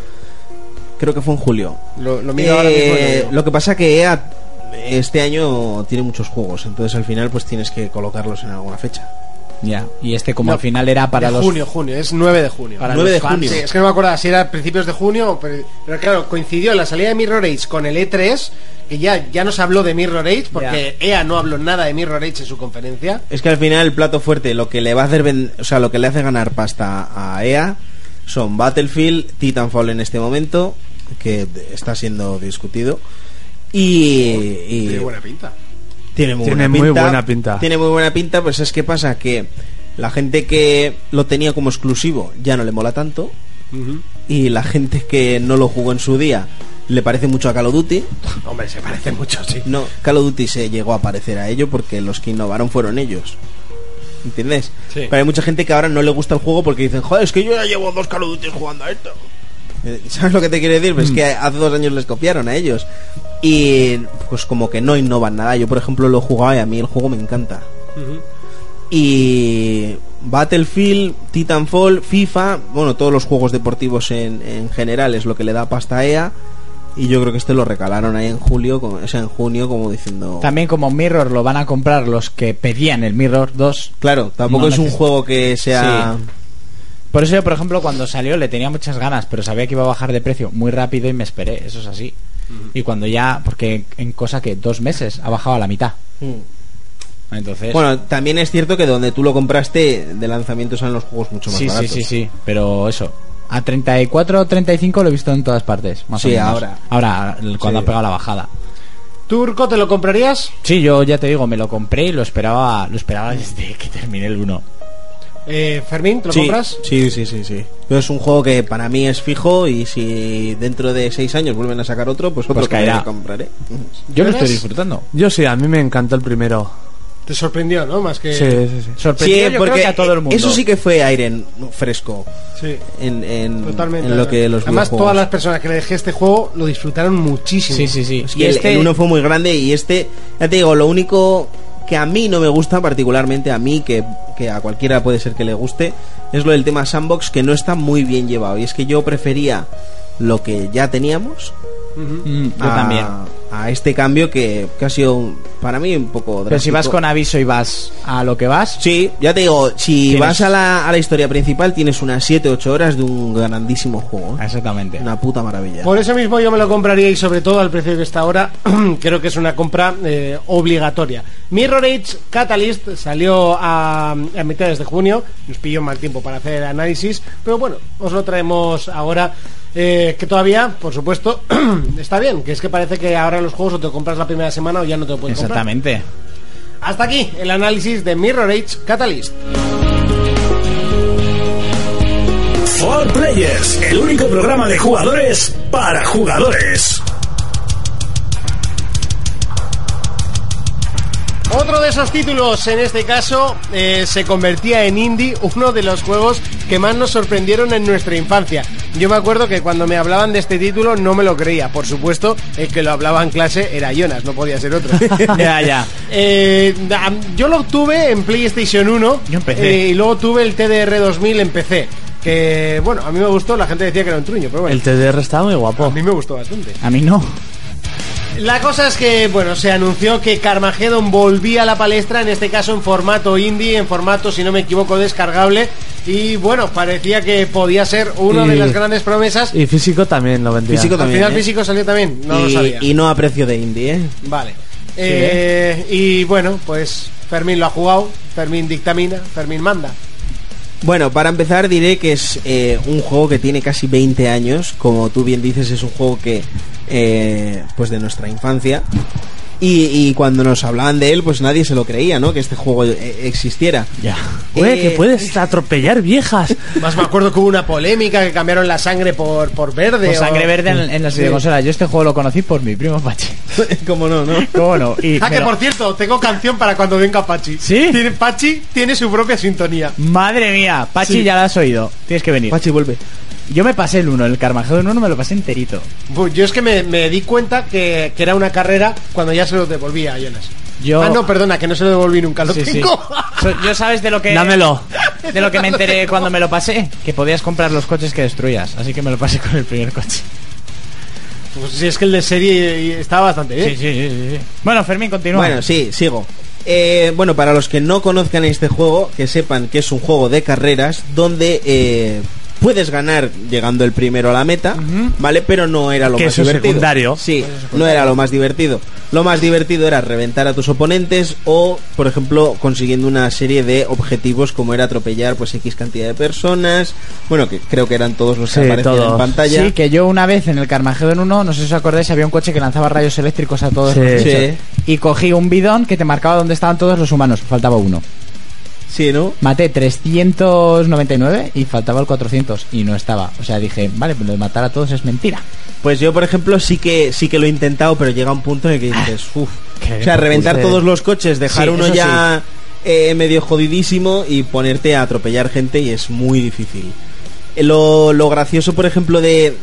Speaker 5: Creo que fue en julio.
Speaker 3: Lo, lo miro ahora
Speaker 5: Eh,
Speaker 3: mismo. y lo digo.
Speaker 5: lo que pasa que EA este año tiene muchos juegos, entonces al final pues tienes que colocarlos en alguna fecha.
Speaker 4: Ya. Y este como
Speaker 3: No,
Speaker 4: al final era para
Speaker 3: de
Speaker 4: los...
Speaker 3: junio, junio, es 9 de junio.
Speaker 4: Para
Speaker 5: 9
Speaker 4: los
Speaker 5: de
Speaker 4: fans.
Speaker 5: junio.
Speaker 3: Sí, es que no me acuerdo si era a principios de junio, o pre- pero claro, coincidió la salida de Mirror Age con el E3, que ya, ya nos habló de Mirror Age, porque EA no habló nada de Mirror Age en su conferencia.
Speaker 5: Es que al final el plato fuerte, lo que le va a hacer, ven- o sea, lo que le hace ganar pasta a EA son Battlefield, Titanfall en este momento que está siendo discutido y, y-
Speaker 3: Tiene buena pinta.
Speaker 5: tiene muy,
Speaker 6: Tiene
Speaker 5: buena,
Speaker 6: muy
Speaker 5: pinta,
Speaker 6: buena pinta.
Speaker 5: Tiene muy buena pinta, pues es que pasa que la gente que lo tenía como exclusivo ya no le mola tanto y la gente que no lo jugó en su día le parece mucho a Call of Duty.
Speaker 3: Hombre, se parece mucho, sí.
Speaker 5: No, Call of Duty se llegó a parecer a ello porque los que innovaron fueron ellos. ¿Entiendes?
Speaker 3: Sí.
Speaker 5: Pero hay mucha gente que ahora no le gusta el juego porque dicen, joder, es que yo ya llevo dos Call of Duty jugando a esto. Eh, ¿Sabes lo que te quiero decir? Pues es que
Speaker 4: Mm.
Speaker 5: hace dos años les copiaron a ellos. Y pues como que no innovan nada. Yo, por ejemplo, lo he jugado y a mí el juego me encanta. Y Battlefield, Titanfall, FIFA, bueno, todos los juegos deportivos en, en general es lo que le da pasta a EA. Y yo creo que este lo recalaron ahí en julio, como- o sea, en junio, como diciendo.
Speaker 4: También como Mirror lo van a comprar los que pedían el Mirror 2.
Speaker 5: Claro, tampoco
Speaker 4: No
Speaker 5: es un
Speaker 4: necesita-
Speaker 5: juego que sea.
Speaker 4: Sí. Por eso yo, por ejemplo, cuando salió le tenía muchas ganas, pero sabía que iba a bajar de precio muy rápido y me esperé, eso es así. Y cuando ya, porque en cosa que dos meses ha bajado a la mitad. Entonces...
Speaker 5: Bueno, también es cierto que donde tú lo compraste de lanzamiento salen los juegos mucho más
Speaker 4: sí, sí,
Speaker 5: baratos.
Speaker 4: sí, sí, pero eso. A 34 35 lo he visto en todas partes. Más o
Speaker 5: Sí,
Speaker 4: menos.
Speaker 5: ahora.
Speaker 4: Ahora, el- cuando
Speaker 5: Sí.
Speaker 4: ha pegado la bajada.
Speaker 3: ¿Turco, te lo comprarías?
Speaker 4: Sí, yo ya te digo, me lo compré y lo esperaba, lo esperaba desde que terminé el 1.
Speaker 3: Eh, Fermín, ¿te lo
Speaker 5: Sí,
Speaker 3: compras?
Speaker 5: Sí, sí, sí, sí. Pero es un juego que para mí es fijo y si dentro de seis años vuelven a sacar otro, pues otro
Speaker 4: Pues
Speaker 5: que me
Speaker 4: caerá.
Speaker 5: compraré.
Speaker 4: Yo lo estoy
Speaker 3: ¿Eres?
Speaker 4: disfrutando.
Speaker 6: Yo sí, a mí me encantó el primero.
Speaker 3: Te sorprendió, ¿no? Más que...
Speaker 6: Sí, sí, sí.
Speaker 4: Sorprendió yo creo que a todo el mundo.
Speaker 5: eh, eso sí que fue aire fresco
Speaker 3: Sí.
Speaker 5: en, en-
Speaker 3: Totalmente.
Speaker 5: en lo que los
Speaker 3: Además,
Speaker 5: videojuegos.
Speaker 3: todas las personas que le dejé este juego lo disfrutaron muchísimo.
Speaker 4: Sí, sí, sí. este,
Speaker 5: Es que el- el, uno fue muy grande y este, ya te digo, lo único que a mí no me gusta, particularmente a mí, que, que a cualquiera puede ser que le guste, es lo del tema sandbox que no está muy bien llevado. Y es que yo prefería lo que ya teníamos
Speaker 4: Mm, yo
Speaker 5: a,
Speaker 4: también.
Speaker 5: a este cambio que, que ha sido un- para mí un poco drástico.
Speaker 4: Pero si vas con aviso y vas a lo que vas,
Speaker 5: Sí, ya te digo, si
Speaker 4: Tienes-
Speaker 5: vas a la, a la historia principal tienes unas 7-8 horas de un grandísimo juego. ¿eh?
Speaker 4: Ah, exactamente.
Speaker 5: Una puta maravilla.
Speaker 3: Por eso mismo yo me lo compraría y sobre todo al precio que está ahora, creo que es una compra eh, obligatoria. Mirror Age Catalyst salió a, a mitades de junio, nos pilló mal tiempo para hacer análisis, pero bueno, os lo traemos ahora, eh, que todavía, por supuesto, está bien, que es que parece que ahora los juegos o te lo compras la primera semana o ya no te lo puedes comprar.
Speaker 4: Exactamente.
Speaker 3: Hasta aquí el análisis de Mirror Age Catalyst.
Speaker 7: For Players, el único programa de jugadores para jugadores.
Speaker 3: Otro de esos títulos, en este caso, eh, se convertía en indie, uno de los juegos que más nos sorprendieron en nuestra infancia. Yo me acuerdo que cuando me hablaban de este título no me lo creía. Por supuesto, el que lo hablaba en clase era Jonas, no podía ser otro.
Speaker 4: ya, ya.
Speaker 3: Eh, da- yo lo obtuve en PlayStation 1
Speaker 4: Yo en PC.
Speaker 3: eh, y luego tuve el TDR 2000 en PC. Que bueno, a mí me gustó, la gente decía que era un truño, pero bueno,
Speaker 6: El TDR estaba muy
Speaker 3: a
Speaker 6: guapo.
Speaker 3: mí me gustó bastante.
Speaker 4: A mí no.
Speaker 3: La cosa es que, bueno, se anunció que Carmageddon volvía a la palestra, en este caso en formato indie, en formato, si no me equivoco, descargable. Y bueno, parecía que podía ser una de
Speaker 6: Y-
Speaker 3: las grandes promesas.
Speaker 6: Y físico también lo vendía.
Speaker 5: Físico
Speaker 3: Al
Speaker 5: también,
Speaker 3: final
Speaker 5: ¿eh?
Speaker 3: físico salió también, no lo
Speaker 5: y,
Speaker 3: sabía.
Speaker 5: y no a precio de indie, ¿eh?
Speaker 3: Vale. Eh, Y bueno, pues Fermín lo ha jugado, Fermín dictamina, Fermín manda.
Speaker 5: Bueno, para empezar diré que es eh, un juego que tiene casi 20 años, como tú bien dices, es un juego que, eh, pues de nuestra infancia. Y, y cuando nos hablaban de él, pues nadie se lo creía, ¿no? Que este juego eh, existiera.
Speaker 6: Ya. Güey,
Speaker 5: Eh,
Speaker 6: que puedes atropellar viejas.
Speaker 3: Más me acuerdo que hubo una polémica que cambiaron la sangre por, por
Speaker 4: Con
Speaker 3: verde. o-
Speaker 4: sangre verde en, en las
Speaker 3: Sí.
Speaker 4: videoconsolas. Yo este juego lo conocí por mi primo Pachi.
Speaker 5: como no, ¿no?
Speaker 4: ¿Cómo no? Y
Speaker 3: Ah, que
Speaker 4: pero-
Speaker 3: por cierto, tengo canción para cuando venga Pachi.
Speaker 4: ¿Sí?
Speaker 3: Tiene, Pachi tiene su propia sintonía.
Speaker 4: Madre mía, Pachi ya la has oído. Tienes que venir.
Speaker 5: Pachi, vuelve.
Speaker 4: Yo me pasé el 1, el Carmageddon 1 me lo pasé enterito.
Speaker 3: Bu, Pues Yo es que me, me di cuenta que, que era una carrera cuando ya se lo devolvía a Jonas.
Speaker 4: Yo-
Speaker 3: Ah, no, perdona, que no se lo devolví nunca. Lo
Speaker 4: Sí, sí.
Speaker 3: tengo.
Speaker 4: So- Yo sabes de lo que
Speaker 6: Dámelo.
Speaker 4: de lo que me enteré cuando me lo pasé, que podías comprar los coches que destruyas, así que me lo pasé con el primer coche.
Speaker 3: Pues sí, es que el de serie y- y estaba bastante bien.
Speaker 4: Sí, sí, sí, sí, sí. Bueno, Fermín, continúa.
Speaker 5: ¿Eh? Bueno, sí, sigo. Eh, bueno, para los que no conozcan este juego, que sepan que es un juego de carreras donde eh, puedes ganar llegando el primero a la meta, ¿vale? Pero no era lo
Speaker 6: Que
Speaker 5: más
Speaker 6: eso es
Speaker 5: divertido.
Speaker 6: secundario.
Speaker 5: Sí, no era lo más divertido. Lo más divertido era reventar a tus oponentes o, por ejemplo, consiguiendo una serie de objetivos como era atropellar pues X cantidad de personas. Bueno, que creo que eran todos los que
Speaker 6: Sí,
Speaker 5: aparecían en
Speaker 6: todos.
Speaker 3: Ah,
Speaker 5: pantalla.
Speaker 4: Sí, que yo una vez en el Carmageddon 1, no sé si os acordáis, había un coche que lanzaba rayos eléctricos a todos.
Speaker 6: Sí.
Speaker 4: los bichos.
Speaker 5: Sí.
Speaker 4: Y cogí un bidón que te marcaba dónde estaban todos los humanos. Faltaba uno.
Speaker 5: Sí, ¿no?
Speaker 4: Maté 399 y faltaba el 400 y no estaba. O sea, dije, vale, pero matar a todos es mentira.
Speaker 5: Pues yo, por ejemplo, sí que sí que lo he intentado, pero llega un punto en el que dices, uff.
Speaker 6: Qué
Speaker 5: O sea, reventar
Speaker 6: pute.
Speaker 5: todos los coches, dejar
Speaker 4: Ah, Sí,
Speaker 5: uno
Speaker 4: eso
Speaker 5: ya eh, medio jodidísimo y ponerte a atropellar gente y es muy difícil. Eh, Lo, lo gracioso, por ejemplo, de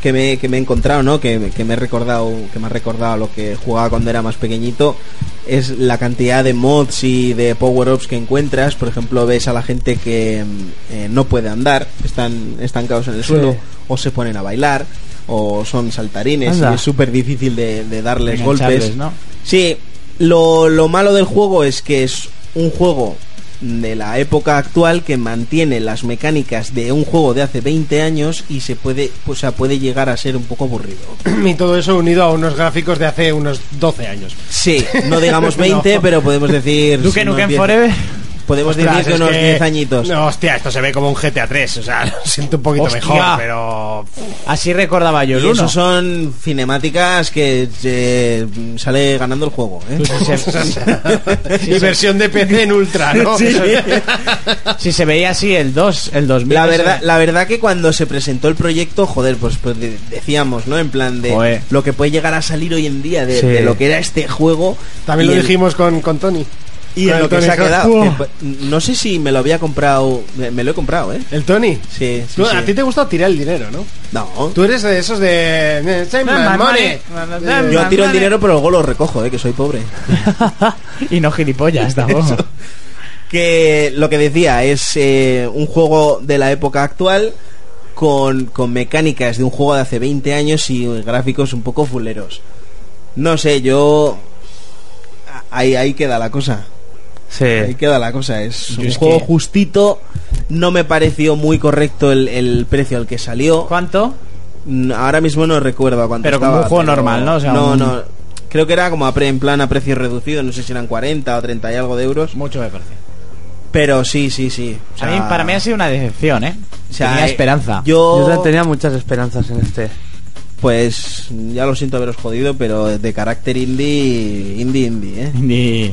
Speaker 5: que me, que me he encontrado, ¿no? Que, me- que me he recordado, que me ha recordado a lo que jugaba cuando era más pequeñito, es la cantidad de mods y de power-ups que encuentras. Por ejemplo, ves a la gente que mm, eh, no puede andar, están estancados en el suelo, o se ponen a bailar, o son saltarines,
Speaker 6: Anda.
Speaker 5: y es súper difícil de, de darles
Speaker 4: Engancharles,
Speaker 5: golpes.
Speaker 4: ¿no?
Speaker 5: Sí, lo, lo malo del juego es que es un juego de la época actual que mantiene las mecánicas de un juego de hace 20 años y se puede, o sea, puede llegar a ser un poco aburrido.
Speaker 3: Y todo eso unido a unos gráficos de hace unos 12 años.
Speaker 5: Sí, no digamos 20,
Speaker 3: No.
Speaker 5: pero podemos decir
Speaker 4: Duke
Speaker 5: unos
Speaker 4: Nukem
Speaker 5: 10.
Speaker 4: Forever.
Speaker 5: Podemos
Speaker 3: Ostras,
Speaker 5: decir que
Speaker 3: es
Speaker 5: Pues unos
Speaker 3: que-
Speaker 5: 10 añitos.
Speaker 3: No, hostia, esto se ve como un GTA 3. O sea, lo siento un poquito
Speaker 4: Hostia.
Speaker 3: mejor, pero.
Speaker 4: Así recordaba yo el
Speaker 5: Y
Speaker 4: 1.
Speaker 5: eso son cinemáticas que eh, sale ganando el juego. ¿eh?
Speaker 3: y versión de PC en Ultra, ¿no?
Speaker 4: Si se veía así el 2, el 2000.
Speaker 5: La
Speaker 4: ese-
Speaker 5: verdad, la verdad que cuando se presentó el proyecto, joder, pues, pues de- decíamos, ¿no? En plan de
Speaker 4: Joder.
Speaker 5: lo que puede llegar a salir hoy en día de,
Speaker 6: Sí.
Speaker 5: de lo que era este juego.
Speaker 3: También
Speaker 5: Y
Speaker 3: lo
Speaker 5: el-
Speaker 3: dijimos con, con Tony.
Speaker 5: Y en
Speaker 3: Con
Speaker 5: lo que
Speaker 3: Tony
Speaker 5: se ha
Speaker 3: Cross.
Speaker 5: quedado.
Speaker 3: Uah.
Speaker 5: que, no sé si me lo había comprado. Me, me lo he comprado, ¿eh?
Speaker 3: El Tony.
Speaker 5: Sí, sí.
Speaker 3: Tú-
Speaker 5: sí.
Speaker 3: A ti te gusta tirar el dinero, ¿no?
Speaker 5: No.
Speaker 3: Tú eres de esos de... Save my
Speaker 4: my
Speaker 3: money.
Speaker 4: money.
Speaker 3: Eh,
Speaker 5: Yo tiro el dinero, pero luego lo recojo, ¿eh? Que soy pobre.
Speaker 4: y no gilipollas tampoco.
Speaker 5: que lo que decía es eh, un juego de la época actual con, con mecánicas de un juego de hace 20 años y gráficos un poco fuleros. No sé, yo... Ahí, ahí queda la cosa. Ahí
Speaker 4: Eh,
Speaker 6: Sí.
Speaker 5: queda la cosa. Es
Speaker 3: Yo
Speaker 5: un
Speaker 3: es
Speaker 5: juego
Speaker 3: que-
Speaker 5: justito. No me pareció muy correcto el, el precio al que salió.
Speaker 4: ¿Cuánto?
Speaker 5: Mm, Ahora mismo no recuerdo a cuánto
Speaker 4: Pero como
Speaker 5: estaba,
Speaker 4: un juego
Speaker 5: pero-
Speaker 4: normal, ¿no? O sea,
Speaker 5: no,
Speaker 4: un-
Speaker 5: no. Creo que era como a pre- en plan a precio reducido. No sé si eran 40 o 30 y algo de euros.
Speaker 4: Mucho me parece.
Speaker 5: Pero sí, sí, sí. O
Speaker 4: A
Speaker 5: sea,
Speaker 4: mí- para mí ha sido una decepción, ¿eh?
Speaker 5: o sea,
Speaker 4: Tenía
Speaker 5: eh,
Speaker 4: esperanza.
Speaker 5: Yo,
Speaker 6: Yo tenía muchas esperanzas en este.
Speaker 5: pues, ya lo siento haberos jodido, pero de carácter indie, indie, indie, ¿eh?
Speaker 4: Indi-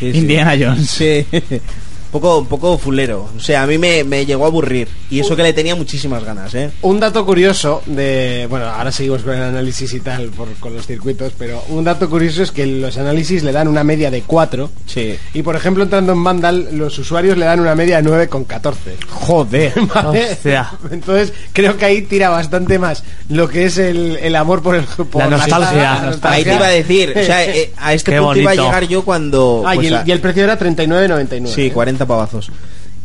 Speaker 5: Sí, sí.
Speaker 4: Indiana Jones.
Speaker 5: Sí. poco, un poco fulero. O sea, a mí me, me llegó a aburrir. Y eso que le tenía muchísimas ganas, ¿eh?
Speaker 3: Un dato curioso de. Bueno, ahora seguimos con el análisis y tal, por, con los circuitos, pero un dato curioso es que los análisis le dan una media de 4.
Speaker 5: Sí.
Speaker 3: Y por ejemplo, entrando en Vandal, los usuarios le dan una media de 9,14.
Speaker 4: Joder.
Speaker 3: ¿vale?
Speaker 6: Hostia.
Speaker 3: Entonces, creo que ahí tira bastante más lo que es el, el amor por el por
Speaker 6: La nostalgia.
Speaker 3: saga, la nostalgia.
Speaker 5: Ahí te iba a decir, o sea, eh, a este
Speaker 6: Qué
Speaker 5: punto iba a
Speaker 6: bonito.
Speaker 5: llegar yo cuando...
Speaker 3: Ah,
Speaker 5: pues,
Speaker 3: y, el,
Speaker 5: a-
Speaker 3: y el precio era 39,99.
Speaker 5: Sí,
Speaker 3: ¿eh?
Speaker 5: 40 pavazos.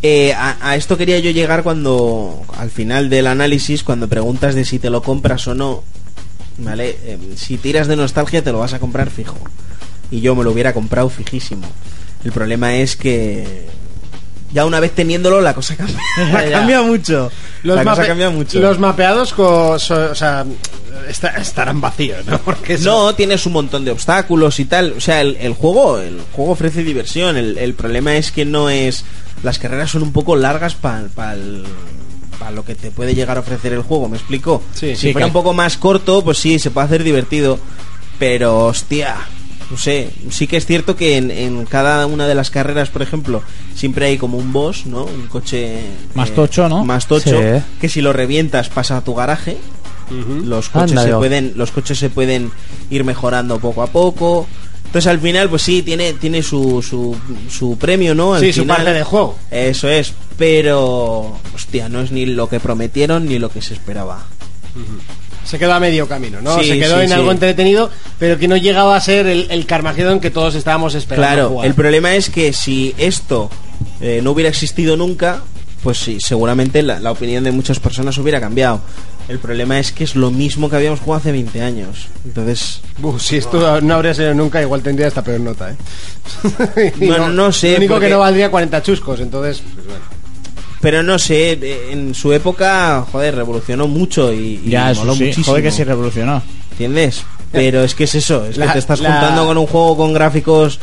Speaker 5: Eh, a, a esto quería yo llegar cuando, al final del análisis, cuando preguntas de si te lo compras o no, ¿vale? Eh, si tiras de nostalgia te lo vas a comprar fijo. Y yo me lo hubiera comprado fijísimo. El problema es que ya una vez teniéndolo la cosa cambia.
Speaker 3: Ya.
Speaker 5: cambia mucho.
Speaker 3: Los,
Speaker 5: la cosa
Speaker 3: mape-
Speaker 5: cambia mucho.
Speaker 3: los mapeados, co- so- o sea, esta- estarán vacíos, ¿no? Porque eso-
Speaker 5: No, tienes un montón de obstáculos y tal. O sea, el, el juego el juego ofrece diversión. El, el problema es que no es. Las carreras son un poco largas para lo que te puede llegar a ofrecer el juego. ¿Me explico? si
Speaker 3: Sí, sí,
Speaker 5: fuera
Speaker 3: que-
Speaker 5: un poco más corto, pues sí, se puede hacer divertido. Pero, hostia. No sé, sí que es cierto que en, en cada una de las carreras, por ejemplo, siempre hay como un boss, ¿no? Un coche... eh,
Speaker 4: Más tocho, ¿no?
Speaker 5: Más tocho,
Speaker 6: Sí.
Speaker 5: que si lo revientas pasa a tu garaje, los coches
Speaker 6: Anda,
Speaker 5: se
Speaker 6: yo.
Speaker 5: pueden los coches se pueden ir mejorando poco a poco entonces al final pues sí tiene tiene su su, su premio no Al
Speaker 3: Sí, su
Speaker 5: final.
Speaker 3: parte de juego.
Speaker 5: eso es pero hostia no es ni lo que prometieron ni lo que se esperaba
Speaker 3: Se quedó a medio camino, ¿no?
Speaker 5: Sí,
Speaker 3: se quedó
Speaker 5: sí,
Speaker 3: en
Speaker 5: sí.
Speaker 3: algo entretenido, pero que no llegaba a ser el, el Carmageddon que todos estábamos esperando.
Speaker 5: claro
Speaker 3: jugar.
Speaker 5: el problema es que si esto eh, no hubiera existido nunca pues sí seguramente la, la opinión de muchas personas hubiera cambiado el problema es que es lo mismo que habíamos jugado hace 20 años entonces
Speaker 3: Uh, si esto no habría sido nunca, igual tendría esta peor nota, ¿eh? Y
Speaker 5: Bueno, no sé,
Speaker 3: Lo único
Speaker 5: porque-
Speaker 3: que no valdría 40 chuscos, entonces, pues bueno.
Speaker 5: Pero no sé, eh, en su época, joder, revolucionó mucho y, y
Speaker 4: ya, eso
Speaker 5: moló
Speaker 4: sí.
Speaker 5: muchísimo.
Speaker 4: Joder, que sí revolucionó.
Speaker 5: ¿Entiendes? Pero es que es eso, es
Speaker 3: La-
Speaker 5: que te estás
Speaker 3: la-
Speaker 5: juntando con un juego con gráficos.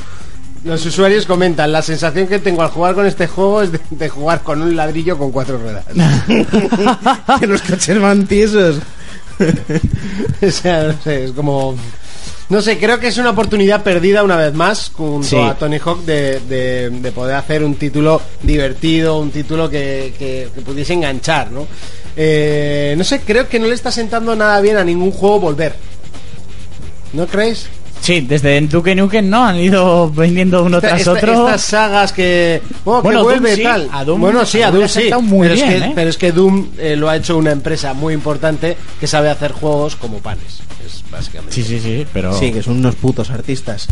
Speaker 3: Los usuarios comentan, la sensación que tengo al jugar con este juego es de, de jugar con un ladrillo con cuatro ruedas.
Speaker 4: Ah.
Speaker 5: que los coches van tiesos.
Speaker 3: o sea, no sé, es como... No sé, creo que es una oportunidad perdida una vez más junto
Speaker 5: Sí.
Speaker 3: a Tony Hawk de, de- de poder hacer un título divertido, un título que, que- que pudiese enganchar, ¿no? Eh, no sé, creo que no le está sentando nada bien a ningún juego volver. ¿No creéis?
Speaker 4: Sí, desde el Duke Nukem no han ido vendiendo uno
Speaker 3: Esta-
Speaker 4: tras
Speaker 3: esta-
Speaker 4: otro.
Speaker 3: Estas sagas que.
Speaker 4: Bueno,
Speaker 3: Bueno, que
Speaker 4: Doom
Speaker 3: vuelve
Speaker 4: sí,
Speaker 3: tal.
Speaker 4: a Doom-
Speaker 3: bueno, sí,
Speaker 4: a
Speaker 3: a
Speaker 4: Doom
Speaker 3: Doom
Speaker 4: le ha
Speaker 3: sí.
Speaker 4: sentado muy
Speaker 3: pero, es
Speaker 4: bien,
Speaker 3: que,
Speaker 4: ¿eh?
Speaker 3: pero es que Doom eh, lo ha hecho una empresa muy importante que sabe hacer juegos como panes. Es básicamente.
Speaker 4: Sí, sí, sí, pero.
Speaker 5: Sí, que son unos putos artistas.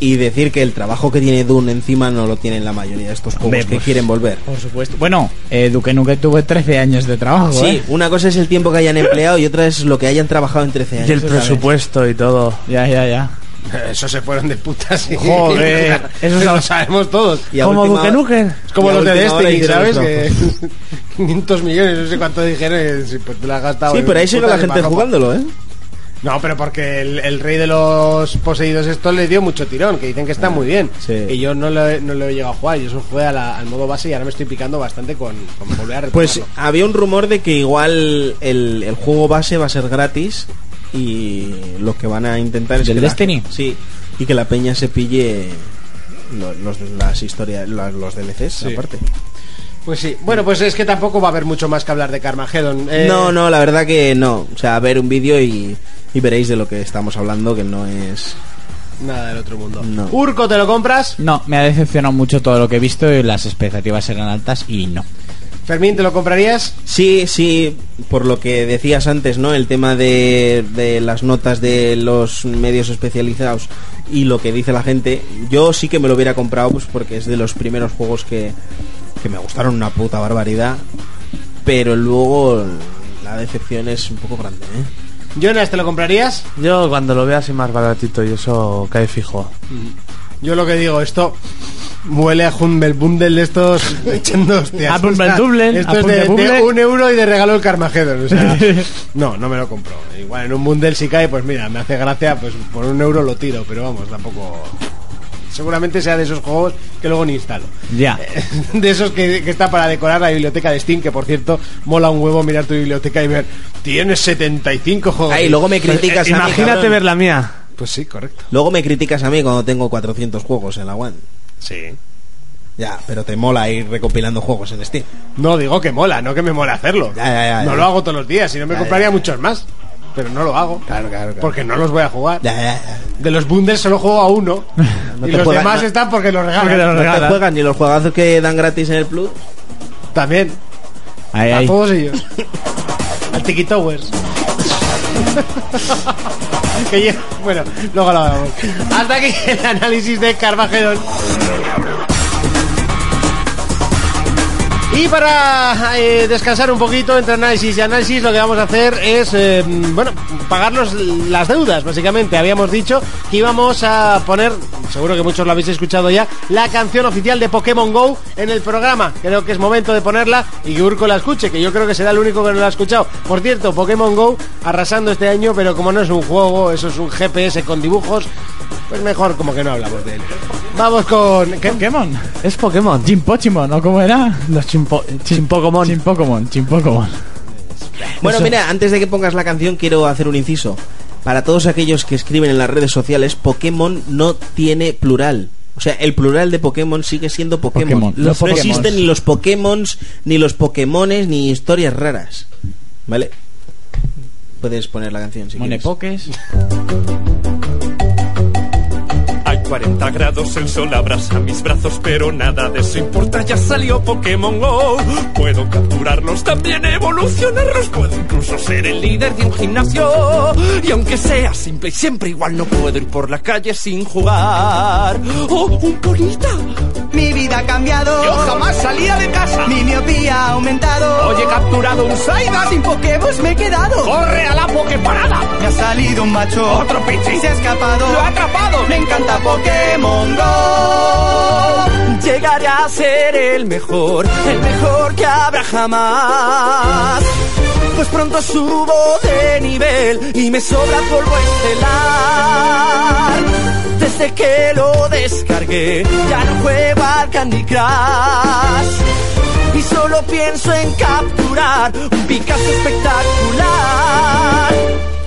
Speaker 5: Y decir que el trabajo que tiene Dune encima no lo tienen la mayoría de estos juegos
Speaker 4: Hombre,
Speaker 5: que
Speaker 4: pues-
Speaker 5: quieren volver.
Speaker 4: Por supuesto. Bueno, eh, Duke Nukem tuvo 13 años de trabajo,
Speaker 5: Sí,
Speaker 4: ¿eh?
Speaker 5: una cosa es el tiempo que hayan empleado y otra es lo que hayan trabajado en 13 años.
Speaker 6: Y el presupuesto y todo.
Speaker 4: Ya, ya, ya.
Speaker 3: Eso se fueron de putas.
Speaker 4: Joder,
Speaker 3: eso
Speaker 4: eso es
Speaker 3: lo
Speaker 4: al-
Speaker 3: sabemos todos.
Speaker 5: Y a
Speaker 6: Como
Speaker 5: última
Speaker 6: Duke
Speaker 5: hora-
Speaker 6: Nukem.
Speaker 3: Es como
Speaker 5: y a
Speaker 3: los de
Speaker 5: última hora
Speaker 3: Destiny,
Speaker 5: hicieron los
Speaker 3: ¿sabes? Que 500 millones, no sé cuánto dijeron. eh, si, Pues te la has gastado.
Speaker 5: Sí,
Speaker 3: en
Speaker 5: pero ahí sigue
Speaker 3: putas
Speaker 5: la
Speaker 3: de
Speaker 5: gente
Speaker 3: barropa.
Speaker 5: jugándolo, ¿eh?
Speaker 3: No, pero porque el, el rey de los poseídos esto le dio mucho tirón, que dicen que está muy bien.
Speaker 5: Ah, Sí.
Speaker 3: Y yo no lo, he- no lo he llegado a jugar, yo solo jugué a la- al modo base y ahora me estoy picando bastante con, con volver a retomarlo.
Speaker 5: Pues había un rumor de que igual el, el juego base va a ser gratis y lo que van a intentar es
Speaker 4: ¿Del
Speaker 5: que la-
Speaker 4: Destiny?
Speaker 5: sí, y que la peña se pille lo- los, las historias, la- los DLCs aparte.
Speaker 3: Pues sí, bueno, pues es que tampoco va a haber mucho más que hablar de Carmageddon. Eh,
Speaker 5: No, no, la verdad que no. O sea, ver un vídeo y, y veréis de lo que estamos hablando, que no es
Speaker 3: Nada del otro mundo.
Speaker 5: No.
Speaker 3: Urco, ¿te lo compras?
Speaker 4: No, me ha decepcionado mucho todo lo que he visto y las expectativas eran altas y no.
Speaker 3: Fermín, ¿te lo comprarías?
Speaker 5: Sí, sí, por lo que decías antes, ¿no? El tema de, de las notas de los medios especializados y lo que dice la gente. Yo sí que me lo hubiera comprado, pues porque es de los primeros juegos que, que me gustaron una puta barbaridad. Pero luego la decepción es un poco grande, ¿eh?
Speaker 3: Jonas, ¿te lo comprarías?
Speaker 6: Yo cuando lo vea así más baratito y eso cae fijo.
Speaker 3: Yo lo que digo, esto huele a Hummelbundel de estos echando hostias.
Speaker 4: A Hummelbundel,
Speaker 3: Esto
Speaker 4: a
Speaker 3: es de- de,
Speaker 4: Hummelbundel.
Speaker 3: un euro y de regalo el Carmageddon. o sea, no, no me lo compro. Igual en un bundle si cae, pues mira, me hace gracia, pues por un euro lo tiro, pero vamos, tampoco... Seguramente sea de esos juegos que luego ni instalo.
Speaker 4: Ya.
Speaker 3: Eh, De esos que, que está para decorar la biblioteca de Steam, que por cierto, mola un huevo mirar tu biblioteca y ver, tienes 75 juegos.
Speaker 5: Ay, luego me
Speaker 4: Pues,
Speaker 5: criticas
Speaker 4: eh,
Speaker 5: a mí,
Speaker 6: Imagínate
Speaker 5: cabrón.
Speaker 6: ver la mía.
Speaker 3: Pues sí, correcto.
Speaker 5: Luego me criticas a mí cuando tengo 400 juegos en la One.
Speaker 3: Sí.
Speaker 5: Ya, pero te mola ir recopilando juegos en Steam.
Speaker 3: No, digo que mola, no que me mola hacerlo.
Speaker 5: Ya, ya, ya,
Speaker 3: no
Speaker 5: ya.
Speaker 3: lo hago todos los días, si no me
Speaker 5: Ya,
Speaker 3: compraría
Speaker 5: ya.
Speaker 3: muchos más. Pero no lo hago.
Speaker 5: Claro, claro, claro.
Speaker 3: Porque no los voy a jugar.
Speaker 5: Ya, ya, ya.
Speaker 3: De los bundles solo juego a uno.
Speaker 5: No
Speaker 3: y
Speaker 5: te
Speaker 3: los
Speaker 5: juegan,
Speaker 3: demás
Speaker 5: no.
Speaker 3: están porque Ah, los regalan.
Speaker 4: Porque los
Speaker 5: No te
Speaker 4: Regala.
Speaker 5: juegan ni los juegazos que dan gratis en el Plus.
Speaker 3: También.
Speaker 4: Ahí,
Speaker 3: A
Speaker 4: ahí.
Speaker 3: todos ellos. Al Tiki Towers. Que ya- bueno, luego lo hablamos. Hasta aquí el análisis de Carvajal. Y para eh, descansar un poquito entre análisis y análisis, lo que vamos a hacer es, eh, bueno, pagarnos las deudas, básicamente. Habíamos dicho que íbamos a poner, seguro que muchos lo habéis escuchado ya, la canción oficial de Pokémon Go en el programa. Creo que es momento de ponerla y que Urco la escuche, que yo creo que será el único que no la ha escuchado. Por cierto, Pokémon Go arrasando este año, pero como no es un juego, eso es un GPS con dibujos, pues mejor como que no hablamos de él. Vamos con... ¿qué?
Speaker 4: Pokémon.
Speaker 6: Es Pokémon.
Speaker 4: Jim Pochimon, ¿no? ¿Cómo era?
Speaker 6: Los chimpo, chimpokomon.
Speaker 4: Jim Pokémon, Jim Pokémon.
Speaker 5: Bueno, mira, antes de que pongas la canción quiero hacer un inciso. Para todos aquellos que escriben en las redes sociales, Pokémon no tiene plural. O sea, el plural de Pokémon sigue siendo Pokémon.
Speaker 4: Pokémon,
Speaker 5: Los-
Speaker 4: los
Speaker 5: no
Speaker 4: Pokémons.
Speaker 5: existen ni los Pokémons, ni los Pokémones, ni historias raras. ¿Vale? Puedes poner la canción si quieres.
Speaker 4: Monepoques.
Speaker 9: Hay 40 grados, el sol abraza mis brazos, pero nada de eso importa, ya salió Pokémon Go. Puedo capturarlos, también evolucionarlos, puedo incluso ser el líder de un gimnasio. Y aunque sea simple y siempre igual, no puedo ir por la calle sin jugar. ¡Oh, un bonita!
Speaker 10: Mi vida ha cambiado. Yo jamás salía de casa. Mi miopía ha aumentado.
Speaker 9: Hoy he capturado un Saiga,
Speaker 10: sin Pokémon me he quedado.
Speaker 9: corre a la Poképarada.
Speaker 10: Me ha salido un macho.
Speaker 9: Otro Pichi.
Speaker 10: Se ha escapado.
Speaker 9: Lo ha atrapado.
Speaker 10: Me encanta Pokémon Go. Llegaré a ser el mejor, el mejor que habrá jamás. Pues pronto subo de nivel y me sobra polvo estelar. Desde que lo descargué, ya no juego al Candy Crush. Y solo pienso en capturar un Picasso espectacular.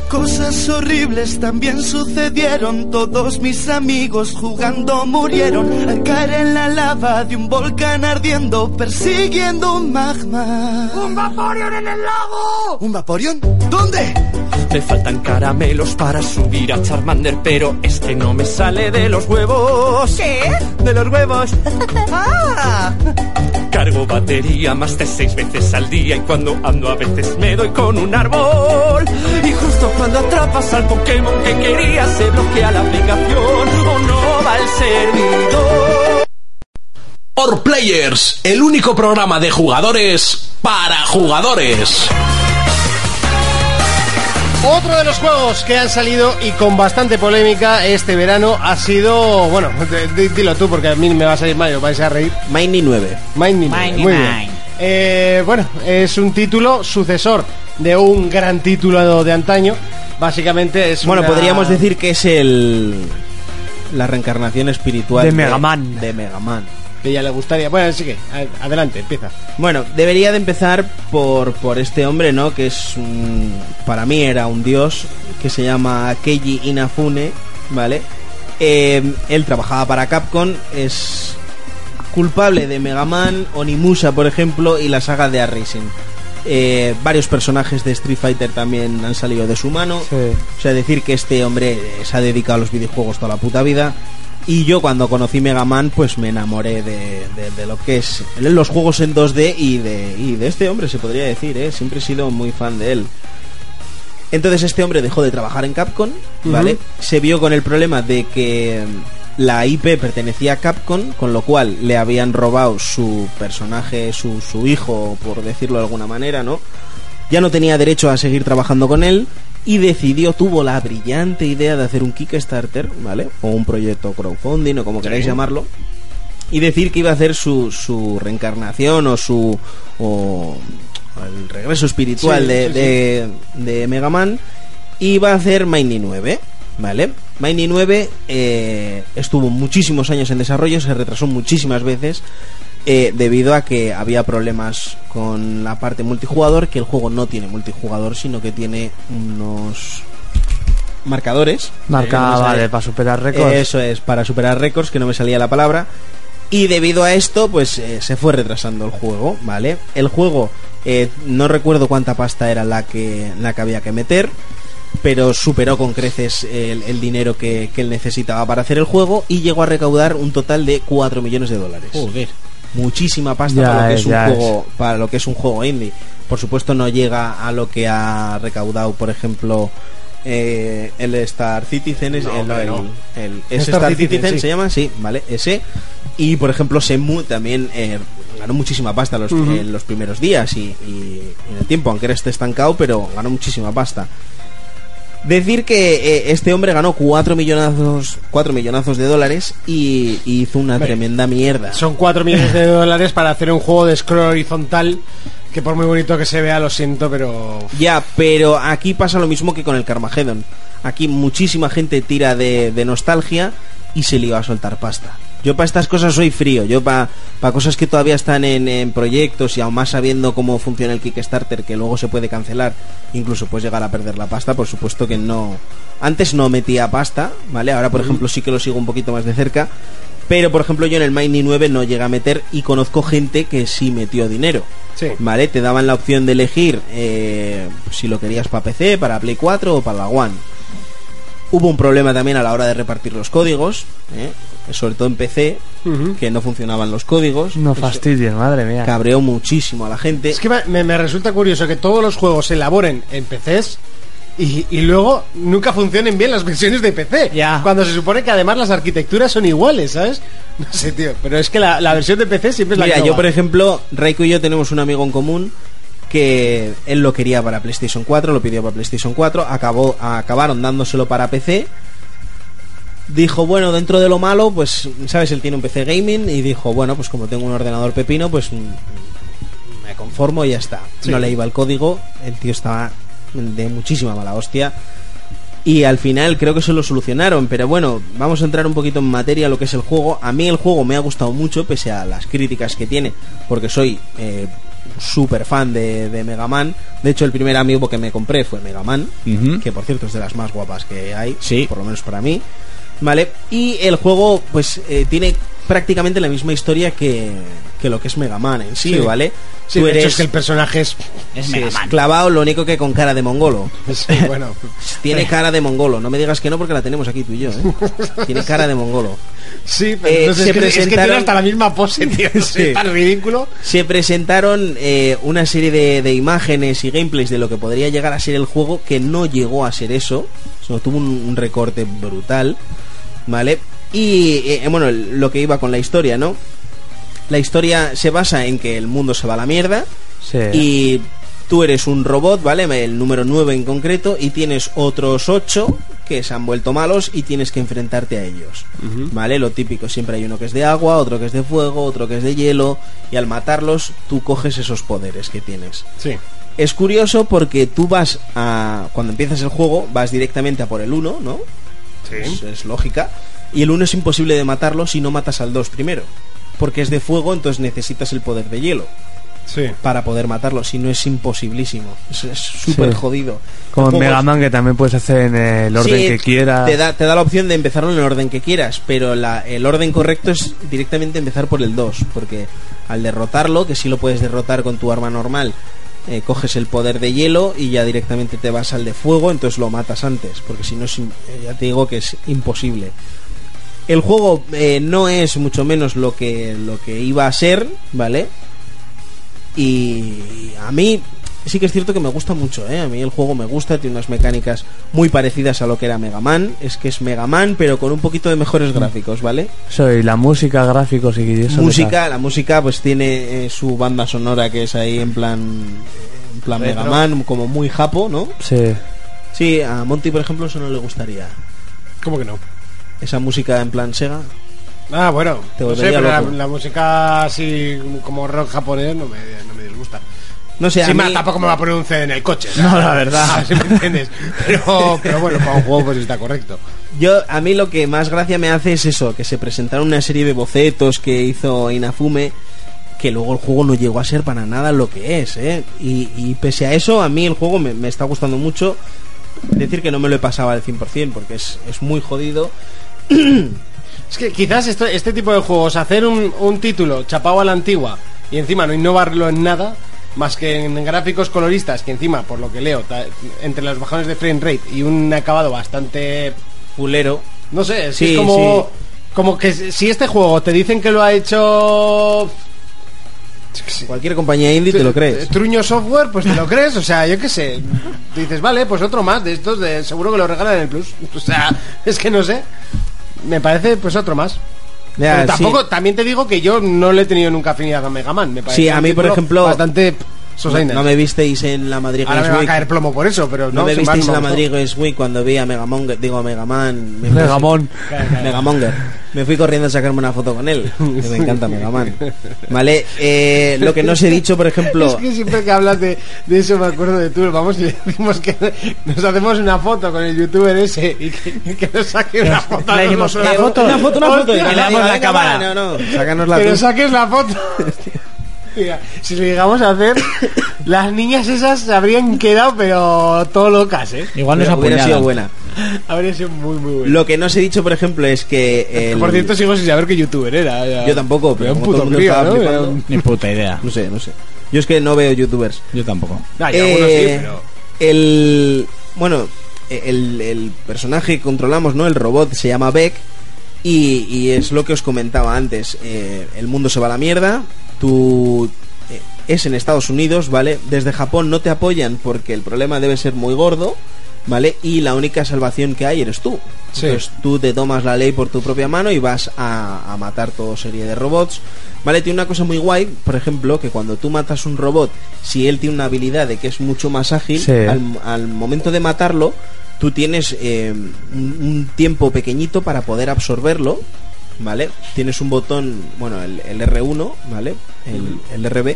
Speaker 10: Cosas horribles también sucedieron. Todos mis amigos jugando murieron al caer en la lava de un volcán ardiendo, persiguiendo un magma. ¡Un vaporión en el lago! ¿Un vaporión? ¿Dónde?
Speaker 9: Me faltan caramelos para subir a Charmander, pero este no me sale de los huevos.
Speaker 10: ¿Qué?
Speaker 9: De los huevos.
Speaker 10: ¡Ah!
Speaker 9: Cargo batería más de seis veces al día y cuando ando a veces me doy con un árbol. Y justo cuando atrapas al Pokémon que querías se bloquea la aplicación o no va el servidor.
Speaker 2: Or Players, el único programa de jugadores para jugadores.
Speaker 3: Otro de los juegos que han salido y con bastante polémica este verano ha sido, bueno, d- d- dilo tú porque a mí me va a salir mal y os vais a reír.
Speaker 5: Mindy 9.
Speaker 3: Mind Me.
Speaker 4: Mind Me
Speaker 3: Muy
Speaker 4: Mine.
Speaker 3: bien. Eh, bueno, es un título sucesor de un gran título de antaño. Básicamente es
Speaker 5: Bueno,
Speaker 3: una-
Speaker 5: podríamos decir que es el... La reencarnación espiritual
Speaker 6: De Mega Man.
Speaker 5: De Mega Man.
Speaker 3: que ya le gustaría. Bueno, sí que a- adelante, empieza.
Speaker 5: Bueno, debería de empezar por, por este hombre, ¿no? Que es un... Para mí era un dios, que se llama Keiji Inafune, ¿vale? Eh, él trabajaba para Capcom, es culpable de Mega Man, Onimusha, por ejemplo, y la saga de Arisen. Eh, varios personajes de Street Fighter también han salido de su mano. O sea, decir que este hombre eh, se ha dedicado a los videojuegos toda la puta vida. Y yo cuando conocí Mega Man, pues me enamoré de, de- de lo que es los juegos en 2D y de, y de este hombre, se podría decir, ¿eh? Siempre he sido muy fan de él. Entonces este hombre dejó de trabajar en Capcom, ¿vale? Se vio con el problema de que mm, la IP pertenecía a Capcom, con lo cual le habían robado su personaje, su, su hijo, por decirlo de alguna manera, ¿no? Ya no tenía derecho a seguir trabajando con él y decidió, tuvo la brillante idea de hacer un Kickstarter, ¿vale? O un proyecto crowdfunding o como queráis llamarlo y decir que iba a hacer su, su reencarnación o su o el regreso espiritual
Speaker 3: Sí,
Speaker 5: de,
Speaker 3: sí, sí.
Speaker 5: de, de Mega Man y iba a hacer Mindy 9 ¿vale? Mindy 9 eh, estuvo muchísimos años en desarrollo se retrasó muchísimas veces eh, debido a que había problemas con la parte multijugador que el juego no tiene multijugador sino que tiene unos marcadores
Speaker 6: Marca,
Speaker 5: Eh,
Speaker 6: vale, para superar récords.
Speaker 5: eso es, para superar récords, que no me salía la palabra. Y debido a esto, pues eh, se fue retrasando el juego, ¿vale? El juego, eh, no recuerdo cuánta pasta era la que, la que había que meter, pero superó con creces el, el dinero que, que él necesitaba para hacer el juego y llegó a recaudar un total de 4 millones de dólares.
Speaker 3: Joder.
Speaker 5: Muchísima pasta
Speaker 6: Ya
Speaker 5: para, lo que
Speaker 6: es,
Speaker 5: es un
Speaker 6: ya
Speaker 5: juego, para lo que es un juego indie. Por supuesto, no llega a lo que ha recaudado, por ejemplo, eh, el Star Citizen. es- el, no, el- el- es
Speaker 3: Star
Speaker 5: Star,
Speaker 3: Citizen,
Speaker 5: Citizen,
Speaker 3: sí.
Speaker 5: se llama, sí, vale, ese. Y por ejemplo, Semu también eh, ganó muchísima pasta los, en los primeros días y, y en el tiempo, aunque era este estancado, pero ganó muchísima pasta. Decir que eh, este hombre ganó 4 millonazos, cuatro millonazos de dólares y, y hizo una tremenda mierda.
Speaker 3: Son 4 millones de dólares para hacer un juego de scroll horizontal que por muy bonito que se vea, lo siento, pero...
Speaker 5: Ya, pero aquí pasa lo mismo que con el Carmageddon. Aquí muchísima gente tira de, de nostalgia y se le iba a soltar pasta. Yo para estas cosas soy frío, yo para cosas que todavía están en, en proyectos y aún más sabiendo cómo funciona el Kickstarter, que luego se puede cancelar, incluso puedes llegar a perder la pasta, por supuesto que no... Antes no metía pasta, ¿vale? Ahora, por ejemplo, sí que lo sigo un poquito más de cerca, pero, por ejemplo, yo en el Mindy 9 no llegué a meter y conozco gente que sí metió dinero.
Speaker 3: Sí.
Speaker 5: ¿Vale? Te daban la opción de elegir eh, si lo querías para PC, para Play 4 o para la One. Hubo un problema también a la hora de repartir los códigos, ¿eh? sobre todo en PC,
Speaker 3: Ujú.
Speaker 5: que no funcionaban los códigos.
Speaker 6: No fastidies, madre mía.
Speaker 5: Cabreó muchísimo a la gente.
Speaker 3: Es que me, me resulta curioso que todos los juegos se elaboren en PCs y, y luego nunca funcionen bien las versiones de PC.
Speaker 4: Ya.
Speaker 3: Cuando se supone que además las arquitecturas son iguales, ¿sabes? No sé, tío. Pero es que la, la versión de PC siempre es la
Speaker 5: Mira,
Speaker 3: que no
Speaker 5: yo
Speaker 3: va.
Speaker 5: por ejemplo, Raiko y yo tenemos un amigo en común que él lo quería para PlayStation 4, lo pidió para PlayStation 4, acabó, acabaron dándoselo para PC. Dijo, bueno, dentro de lo malo, pues, sabes, él tiene un PC gaming y dijo, bueno, pues como tengo un ordenador pepino, pues mm, me conformo y ya está. No le iba el código, el tío estaba de muchísima mala hostia. Y al final creo que se lo solucionaron, pero bueno, vamos a entrar un poquito en materia a lo que es el juego. A mí el juego me ha gustado mucho, pese a las críticas que tiene, porque soy eh, súper fan de, de Mega Man. De hecho, el primer amigo que me compré fue Mega Man,
Speaker 2: Ujú.
Speaker 5: que por cierto es de las más guapas que hay,
Speaker 2: Sí.
Speaker 5: por lo menos para mí. Vale, y el juego pues eh, tiene prácticamente la misma historia que, que lo que es Mega Man en sí,
Speaker 3: Sí.
Speaker 5: ¿vale?
Speaker 3: Sí, de hecho es que el personaje es...
Speaker 4: Es
Speaker 5: sí,
Speaker 4: Mega
Speaker 5: es
Speaker 4: Man.
Speaker 5: clavado, lo único que con cara de mongolo.
Speaker 3: pues, Sí, bueno.
Speaker 5: Tiene cara de mongolo, no me digas que no porque la tenemos aquí tú y yo, ¿eh? Tiene cara de mongolo.
Speaker 3: Sí, pero
Speaker 5: Eh,
Speaker 3: entonces
Speaker 5: se
Speaker 3: es, que, es que tiene
Speaker 5: presentaron-
Speaker 3: hasta la misma pose, tío. no sé,
Speaker 5: Sí.
Speaker 3: tan ridículo.
Speaker 5: Se presentaron eh, una serie de, de imágenes y gameplays de lo que podría llegar a ser el juego, que no llegó a ser eso, solo tuvo un, un recorte brutal, ¿vale? Y eh, bueno, el- lo que iba con la historia, ¿no? La historia se basa en que el mundo se va a la mierda,
Speaker 6: Sí.
Speaker 5: Y tú eres un robot, ¿vale? El número 9 en concreto. Y tienes otros 8 que se han vuelto malos y tienes que enfrentarte a ellos. ¿Vale? Lo típico, siempre hay uno que es de agua, otro que es de fuego, otro que es de hielo. Y al matarlos, tú coges esos poderes que tienes.
Speaker 3: Sí.
Speaker 5: Es curioso porque tú vas a... Cuando empiezas el juego, vas directamente a por el 1, ¿no? Es, es lógica. Y el 1 es imposible de matarlo si no matas al 2 primero. Porque es de fuego, entonces necesitas el poder de hielo
Speaker 3: Sí.
Speaker 5: para poder matarlo, si no es imposibilísimo. Es es súper
Speaker 6: Sí.
Speaker 5: jodido.
Speaker 6: Como en
Speaker 5: Tampoco
Speaker 6: Mega
Speaker 5: es-
Speaker 6: Man, que también puedes hacer en el orden
Speaker 5: Sí,
Speaker 6: que quieras.
Speaker 5: Te da, te da la opción de empezarlo en el orden que quieras, pero la- el orden correcto es directamente empezar por el 2, porque al derrotarlo, que sí lo puedes derrotar con tu arma normal, eh, coges el poder de hielo y ya directamente te vas al de fuego, entonces lo matas antes, porque si no, es im- eh, ya te digo que es imposible. El juego eh, no es mucho menos lo que, lo que iba a ser, ¿vale? Y a mí sí que es cierto que me gusta mucho, ¿eh? A mí el juego me gusta, tiene unas mecánicas muy parecidas a lo que era Mega Man. Es que es Mega Man, pero con un poquito de mejores gráficos, ¿vale?
Speaker 6: Soy la música, gráficos y eso.
Speaker 5: música, la música pues tiene eh, su banda sonora que es ahí en plan en plan
Speaker 6: Retro.
Speaker 5: Mega Man, como muy japo, ¿no?
Speaker 6: Sí.
Speaker 5: Sí, a Monty por ejemplo eso no le gustaría.
Speaker 3: ¿Cómo que no?
Speaker 5: Esa música en plan Sega.
Speaker 3: Ah, bueno,
Speaker 5: Te
Speaker 3: no sé,
Speaker 5: volvería
Speaker 3: pero la,
Speaker 5: loco.
Speaker 3: la música así como rock japonés no me, no me disgusta.
Speaker 5: No sé, a
Speaker 3: Sí,
Speaker 5: mí-
Speaker 3: más, tampoco me va a poner un CD en el coche. o sea,
Speaker 5: No, la verdad.
Speaker 3: ¿sí me entiendes? Pero, pero bueno, para un juego pues está correcto.
Speaker 5: Yo, a mí lo que más gracia me hace es eso, que se presentaron una serie de bocetos que hizo Inafume, que luego el juego no llegó a ser para nada lo que es, ¿eh? Y, y pese a eso, a mí el juego me, me está gustando mucho. Decir que no me lo he pasado al 100% porque es, es muy jodido.
Speaker 3: Es que quizás esto- este tipo de juegos, hacer un, un título chapado a la antigua y encima no innovarlo en nada, más que en gráficos coloristas, que encima, por lo que leo, ta- entre los bajones de frame rate y un acabado bastante...
Speaker 5: Fulero.
Speaker 3: No sé, es, que
Speaker 5: Sí,
Speaker 3: es como... Como que si si este juego te dicen que lo ha hecho...
Speaker 5: Cualquier compañía indie te lo crees.
Speaker 3: eh, Truño Software, pues te lo crees, o sea, yo qué sé. Dices, vale, pues otro más de estos, de, seguro que lo regalan en el Plus. O sea, es que no sé. Me parece, pues otro más.
Speaker 5: Ya,
Speaker 3: Pero
Speaker 5: sí.
Speaker 3: tampoco, también te digo que yo no le he tenido nunca afinidad a Mega Man. Me parece
Speaker 5: Sí, a
Speaker 3: un
Speaker 5: mí, por
Speaker 3: título
Speaker 5: ejemplo,
Speaker 3: Bastante.
Speaker 5: No,
Speaker 3: sosaina.
Speaker 5: no me visteis en la Madrid
Speaker 3: Ahora me
Speaker 5: Games
Speaker 3: va a
Speaker 5: Week.
Speaker 3: caer plomo por eso, pero no.
Speaker 5: No me
Speaker 3: sin más,
Speaker 5: visteis en
Speaker 3: me
Speaker 5: la
Speaker 3: gustó.
Speaker 5: Madrid Games Week cuando vi a Megamonger, digo Megaman. me-
Speaker 6: Megamon.
Speaker 5: Megamonger. Me fui corriendo a sacarme una foto con él. que Me encanta Megaman. Vale, eh, lo que no os he dicho, por
Speaker 3: Es
Speaker 5: ejemplo,
Speaker 3: que siempre que hablas de, de eso me acuerdo de tú. Vamos y le decimos que nos hacemos una foto con el youtuber ese y que, y que nos saque una foto.
Speaker 4: le decimos,
Speaker 3: Nosotros-
Speaker 4: "Una foto,
Speaker 5: Eh, una foto, una foto.
Speaker 3: Hostia,
Speaker 5: y que
Speaker 4: le damos
Speaker 5: diga,
Speaker 4: la
Speaker 5: "Venga,
Speaker 4: cámara".
Speaker 5: va, No, no, sácanos la
Speaker 3: que
Speaker 5: tú.
Speaker 3: nos saques la foto. Mira, si lo llegamos a hacer, las niñas esas se habrían quedado, pero todo locas, ¿eh?
Speaker 4: Igual nos
Speaker 5: Hubiera sido
Speaker 4: apuñalan.
Speaker 5: buena.
Speaker 3: Habría sido muy, muy bueno.
Speaker 5: Lo que no os he dicho, por ejemplo, es que. el-
Speaker 3: Por cierto, sigo sin saber qué youtuber era. ya.
Speaker 5: Yo tampoco, pero
Speaker 3: Era un
Speaker 5: como todo el
Speaker 3: puto
Speaker 5: mundo
Speaker 3: crío,
Speaker 5: estaba
Speaker 3: ¿no? Era
Speaker 5: flipando.
Speaker 3: un-
Speaker 4: Ni puta idea.
Speaker 5: No sé, no sé. Yo es que no veo youtubers.
Speaker 4: Yo tampoco.
Speaker 3: Ah, y algunos sí,
Speaker 5: Eh,
Speaker 3: pero-
Speaker 5: El. Bueno, e, el, el personaje que controlamos, ¿no? El robot se llama Beck. Y, y es lo que os comentaba antes. eh, el mundo se va a la mierda. Tú. eh, es en Estados Unidos, ¿vale? Desde Japón no te apoyan porque el problema debe ser muy gordo, ¿vale? Y la única salvación que hay eres tú.
Speaker 3: Sí.
Speaker 5: Entonces tú te tomas la ley por tu propia mano y vas a, a matar toda serie de robots. Vale, tiene una cosa muy guay, por ejemplo, que cuando tú matas un robot, si él tiene una habilidad de que es mucho más ágil,
Speaker 6: Sí.
Speaker 5: al, al momento de matarlo, tú tienes eh, un, un tiempo pequeñito para poder absorberlo, ¿vale? Tienes un botón, bueno, el, el R1, ¿vale? El, el RB,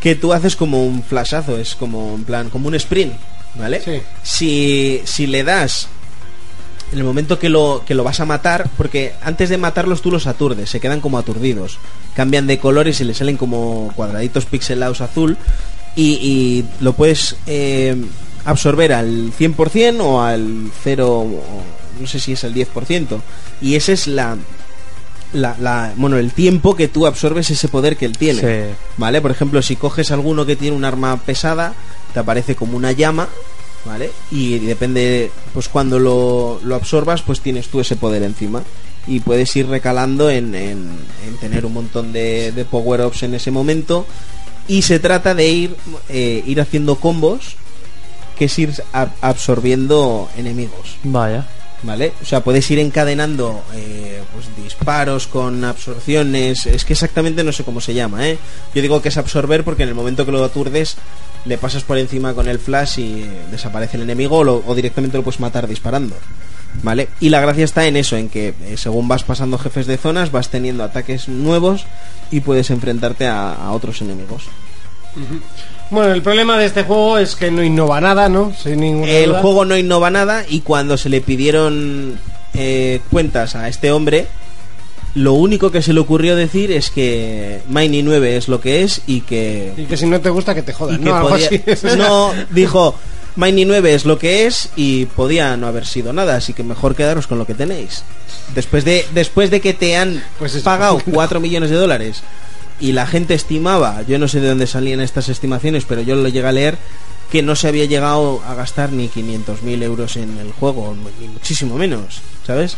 Speaker 5: que tú haces como un flashazo, es como en plan, como un sprint, ¿vale?
Speaker 3: Sí.
Speaker 5: Si, si le das en el momento que lo, que lo vas a matar, porque antes de matarlos tú los aturdes, se quedan como aturdidos, cambian de color y se les salen como cuadraditos pixelados azul y, y lo puedes eh, absorber al 100% o al 0, o no sé si es al 10%, y esa es la... La, la- bueno, el tiempo que tú absorbes ese poder que él tiene.
Speaker 6: Sí.
Speaker 5: ¿Vale? Por ejemplo, si coges alguno que tiene un arma pesada, te aparece como una llama, ¿vale? Y depende, pues cuando lo, lo absorbas, pues tienes tú ese poder encima. Y puedes ir recalando en, en- en tener un montón de, de power-ups en ese momento. Y se trata de ir, eh, ir haciendo combos, que es ir ab- absorbiendo enemigos.
Speaker 6: Vaya.
Speaker 5: ¿Vale? O sea, puedes ir encadenando eh, pues, disparos con absorciones. Es que exactamente no sé cómo se llama, ¿eh? Yo digo que es absorber porque en el momento que lo aturdes, le pasas por encima con el flash y eh, desaparece el enemigo o, lo- o directamente lo puedes matar disparando. ¿Vale? Y la gracia está en eso, en que eh, según vas pasando jefes de zonas, vas teniendo ataques nuevos y puedes enfrentarte a, a otros enemigos.
Speaker 3: Bueno, el problema de este juego es que no innova nada, ¿no? Sin ninguna
Speaker 5: El
Speaker 3: duda.
Speaker 5: juego no innova nada y cuando se le pidieron eh, cuentas a este hombre, lo único que se le ocurrió decir es que Miney 9 es lo que es y que...
Speaker 3: Y que si no te gusta, que te
Speaker 5: y
Speaker 3: jodan,
Speaker 5: que
Speaker 3: ¿no? Algo
Speaker 5: podía-
Speaker 3: así.
Speaker 5: no, dijo, Miney 9 es lo que es y podía no haber sido nada, así que mejor quedaros con lo que tenéis. Después de, después de que te han
Speaker 3: Pues eso.
Speaker 5: pagado 4 millones de dólares y la gente estimaba, yo no sé de dónde salían estas estimaciones, pero yo lo llegué a leer, que no se había llegado a gastar ni 500.000 euros en el juego, ni muchísimo menos, ¿sabes?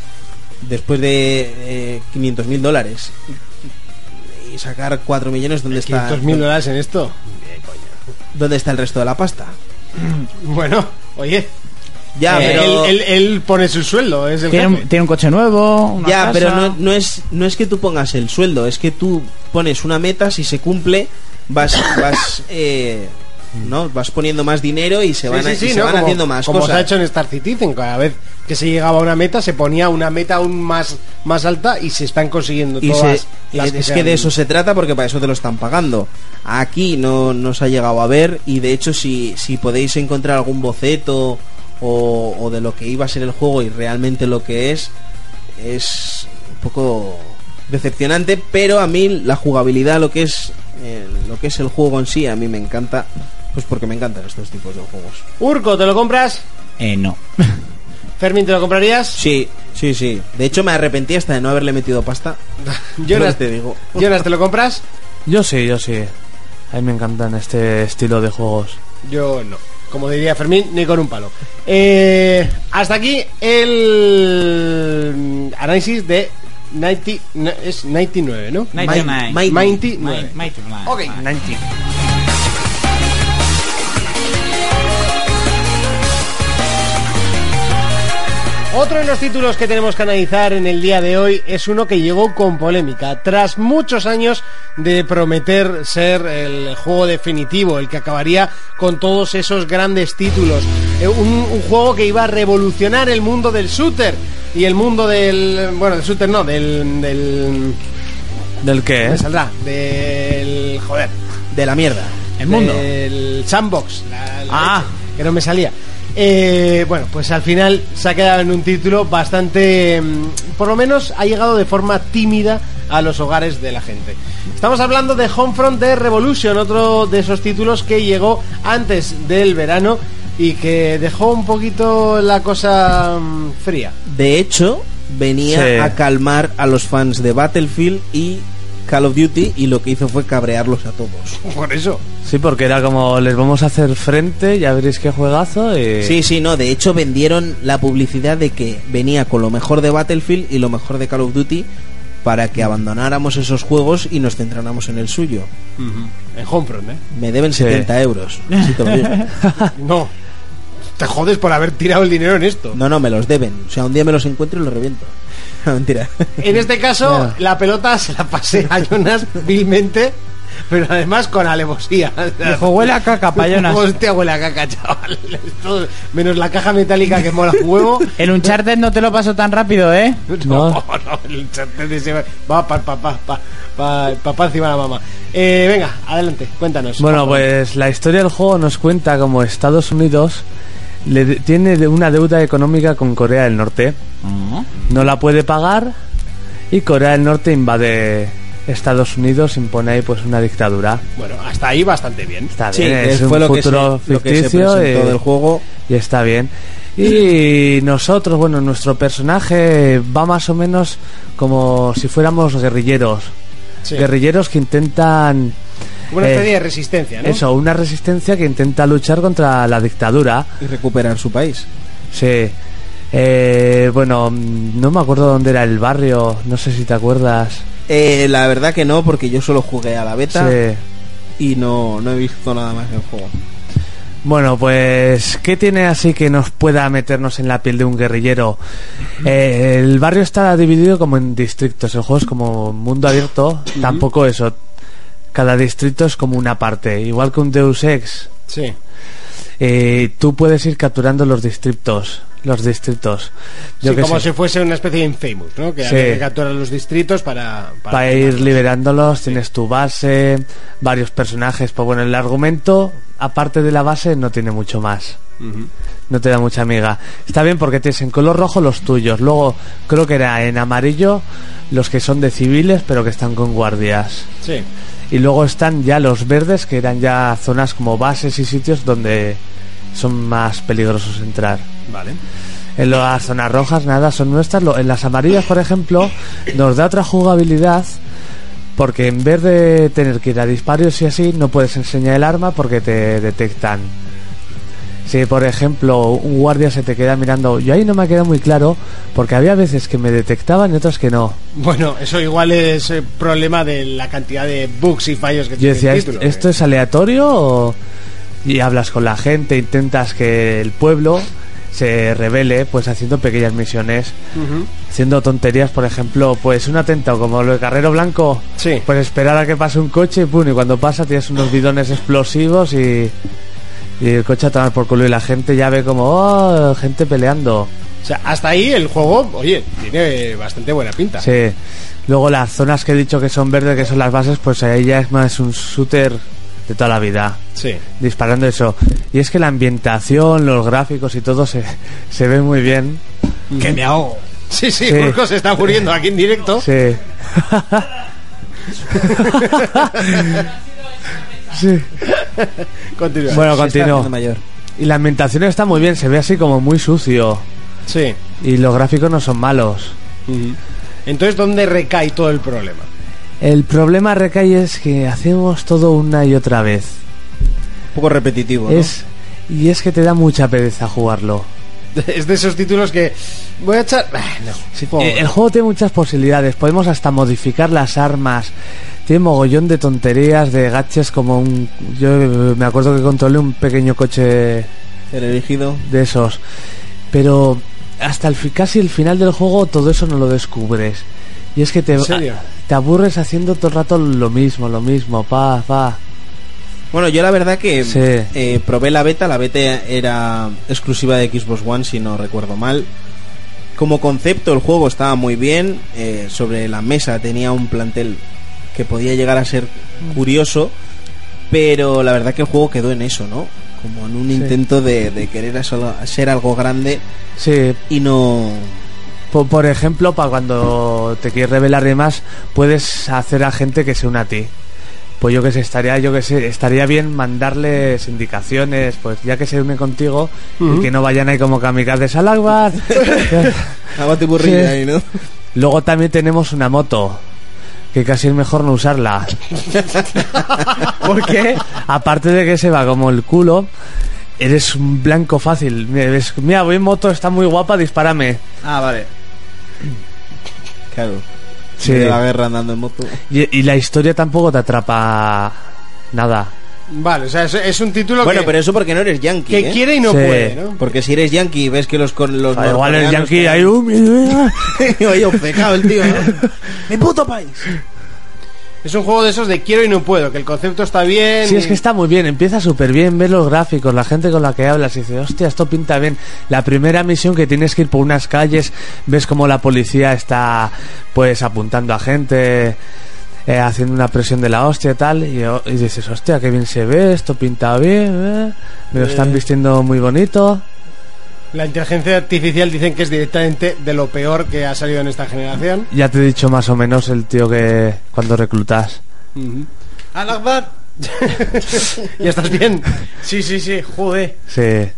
Speaker 5: Después de eh, 500.000 dólares. Y sacar 4 millones, ¿dónde está?
Speaker 3: 500.000 dólares en esto.
Speaker 5: ¿Dónde está el resto de la pasta?
Speaker 3: Bueno, oye.
Speaker 5: Ya,
Speaker 3: eh,
Speaker 5: pero...
Speaker 3: él, él- él pone su sueldo, es el
Speaker 4: Tiene
Speaker 3: jefe.
Speaker 4: un, tiene un coche nuevo, una
Speaker 5: Ya,
Speaker 4: casa.
Speaker 5: pero no, no es, no es que tú pongas el sueldo, es que tú pones una meta, si se cumple, vas, vas, eh, ¿no? vas poniendo más dinero y se van,
Speaker 3: Sí,
Speaker 5: a-
Speaker 3: sí,
Speaker 5: y
Speaker 3: sí,
Speaker 5: se
Speaker 3: ¿no?
Speaker 5: van
Speaker 3: Como-
Speaker 5: haciendo más
Speaker 3: como
Speaker 5: cosas.
Speaker 3: se ha hecho en Star Citizen, cada vez que se llegaba a una meta se ponía una meta aún más, más alta y se están consiguiendo
Speaker 5: y
Speaker 3: todas
Speaker 5: se-
Speaker 3: las
Speaker 5: es que,
Speaker 3: sean-
Speaker 5: de eso se trata porque para eso te lo están pagando. Aquí no, no se ha llegado a ver y de hecho si, si podéis encontrar algún boceto o, o de lo que iba a ser el juego y realmente lo que es, es un poco decepcionante, pero a mí la jugabilidad, lo que es eh, lo que es el juego en sí, a mí me encanta, pues porque me encantan estos tipos de juegos.
Speaker 3: Urco, ¿te lo compras?
Speaker 4: Eh, no.
Speaker 3: Fermín, ¿te lo comprarías?
Speaker 5: Sí, sí, sí. De hecho me arrepentí hasta de no haberle metido pasta.
Speaker 3: Jonas,
Speaker 5: te digo.
Speaker 3: Jonas, ¿te lo compras?
Speaker 6: Yo sí, yo sí. A mí me encantan este estilo de juegos.
Speaker 3: Yo no. Como diría Fermín, ni con un palo. Eh, hasta aquí el análisis de 90, no, es 99, ¿no?
Speaker 4: Mighty
Speaker 5: Mighty-
Speaker 4: Mighty.
Speaker 3: Mighty-
Speaker 4: Mighty- Mighty Blind.
Speaker 3: Ok. Otro de los títulos que tenemos que analizar en el día de hoy es uno que llegó con polémica. Tras muchos años de prometer ser el juego definitivo, el que acabaría con todos esos grandes títulos. Eh, Un, un juego que iba a revolucionar el mundo del shooter y el mundo del... Bueno, del shooter no, del... del
Speaker 6: ¿Del qué?
Speaker 3: me saldrá? Del... Joder.
Speaker 5: De la mierda.
Speaker 4: El mundo.
Speaker 3: El sandbox. la- la
Speaker 4: Ah.
Speaker 3: leche, que no me salía. Eh, bueno, pues al final se ha quedado en un título bastante... mm, Por lo menos ha llegado de forma tímida a los hogares de la gente. Estamos hablando de Homefront de Revolution, otro de esos títulos que llegó antes del verano y que dejó un poquito la cosa mm, fría.
Speaker 5: De hecho, venía
Speaker 6: Sí.
Speaker 5: a calmar a los fans de Battlefield y Call of Duty y lo que hizo fue cabrearlos a todos.
Speaker 3: Por eso.
Speaker 6: Sí, porque era como les vamos a hacer frente, ya veréis qué juegazo y...
Speaker 5: Sí, sí, no, de hecho vendieron la publicidad de que venía con lo mejor de Battlefield y lo mejor de Call of Duty para que abandonáramos esos juegos y nos centráramos en el suyo.
Speaker 3: En Homefront, ¿eh?
Speaker 5: Me deben
Speaker 6: Sí.
Speaker 5: 70 euros. así te lo digo.
Speaker 3: No. Ah. Te jodes por haber tirado el dinero en esto.
Speaker 5: No, no, me los deben. O sea, un día me los encuentro y los reviento. No, mentira.
Speaker 3: En este caso, la pelota se la pasé a Jonas vilmente, pero además con alevosía.
Speaker 4: Dijo, huele a caca, payonas.
Speaker 3: Hostia, huele a caca, chaval. Todo- menos la caja metálica que mola un huevo.
Speaker 4: El Uncharted no te lo paso tan rápido, ¿eh?
Speaker 3: No, no, el sartén de ese va- va para papá, pa, pa, papá encima de la mamá. Eh, venga, adelante, cuéntanos.
Speaker 6: Bueno, pues la historia del juego nos cuenta como Estados Unidos le de- tiene de- una deuda económica con Corea del Norte. No la puede pagar y Corea del Norte invade Estados Unidos, impone ahí pues una dictadura.
Speaker 3: Bueno, hasta ahí bastante bien.
Speaker 6: Está
Speaker 5: Sí,
Speaker 6: bien, es
Speaker 5: que
Speaker 6: un
Speaker 5: fue lo que, se,
Speaker 6: futuro
Speaker 5: lo que se
Speaker 6: ficticio
Speaker 5: presentó
Speaker 6: eh,
Speaker 5: del juego.
Speaker 6: y está bien. Y nosotros, bueno, nuestro personaje va más o menos como si fuéramos guerrilleros.
Speaker 3: Sí.
Speaker 6: Guerrilleros que intentan
Speaker 3: Una
Speaker 6: eh,
Speaker 3: especie de resistencia, ¿no?
Speaker 6: eso, una resistencia que intenta luchar contra la dictadura.
Speaker 5: Y recuperar su país.
Speaker 6: Sí. Eh, bueno, mm, no me acuerdo dónde era el barrio, no sé si te acuerdas.
Speaker 5: Eh, la verdad que no, porque yo solo jugué a la beta.
Speaker 6: Sí.
Speaker 5: y no, no he visto nada más del juego.
Speaker 6: Bueno, pues, ¿qué tiene así que nos pueda meternos en la piel de un guerrillero? Eh, el barrio está dividido como en distritos, el juego es como mundo abierto, tampoco eso. Cada distrito es como una parte, igual que un Deus Ex.
Speaker 3: Sí.
Speaker 6: Eh, tú puedes ir capturando los distritos, los distritos. Yo
Speaker 3: Sí,
Speaker 6: qué
Speaker 3: como
Speaker 6: sé.
Speaker 3: si fuese una especie de Infamous, ¿no? Que
Speaker 6: Sí.
Speaker 3: había que capturar los distritos para...
Speaker 6: para, ir liberándolos tienes tu base, varios personajes, pues bueno, el argumento, aparte de la base, no tiene mucho más. No te da mucha amiga. Está bien porque tienes en color rojo los tuyos, luego creo que era en amarillo los que son de civiles pero que están con guardias.
Speaker 3: Sí.
Speaker 6: Y luego están ya los verdes que eran ya zonas como bases y sitios donde son más peligrosos entrar.
Speaker 3: Vale.
Speaker 6: En las zonas rojas nada, son nuestras. Lo- En las amarillas, por ejemplo, nos da otra jugabilidad Porque en vez de tener que ir a disparos y así, no puedes enseñar el arma porque te detectan. Si, por ejemplo, un guardia se te queda mirando, yo ahí no me ha quedado muy claro porque había veces que me detectaban y otras que no.
Speaker 3: Bueno, eso igual es eh, problema de la cantidad de bugs y fallos que
Speaker 6: Yo
Speaker 3: tiene
Speaker 6: decía,
Speaker 3: el
Speaker 6: "¿Est-
Speaker 3: título. eh.
Speaker 6: ¿esto es aleatorio? o-?" Y hablas con la gente, intentas que el pueblo se revele, pues haciendo pequeñas misiones,
Speaker 3: Ujú.
Speaker 6: haciendo tonterías, por ejemplo, pues un atentado como lo de Carrero Blanco,
Speaker 3: Sí.
Speaker 6: pues esperar a que pase un coche y pum, y cuando pasa tienes unos bidones explosivos y, y el coche a tomar por culo y la gente ya ve como, oh, gente peleando.
Speaker 3: O sea, hasta ahí el juego, oye, tiene bastante buena pinta.
Speaker 6: Sí. Luego las zonas que he dicho que son verdes, que son las bases, pues ahí ya es más un shooter de toda la vida.
Speaker 3: Sí.
Speaker 6: disparando eso. Y es que la ambientación, los gráficos y todo se, se ve muy bien.
Speaker 4: Que me ahogo.
Speaker 3: Sí, sí,
Speaker 6: Sí.
Speaker 3: Urco se está muriendo aquí en directo.
Speaker 6: Sí. sí.
Speaker 3: Continúa.
Speaker 6: Bueno,
Speaker 5: Se está
Speaker 6: continúo.
Speaker 5: haciendo mayor.
Speaker 6: Y la ambientación está muy bien, se ve así como muy sucio.
Speaker 3: Sí.
Speaker 6: Y los gráficos no son malos.
Speaker 3: Entonces, ¿dónde recae todo el problema?
Speaker 6: El problema recae es que hacemos todo una y otra vez.
Speaker 5: Un poco repetitivo, ¿no?
Speaker 6: Es y es que te da mucha pereza jugarlo.
Speaker 3: Es de esos títulos que voy a echar... Ah, no. Juego.
Speaker 6: Eh, el juego tiene muchas posibilidades. Podemos hasta modificar las armas. Tiene mogollón de tonterías, de gaches como un... Yo eh, me acuerdo que controlé un pequeño coche
Speaker 5: El elegido.
Speaker 6: de esos. Pero hasta el, fi- casi el final del juego todo eso no lo descubres. Y es que te,
Speaker 3: ¿En serio?
Speaker 6: te aburres haciendo todo el rato lo mismo, lo mismo, pa, pa.
Speaker 5: Bueno, yo la verdad que
Speaker 6: Sí.
Speaker 5: eh, probé la beta. La beta era exclusiva de Xbox One, si no recuerdo mal. Como concepto, el juego estaba muy bien. eh, sobre la mesa tenía un plantel que podía llegar a ser curioso. Pero la verdad que el juego quedó en eso, ¿no? Como en un intento de, de querer ser algo grande
Speaker 6: Sí,
Speaker 5: y no.
Speaker 6: po- por, ejemplo, para cuando te quieres revelar de más, puedes hacer a gente que se una a ti. Pues yo que sé, estaría, yo que sé, estaría bien mandarles indicaciones, pues ya que se unen contigo y que no vayan ahí como kamikazes al agua.
Speaker 5: Hágate burrilla
Speaker 6: Sí.
Speaker 5: ahí, ¿no?
Speaker 6: Luego también tenemos una moto, que casi es mejor no usarla. Porque, aparte de que se va como el culo, eres un blanco fácil. Mira, ves, mira, voy en moto, está muy guapa, dispárame.
Speaker 5: Ah, vale. Claro.
Speaker 6: Sí.
Speaker 5: De la guerra andando en moto.
Speaker 6: Y, y la historia tampoco te atrapa nada.
Speaker 3: Vale, o sea, es, es un título
Speaker 5: Bueno,
Speaker 3: que,
Speaker 5: pero eso porque no eres yankee.
Speaker 3: que
Speaker 5: ¿eh?
Speaker 3: quiere y no
Speaker 6: Sí.
Speaker 3: puede, ¿no?
Speaker 5: Porque si eres yankee y ves que los con los
Speaker 6: Ah, igual el
Speaker 5: norcoreanos
Speaker 6: yankee,
Speaker 5: están-
Speaker 6: ahí, uh, mira, mira.
Speaker 5: Oye, obcecado el tío, ¿no? Mi puto país.
Speaker 3: Es un juego de esos de quiero y no puedo, que el concepto está bien.
Speaker 6: Sí, es
Speaker 3: y-
Speaker 6: que está muy bien, empieza súper bien, ves los gráficos, la gente con la que hablas y dices, hostia, esto pinta bien. La primera misión que tienes que ir por unas calles, ves como la policía está pues apuntando a gente, eh, haciendo una presión de la hostia y tal, y, oh, y dices, hostia, qué bien se ve, esto pinta bien, eh, me lo están vistiendo muy bonito.
Speaker 3: La inteligencia artificial dicen que es directamente de lo peor que ha salido en esta generación.
Speaker 6: Ya te he dicho más o menos el tío que cuando reclutas.
Speaker 3: ¡Al Akbar! ¿Ya estás bien? Sí, sí, sí, joder.
Speaker 6: Sí.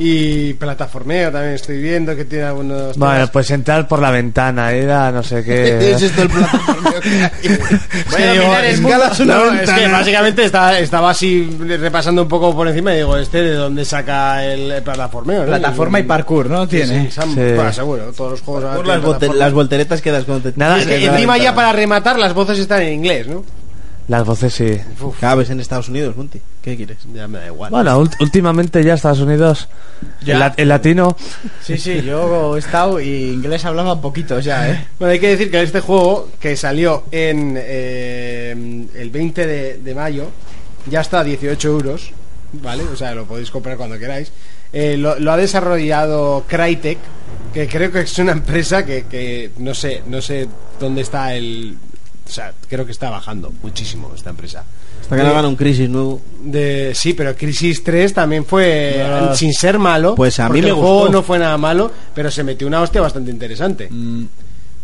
Speaker 3: Y plataformeo también estoy viendo que tiene algunos...
Speaker 6: Bueno,
Speaker 3: temas.
Speaker 6: pues entrar por la ventana, ir a no sé qué.
Speaker 5: Es esto el plataformeo que hay.
Speaker 3: Voy a
Speaker 5: Sí,
Speaker 3: mirar
Speaker 5: digo,
Speaker 3: el mundo.
Speaker 5: escalas una
Speaker 3: No, es
Speaker 5: ventana.
Speaker 3: que básicamente está- estaba así repasando un poco por encima y digo, este de dónde saca el, el plataformeo, ¿no?
Speaker 4: Plataforma y parkour, ¿no?
Speaker 3: Mm. Sí,
Speaker 4: Tiene.
Speaker 3: sí, Sam,
Speaker 6: Sí.
Speaker 3: bueno, seguro, todos los juegos... ahora
Speaker 5: Por las,
Speaker 3: tienen
Speaker 5: volte-
Speaker 3: plataforma.
Speaker 5: las volteretas que das cuando te...
Speaker 6: Nada,
Speaker 5: Es que
Speaker 6: eh,
Speaker 3: Encima ya para rematar las voces están en inglés, ¿no?
Speaker 6: Las voces sí.
Speaker 5: Cabes en Estados Unidos, Monty. ¿Qué quieres?
Speaker 3: Ya me da igual.
Speaker 6: Bueno, ult- últimamente ya Estados Unidos, el, la- el latino,
Speaker 4: Sí, sí, yo he estado y inglés hablaba un poquito ya, ¿eh?
Speaker 3: Bueno, hay que decir que este juego, que salió en eh, el 20 de, de mayo, ya está a 18 euros, ¿vale? O sea, lo podéis comprar cuando queráis. Eh, lo, lo ha desarrollado Crytek, que creo que es una empresa que, que no sé, no sé dónde está el... O sea, creo que está bajando muchísimo esta empresa.
Speaker 5: Hasta que no hagan un crisis nuevo.
Speaker 3: De, sí, pero Crisis 3 también fue eh, sin ser malo.
Speaker 5: Pues a mí
Speaker 3: porque
Speaker 5: me
Speaker 3: el
Speaker 5: gustó.
Speaker 3: juego no fue nada malo, pero se metió una hostia bastante interesante.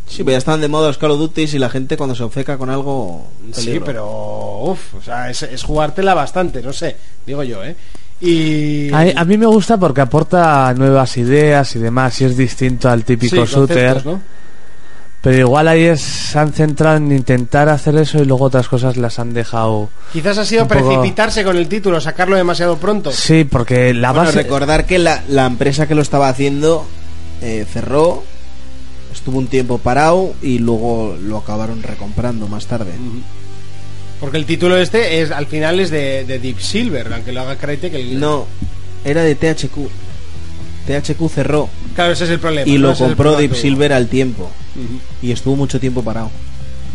Speaker 5: Sí, pues ya están de moda los Call of Duty y la gente cuando se obceca con algo...
Speaker 3: Sí,
Speaker 5: peligro.
Speaker 3: pero uff, o sea, es, es jugártela bastante, no sé, digo yo, ¿eh? Y
Speaker 6: a, a mí me gusta porque aporta nuevas ideas y demás, y es distinto al
Speaker 3: sí,
Speaker 6: típico
Speaker 3: conceptos,
Speaker 6: shooter.
Speaker 3: ¿no?
Speaker 6: Pero igual ahí es- se han centrado en intentar hacer eso y luego otras cosas las han dejado.
Speaker 3: Quizás ha sido
Speaker 6: Un poco-
Speaker 3: precipitarse con el título, sacarlo demasiado pronto.
Speaker 6: Sí, porque la
Speaker 5: Bueno,
Speaker 6: base.
Speaker 5: recordar que la, la empresa que lo estaba haciendo eh, cerró, estuvo un tiempo parado y luego lo acabaron recomprando más tarde.
Speaker 3: Mm. Porque el título este es al final es de, de Deep Silver, aunque lo haga Crytek. El...
Speaker 5: No, era de THQ. THQ cerró
Speaker 3: Claro, ese es el problema.
Speaker 5: y
Speaker 3: ¿no?
Speaker 5: lo
Speaker 3: Ese es el
Speaker 5: compró
Speaker 3: problema
Speaker 5: Deep
Speaker 3: tuyo.
Speaker 5: Silver al tiempo. Y estuvo mucho tiempo parado.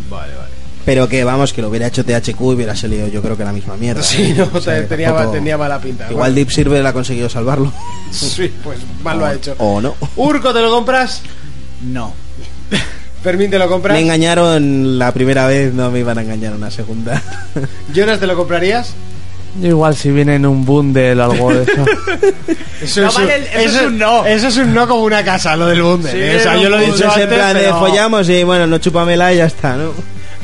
Speaker 3: Vale, vale.
Speaker 5: Pero que vamos, que lo hubiera hecho THQ y hubiera salido yo creo que la misma mierda.
Speaker 3: Sí,
Speaker 5: ¿eh?
Speaker 3: no,
Speaker 5: O sea, que
Speaker 3: tenía,
Speaker 5: tampoco-
Speaker 3: tenía mala pinta.
Speaker 5: Igual Oh, Deep Silver ha conseguido salvarlo.
Speaker 3: Sí, pues mal lo ha hecho.
Speaker 5: O no.
Speaker 3: Urco, ¿te lo compras?
Speaker 4: No.
Speaker 3: Fermín, ¿te lo compras?
Speaker 5: Me engañaron la primera vez, no me iban a engañar una segunda.
Speaker 3: Jonas, ¿te lo comprarías?
Speaker 6: Yo Igual si viene en un bundle o algo de eso.
Speaker 3: Eso,
Speaker 4: No, vale, eso es un no.
Speaker 3: Eso es un no como una casa, lo del Bunde.
Speaker 4: Sí,
Speaker 3: ¿eh? O sea,
Speaker 4: no
Speaker 3: yo lo he
Speaker 4: puedo.
Speaker 3: dicho
Speaker 5: es
Speaker 3: antes,
Speaker 5: en plan de
Speaker 3: pero-
Speaker 5: follamos y bueno, no chúpamela y ya está, ¿no?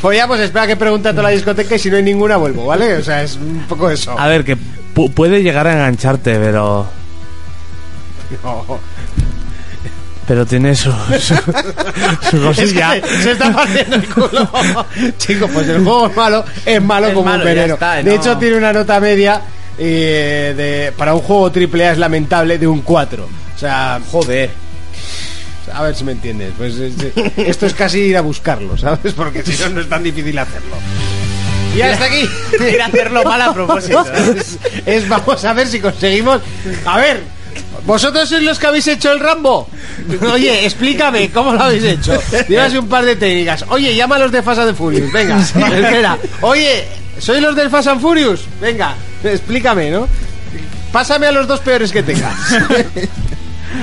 Speaker 3: Follamos, pues, espera que pregunte a toda la discoteca y si no hay ninguna vuelvo, ¿vale? O sea, es un poco eso.
Speaker 6: A ver, que pu- puede llegar a engancharte, pero.
Speaker 3: No.
Speaker 6: Pero tiene su. su, su
Speaker 3: Es que
Speaker 6: cosilla.
Speaker 3: se, se está partiendo el culo. Chicos, pues el juego es malo, es malo
Speaker 4: Es
Speaker 3: como
Speaker 4: malo,
Speaker 3: un
Speaker 4: ya
Speaker 3: veneno.
Speaker 4: está,
Speaker 3: De
Speaker 4: no.
Speaker 3: hecho, tiene una nota media eh, de- para un juego AAA es lamentable de un 4. O sea,
Speaker 5: Joder.
Speaker 3: a ver si me entiendes. Pues es- esto es casi ir a buscarlo, ¿sabes? Porque si no, no es tan difícil hacerlo. Y hasta aquí.
Speaker 4: Ir a hacerlo mal a propósito.
Speaker 3: Es, es- vamos a ver si conseguimos. A ver, vosotros sois los que habéis hecho el Rambo. Oye, explícame cómo lo habéis hecho. Dígase un par de técnicas. Oye, llama a los de Fast and Furious. Venga, espera. Oye, ¿sois los del Fast and Furious? Venga, explícame, ¿no? Pásame a los dos peores que tengas.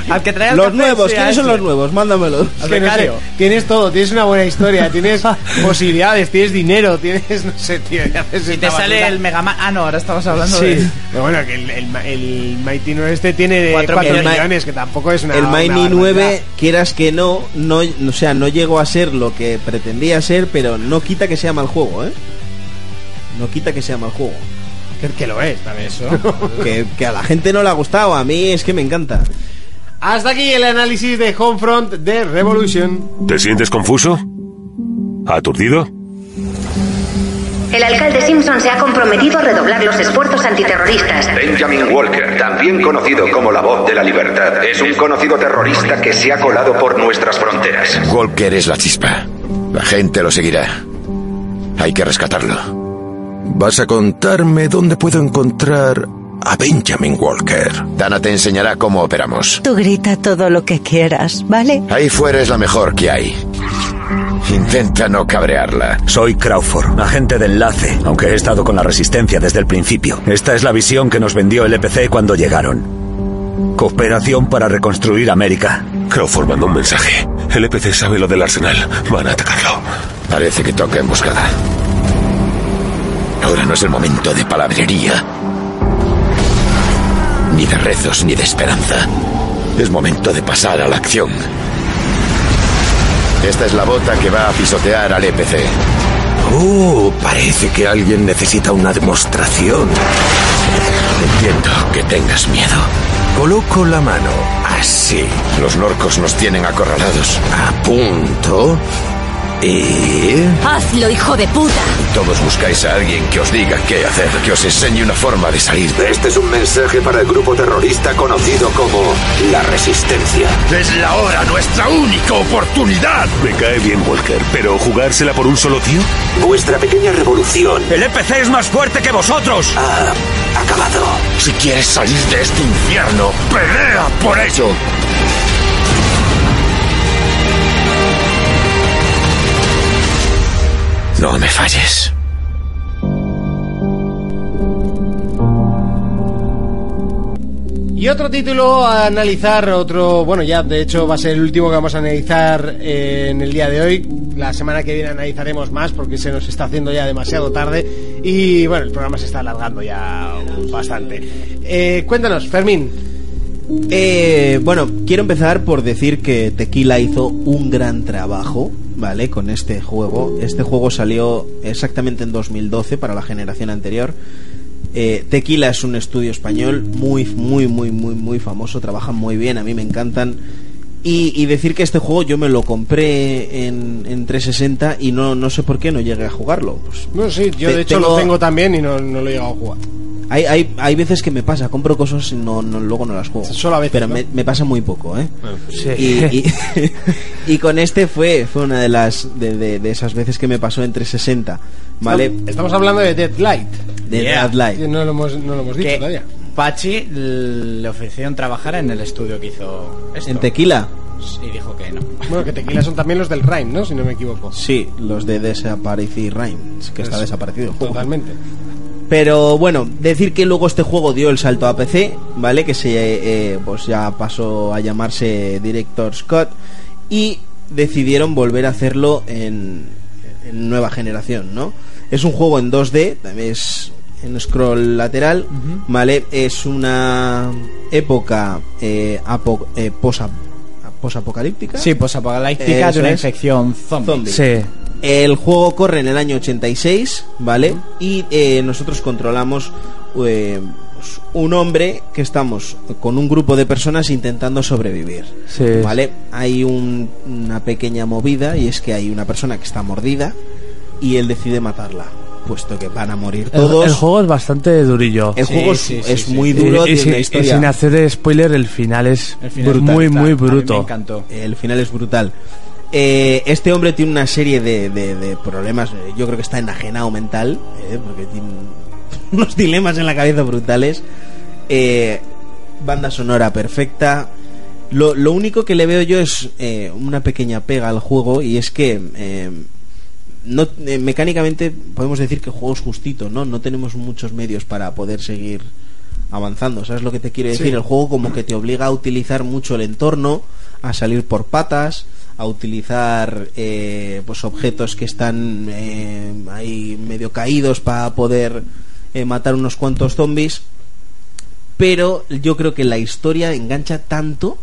Speaker 4: Al que traiga el
Speaker 5: Los
Speaker 4: café,
Speaker 5: nuevos,
Speaker 4: sí, a
Speaker 5: ¿quiénes son
Speaker 4: ese.
Speaker 5: los nuevos? Mándamelos.
Speaker 3: Es que no sé,
Speaker 4: becario.
Speaker 3: tienes todo, tienes una buena historia, tienes posibilidades, tienes dinero, tienes, no sé, tío, ya haces
Speaker 4: Y te
Speaker 3: esta
Speaker 4: sale
Speaker 3: basura.
Speaker 4: el Mega Man. Ah, no, ahora estabas hablando
Speaker 3: Sí.
Speaker 4: de.
Speaker 3: Pero bueno, que el, el, Ma- el Mighty 9 este tiene
Speaker 4: Cuatro
Speaker 3: 4
Speaker 4: millones.
Speaker 3: millones, que tampoco es una.
Speaker 5: el
Speaker 3: una
Speaker 5: Miami
Speaker 3: barbaridad.
Speaker 5: 9, quieras que no, no, o sea, no llegó a ser lo que pretendía ser, pero no quita que sea mal juego, ¿eh? No quita que sea mal juego.
Speaker 3: Que, que lo es, también eso.
Speaker 5: Que, que a la gente no le ha gustado, a mí es que me encanta.
Speaker 3: Hasta aquí el análisis de Homefront de Revolution.
Speaker 7: ¿Te sientes confuso? ¿Aturdido?
Speaker 11: El alcalde Simpson se ha comprometido a redoblar los esfuerzos antiterroristas.
Speaker 12: Benjamin Walker, también conocido como la voz de la libertad, es un conocido terrorista que se ha colado por nuestras fronteras.
Speaker 13: Walker es la chispa. La gente lo seguirá. Hay que rescatarlo. ¿Vas a contarme dónde puedo encontrar a Benjamin Walker? Dana te enseñará cómo operamos.
Speaker 14: Tú grita todo lo que quieras, ¿vale?
Speaker 13: Ahí fuera es la mejor que hay. Intenta no cabrearla.
Speaker 7: Soy Crawford, agente de enlace, aunque he estado con la resistencia desde el principio. Esta es la visión que nos vendió el EPC cuando llegaron. Cooperación para reconstruir América.
Speaker 12: Crawford mandó un mensaje. El EPC sabe lo del arsenal. Van a atacarlo.
Speaker 13: Parece que toca emboscada. Ahora no es el momento de palabrería. Ni de rezos ni de esperanza. Es momento de pasar a la acción. Esta es la bota que va a pisotear al E EPC.
Speaker 12: Oh, parece que alguien necesita una demostración.
Speaker 13: Entiendo que tengas miedo.
Speaker 12: Coloco la mano. Así.
Speaker 13: Los norcos nos tienen acorralados.
Speaker 12: A punto. Y...
Speaker 14: ¡Hazlo, hijo de puta!
Speaker 13: Todos buscáis a alguien que os diga qué hacer, que os enseñe una forma de salir.
Speaker 12: Este es un mensaje para el grupo terrorista conocido como la Resistencia.
Speaker 7: Es la hora, nuestra única oportunidad. Me cae bien Walker, pero jugársela por un solo tío.
Speaker 12: Vuestra pequeña revolución
Speaker 7: El EPC es más fuerte que vosotros.
Speaker 12: ha acabado.
Speaker 13: Si quieres salir de este infierno, pelea por ello. No me falles.
Speaker 3: Y otro título a analizar, otro. Bueno, ya de hecho va a ser el último que vamos a analizar eh, en el día de hoy. La semana que viene analizaremos más porque se nos está haciendo ya demasiado tarde. Y bueno, el programa se está alargando ya bastante. Eh, cuéntanos, Fermín.
Speaker 5: Eh, bueno, quiero empezar por decir que Tequila hizo un gran trabajo, ¿vale? Con este juego. Este juego salió exactamente en 2012 para la generación anterior. Eh, Tequila es un estudio español muy, muy, muy, muy, muy famoso. Trabajan muy bien, a mí me encantan. Y, y decir que este juego yo me lo compré en, en 360 y no, no sé por qué no llegué a jugarlo. Pues
Speaker 3: No, sí, yo
Speaker 5: Te-
Speaker 3: de hecho
Speaker 5: tengo-
Speaker 3: lo tengo también y no, no lo he llegado a jugar.
Speaker 5: hay, hay, hay veces que me pasa, compro cosas y no, no- luego no las juego.
Speaker 3: Solo a veces,
Speaker 5: Pero
Speaker 3: ¿no?
Speaker 5: me, me pasa muy poco, ¿eh?
Speaker 3: Sí.
Speaker 5: Y, y- y con este fue, fue una de las de, de- de esas veces que me pasó en 360. ¿Vale?
Speaker 3: Estamos hablando de Dead Light.
Speaker 5: De Dead Light.
Speaker 3: Que No lo hemos, no lo hemos dicho
Speaker 4: Que
Speaker 3: todavía.
Speaker 4: Pachi le ofrecieron trabajar en el estudio que hizo esto.
Speaker 5: En Tequila.
Speaker 4: Y dijo que no.
Speaker 3: Bueno, que tequila son también los del Rhyme, ¿no? Si no me equivoco.
Speaker 5: Sí, los de Desaparecir Rhyme, que está
Speaker 3: Eso.
Speaker 5: desaparecido. el juego.
Speaker 3: Totalmente.
Speaker 5: Pero bueno, decir que luego este juego dio el salto a PC, ¿vale? Que se eh, pues ya pasó a llamarse Director Scott y decidieron volver a hacerlo en, en nueva generación, ¿no? Es un juego en 2D, también es en scroll lateral, ¿vale? Es una época eh, apo- eh, posa- posapocalíptica.
Speaker 4: Sí, pues apocalíptica
Speaker 5: Eso
Speaker 4: de una
Speaker 5: es.
Speaker 4: infección zombie.
Speaker 5: Zombie. El juego corre en el año 86, ¿vale? Y eh, nosotros controlamos eh, pues, un hombre que estamos con un grupo de personas intentando sobrevivir.
Speaker 6: Sí.
Speaker 5: ¿Vale? Hay un- una pequeña movida y es que hay una persona que está mordida y él decide matarla, puesto que van a morir
Speaker 6: El-
Speaker 5: todos.
Speaker 6: El, juego es bastante durillo.
Speaker 5: El juego Sí, es- sí, es sí, muy sí. duro, tiene
Speaker 6: Eh, sin-
Speaker 5: una historia.
Speaker 6: sin hacer spoiler, el final es
Speaker 5: final es
Speaker 6: muy,
Speaker 5: brutal.
Speaker 6: muy
Speaker 5: A mí me
Speaker 6: bruto.
Speaker 4: encantó.
Speaker 5: El final es brutal. Eh, este hombre tiene una serie de, de- de problemas. eh, Yo creo que está enajenado mental, eh, porque tiene unos dilemas en la cabeza brutales. Eh, banda sonora perfecta. Lo, lo único que le veo yo es eh, una pequeña pega al juego y es que eh, no, eh, mecánicamente podemos decir que el juego es justito, ¿no? No tenemos muchos medios para poder seguir avanzando. ¿Sabes lo que te quiero decir?
Speaker 6: Sí.
Speaker 5: El juego como que te obliga a utilizar mucho el entorno, a salir por patas, a utilizar eh, pues objetos que están eh, ahí medio caídos para poder eh, matar unos cuantos zombies. Pero yo creo que la historia engancha tanto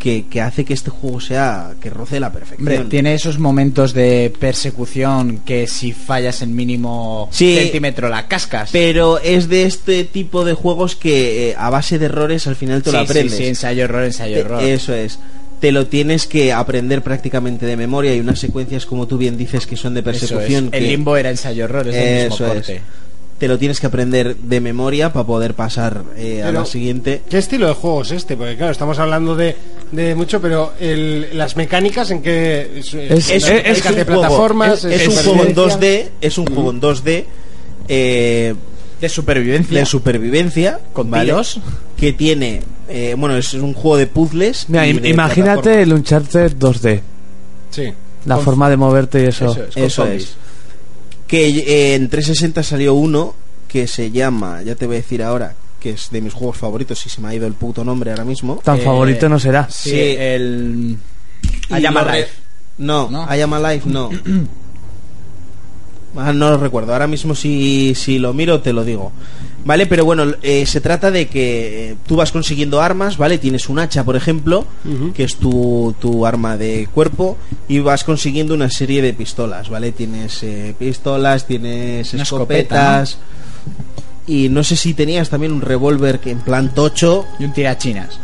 Speaker 5: que, que hace que este juego sea que roce la perfección.
Speaker 4: Hombre, tiene esos momentos de persecución que si fallas el mínimo
Speaker 5: Sí.
Speaker 4: centímetro la cascas.
Speaker 5: Pero es de este tipo de juegos que eh, a base de errores al final te lo
Speaker 4: Sí, sí,
Speaker 5: aprendes.
Speaker 4: sí, ensayo error, ensayo
Speaker 5: Te-
Speaker 4: error.
Speaker 5: Eso es. Te lo tienes que aprender prácticamente de memoria y unas secuencias como tú bien dices que son de
Speaker 4: Eso es.
Speaker 5: persecución.
Speaker 4: El
Speaker 5: que-
Speaker 4: limbo era ensayo error, es el mismo
Speaker 5: Eso es.
Speaker 4: corte.
Speaker 5: Te lo tienes que aprender de memoria para poder pasar eh, a
Speaker 3: Pero-
Speaker 5: la siguiente.
Speaker 3: ¿Qué estilo de juego es este? Porque claro, estamos hablando de, de mucho, pero el- las mecánicas en que...
Speaker 5: es,
Speaker 3: Es, las mecánicas
Speaker 5: es un
Speaker 3: de
Speaker 5: juego-
Speaker 3: plataformas...
Speaker 5: es- es un juego en 2D, es un juego en 2D
Speaker 4: de supervivencia,
Speaker 5: de supervivencia
Speaker 4: con
Speaker 6: tiros.
Speaker 5: que tiene, eh, bueno, es un juego de puzzles.
Speaker 6: Mira,
Speaker 5: y
Speaker 6: im-
Speaker 5: de
Speaker 6: imagínate el Uncharted 2D.
Speaker 3: Sí.
Speaker 6: La
Speaker 5: Con-
Speaker 6: forma de moverte y eso.
Speaker 5: Eso es. Que eh, en 360 salió uno que se llama, ya te voy a decir ahora, que es de mis juegos favoritos y se me ha ido el puto nombre ahora mismo.
Speaker 6: Tan favorito no será.
Speaker 5: Eh, Sí,
Speaker 6: Sí,
Speaker 4: el...
Speaker 5: y
Speaker 4: Ayama
Speaker 5: lo re-
Speaker 4: Life.
Speaker 5: No, I Am Alive no. Ah, no lo recuerdo. Ahora mismo si, si lo miro te lo digo. Vale, pero bueno, eh, se trata de que eh, tú vas consiguiendo armas, ¿vale? Tienes un hacha, por ejemplo, que es tu, tu arma de cuerpo, y vas consiguiendo una serie de pistolas, ¿vale? Tienes eh, pistolas, tienes
Speaker 4: Una escopeta,
Speaker 5: escopetas, y no sé si tenías también un revólver que en plan tocho.
Speaker 4: Y un tirachinas.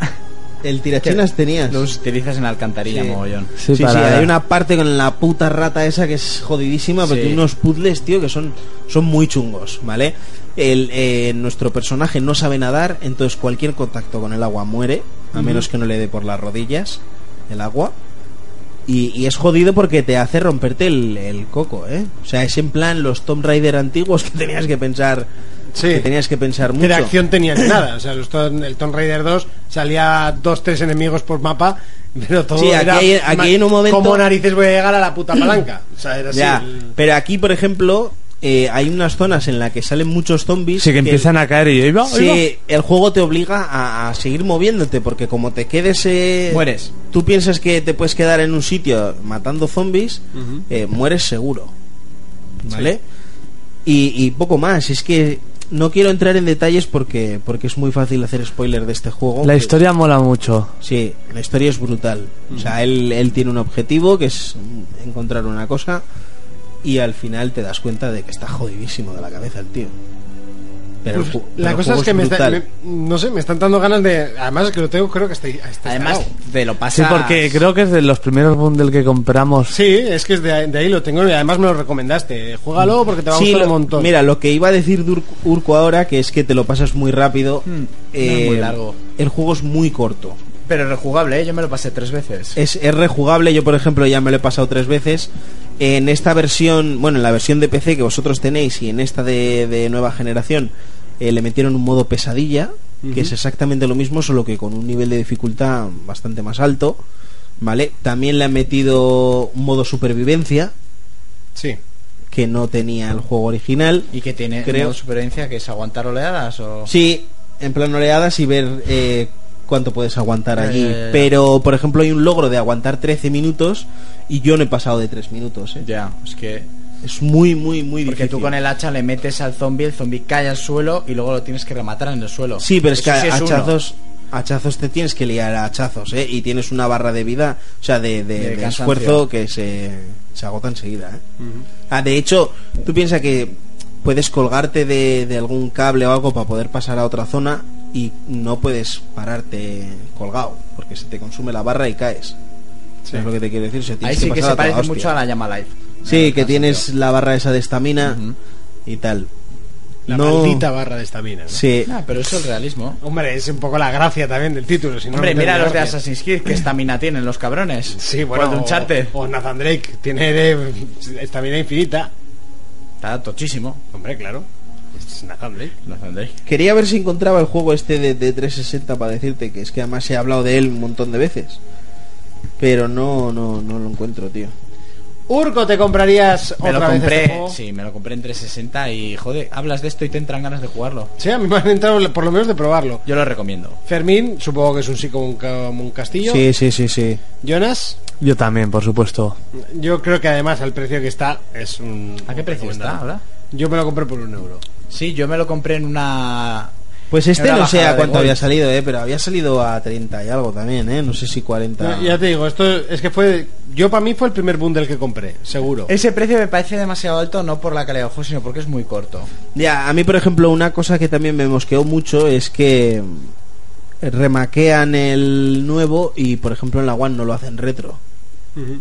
Speaker 5: El tirachinas tenías.
Speaker 4: Los utilizas en la alcantarilla,
Speaker 5: Sí.
Speaker 4: mogollón.
Speaker 5: Sí, sí, hay una parte con la puta rata esa que es jodidísima, pero
Speaker 4: Sí.
Speaker 5: tiene unos puzzles, tío, que son, son muy chungos, ¿vale? El, eh, nuestro personaje no sabe nadar, entonces cualquier contacto con el agua muere, a
Speaker 6: Ujú.
Speaker 5: menos que no le dé por las rodillas el agua. Y, y es jodido porque te hace romperte el, el coco, ¿eh? O sea, es en plan los Tomb Raider antiguos que tenías que pensar... Que tenías que pensar mucho.
Speaker 3: Que de acción tenían nada. O sea, los Tom- el Tomb Raider 2 salía dos, tres enemigos por mapa, pero todo
Speaker 5: Sí, aquí
Speaker 3: era...
Speaker 5: hay- aquí hay en un momento-
Speaker 3: ¿Cómo narices voy a llegar a la puta palanca? O sea, era así.
Speaker 5: Ya,
Speaker 3: el-
Speaker 5: pero aquí, por ejemplo, eh, hay unas zonas en las que salen muchos zombies.
Speaker 6: Sí, que empiezan a caer y yo iba,
Speaker 5: Sí, el juego te obliga a, a seguir moviéndote porque como te quedes... eh,
Speaker 4: Mueres.
Speaker 5: Tú piensas que te puedes quedar en un sitio matando zombies, eh, mueres seguro. ¿Vale? Y, y poco más, es que no quiero entrar en detalles porque, porque es muy fácil hacer spoiler de este juego.
Speaker 6: La
Speaker 5: que-
Speaker 6: historia mola mucho.
Speaker 5: Sí, la historia es brutal. O sea, él, él tiene un objetivo que es mm, encontrar una cosa y al final te das cuenta de que está jodidísimo de la cabeza el tío. Pero el ju- pero
Speaker 3: Pues, La
Speaker 5: el
Speaker 3: cosa
Speaker 5: juego
Speaker 3: es que me, está-
Speaker 5: brutal.
Speaker 3: me- no sé, me están dando ganas de. Además, que lo tengo, creo que estoy.
Speaker 4: Además,
Speaker 3: de lo
Speaker 6: Sí, porque creo que es de los primeros bundle que compramos.
Speaker 3: Sí, es que es de, de ahí lo tengo y además me lo recomendaste. Júgalo porque te va a
Speaker 5: Sí,
Speaker 3: gustar
Speaker 5: lo-
Speaker 3: un montón.
Speaker 5: Mira, lo que iba a decir Dur- Urco ahora, que es que te lo pasas muy rápido. eh,
Speaker 15: es muy largo.
Speaker 5: El juego es muy corto.
Speaker 15: Pero rejugable, ¿eh? yo me lo pasé tres veces.
Speaker 5: Es, es rejugable, yo por ejemplo ya me lo he pasado tres veces. En esta versión, bueno, en la versión de PC que vosotros tenéis y en esta de, de nueva generación, eh, le metieron un modo pesadilla,
Speaker 15: Ujú.
Speaker 5: que es exactamente lo mismo, solo que con un nivel de dificultad bastante más alto. ¿Vale? También le han metido un modo supervivencia.
Speaker 3: Sí.
Speaker 5: Que no tenía el juego original.
Speaker 15: ¿Y que tiene
Speaker 5: Creo-
Speaker 15: modo supervivencia que es aguantar oleadas o...?
Speaker 5: Sí, en plan oleadas y ver eh, cuánto puedes aguantar
Speaker 15: Ya,
Speaker 5: allí.
Speaker 15: ya, ya, ya.
Speaker 5: Pero, por ejemplo, hay un logro de aguantar 13 minutos y yo no he pasado de 3 minutos. ¿eh?
Speaker 15: Ya, es que...
Speaker 5: Es muy, muy, muy
Speaker 15: Porque
Speaker 5: difícil.
Speaker 15: tú con el hacha le metes al zombie, el zombie cae al suelo y luego lo tienes que rematar en el suelo.
Speaker 5: Sí, pero es
Speaker 15: Eso
Speaker 5: que
Speaker 15: sí uno.
Speaker 5: hachazos, hachazos te tienes que liar a hachazos, ¿eh? Y tienes una barra de vida, o sea, de, de-
Speaker 15: De
Speaker 5: de
Speaker 15: cansancio.
Speaker 5: esfuerzo que se, se agota enseguida, ¿eh? Ah, de hecho, tú piensas que puedes colgarte de, de algún cable o algo para poder pasar a otra zona y no puedes pararte colgado, porque se te consume la barra y caes.
Speaker 15: Sí.
Speaker 5: Es lo que te quiero decir. o sea, tienes
Speaker 15: Ahí sí que
Speaker 5: pasar
Speaker 15: se
Speaker 5: a toda
Speaker 15: parece
Speaker 5: hostia.
Speaker 15: mucho a la llama live.
Speaker 5: Sí, que tienes la barra esa de estamina y tal.
Speaker 3: La
Speaker 5: No-
Speaker 3: maldita barra de estamina. ¿no?
Speaker 5: Sí. Ah,
Speaker 15: pero eso es realismo.
Speaker 3: Hombre, es un poco la gracia también del título. Si no,
Speaker 15: Hombre,
Speaker 3: no
Speaker 15: mira
Speaker 3: tendría
Speaker 15: los de
Speaker 3: gracia.
Speaker 15: Assassin's Creed, que estamina tienen los cabrones. Sí,
Speaker 3: bueno,
Speaker 15: de
Speaker 3: o-
Speaker 15: Uncharted.
Speaker 3: O Nathan Drake tiene de estamina infinita.
Speaker 15: Está tochísimo.
Speaker 3: Hombre, claro. Es Nathan Drake.
Speaker 15: Nathan Drake.
Speaker 5: Quería ver si encontraba el juego este de, de 360 para decirte que es que además he hablado de él un montón de veces. Pero no, no, no lo encuentro, tío.
Speaker 3: Urco, ¿te comprarías
Speaker 15: Me
Speaker 3: otra
Speaker 15: lo
Speaker 3: vez
Speaker 15: compré,
Speaker 3: este juego?
Speaker 15: sí, me lo compré en 360 y joder, hablas de esto y te entran ganas de jugarlo.
Speaker 3: Sí, a mí me han entrado por lo menos de probarlo.
Speaker 15: Yo lo recomiendo.
Speaker 3: Fermín, supongo que es un sí como un, ca- como un castillo.
Speaker 5: Sí, sí, sí, sí.
Speaker 3: Jonas,
Speaker 6: Yo también, por supuesto.
Speaker 3: yo creo que además al precio que está es un...
Speaker 15: ¿A qué precio está ahora?
Speaker 3: Yo me lo compré por un euro.
Speaker 15: Sí, yo me lo compré en una...
Speaker 5: Pues este
Speaker 15: en una
Speaker 5: no sé
Speaker 15: bajada
Speaker 5: a
Speaker 15: de
Speaker 5: cuánto
Speaker 15: Gold.
Speaker 5: había salido, eh, pero había salido a 30 y algo también, eh. No sé si 40.
Speaker 3: Ya te digo, esto es que fue... Yo para mí fue el primer bundle que compré, seguro.
Speaker 15: Ese precio me parece demasiado alto, no por la calidad de juego, sino porque es muy corto.
Speaker 5: Ya, a mí, por ejemplo, una cosa que también me mosqueó mucho es que remaquean el nuevo y, por ejemplo, en la One no lo hacen retro.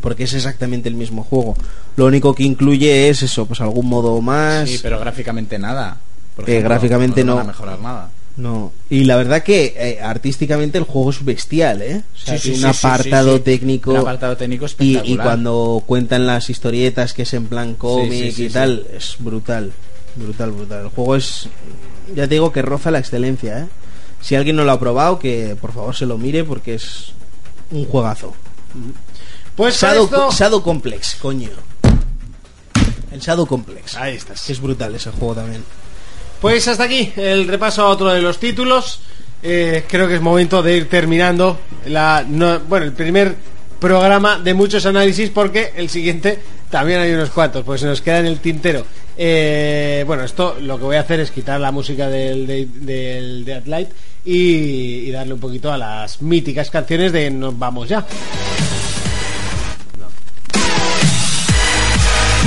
Speaker 5: Porque es exactamente el mismo juego. Lo único que incluye es eso, pues algún modo más.
Speaker 15: Sí, pero gráficamente nada. Por
Speaker 5: Eh, gráficamente
Speaker 15: van a
Speaker 5: no.
Speaker 15: mejorar nada.
Speaker 5: No, y la verdad que eh, artísticamente el juego es bestial, ¿eh? O sea,
Speaker 15: Sí, sí,
Speaker 5: tiene
Speaker 15: sí,
Speaker 5: un
Speaker 15: sí, sí,
Speaker 5: apartado
Speaker 15: sí.
Speaker 5: técnico.
Speaker 15: Un apartado técnico
Speaker 5: y,
Speaker 15: espectacular.
Speaker 5: y cuando cuentan las historietas que es en plan cómic
Speaker 15: Sí, sí, sí,
Speaker 5: y
Speaker 15: sí.
Speaker 5: tal, es brutal, brutal, brutal. El juego es, ya te digo que roza la excelencia, ¿eh? Si alguien no lo ha probado, que por favor se lo mire porque es un juegazo.
Speaker 3: Pues con
Speaker 5: Shadow,
Speaker 3: esto-
Speaker 5: Shadow Complex, coño. El Shadow Complex.
Speaker 3: Ahí estás.
Speaker 5: Es brutal ese juego también.
Speaker 3: Pues hasta aquí el repaso a otro de los títulos. Eh, creo que es momento de ir terminando la, no- bueno, el primer programa de muchos análisis porque el siguiente también hay unos cuantos, pues se nos queda en el tintero. Eh, bueno, esto lo que voy a hacer es quitar la música del, del, del Dead Light y, y darle un poquito a las míticas canciones de Nos vamos ya.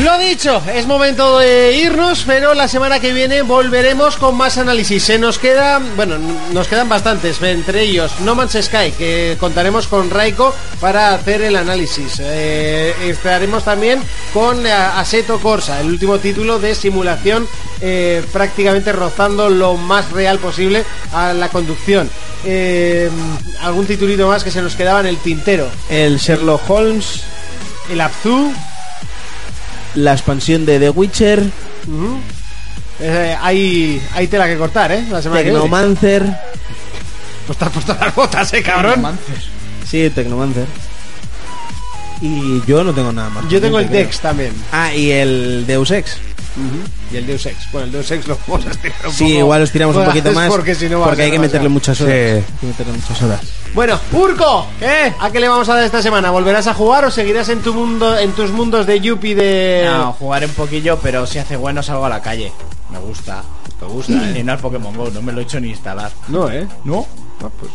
Speaker 3: Lo dicho, es momento de irnos, pero la semana que viene volveremos con más análisis. Se nos queda, bueno, n- nos quedan bastantes, eh, entre ellos No Man's Sky, que contaremos con Raiko para hacer el análisis. Eh, estaremos también con eh, Assetto Corsa, el último título de simulación, eh, prácticamente rozando lo más real posible a la conducción. Eh, algún titulito más que se nos quedaba en el tintero.
Speaker 5: El Sherlock Holmes,
Speaker 3: El Abzu.
Speaker 5: la expansión de The Witcher,
Speaker 3: Ujú. Eh, hay, hay tela que cortar, ¿eh? La semana que viene.
Speaker 5: Tecnomancer.
Speaker 3: Pues te has puesto las botas, ¿eh, cabrón?
Speaker 5: Sí, Tecnomancer. Y yo no tengo nada más.
Speaker 3: Yo tengo el
Speaker 5: creo.
Speaker 3: Dex también.
Speaker 5: Ah, y el Deus Ex.
Speaker 3: Y el Deus Ex. Bueno, el Deus Ex lo este vamos a estirar un
Speaker 5: Sí,
Speaker 3: poco.
Speaker 5: igual los tiramos un
Speaker 3: Bueno,
Speaker 5: poquito
Speaker 3: es
Speaker 5: más.
Speaker 3: Porque, si no va a
Speaker 5: hay
Speaker 3: ser
Speaker 5: que meterle
Speaker 3: demasiado.
Speaker 5: muchas horas. Hay que meterle muchas horas.
Speaker 3: Bueno, Urco, ¿eh? ¿A qué le vamos a dar esta semana? ¿Volverás a jugar o seguirás en tu mundo, en tus mundos de Yuppie de.
Speaker 15: No, jugaré un poquillo, pero si hace bueno salgo a la calle. Me gusta. Me gusta, Y no al Pokémon GO, no me lo he hecho ni instalar.
Speaker 3: No, ¿eh?
Speaker 15: No.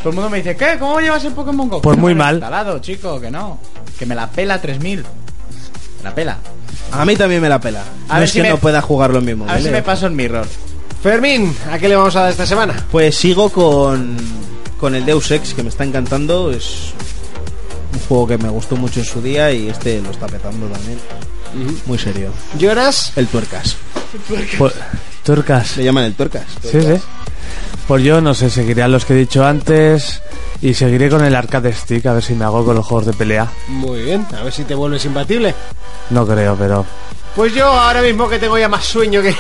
Speaker 15: Todo el mundo me dice, ¿qué? ¿Cómo llevas el Pokémon GO?
Speaker 6: Pues
Speaker 15: Que no
Speaker 6: muy
Speaker 15: me lo he
Speaker 6: mal.
Speaker 15: instalado, chico, que no. Que me la pela 3000. Me la pela.
Speaker 5: A mí también me la pela.
Speaker 15: A
Speaker 5: no
Speaker 15: ver
Speaker 5: es
Speaker 15: si
Speaker 5: que
Speaker 15: me-
Speaker 5: no pueda jugarlo mismo.
Speaker 15: A ver si me paso el mirror.
Speaker 3: Fermín, ¿a qué le vamos a dar esta semana?
Speaker 5: Pues sigo con, con el Deus Ex, que me está encantando. Es un juego que me gustó mucho en su día y este lo está petando también. Muy serio.
Speaker 3: ¿Lloras?
Speaker 5: El tuercas.
Speaker 6: Por- Turcas.
Speaker 5: Le llaman el tuercas.
Speaker 6: Sí, sí. Pues yo no sé, seguiré a los que he dicho antes y seguiré con el arcade stick a ver si me hago con los juegos de pelea.
Speaker 3: Muy bien, a ver si te vuelves imbatible.
Speaker 6: No creo, pero
Speaker 3: Pues yo ahora mismo que tengo ya más sueño que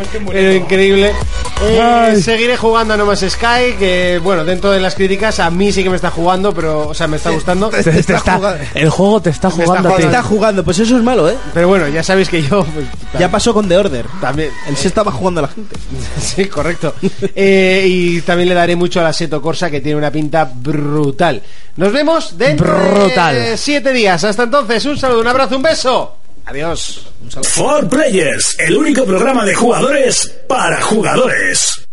Speaker 3: pero increíble. Eh, seguiré jugando a No Man's Sky, que bueno, dentro de las críticas a mí sí que me está jugando, pero o sea, me está gustando.
Speaker 6: Te- te está- el juego te está
Speaker 3: Me
Speaker 6: jugando a ti.
Speaker 5: Está jugando, pues eso es malo, ¿eh?
Speaker 3: Pero bueno, ya sabéis que yo pues,
Speaker 5: Ya pasó con The Order.
Speaker 3: también
Speaker 5: Él se estaba jugando a la gente.
Speaker 3: Sí, correcto. Eh, y también le daré mucho a la Seto Corsa, que tiene una pinta brutal. Nos vemos dentro
Speaker 6: Brutal.
Speaker 3: de siete días. Hasta entonces, un saludo, un abrazo, un beso. Adiós.
Speaker 2: For Players, el único programa de jugadores para jugadores.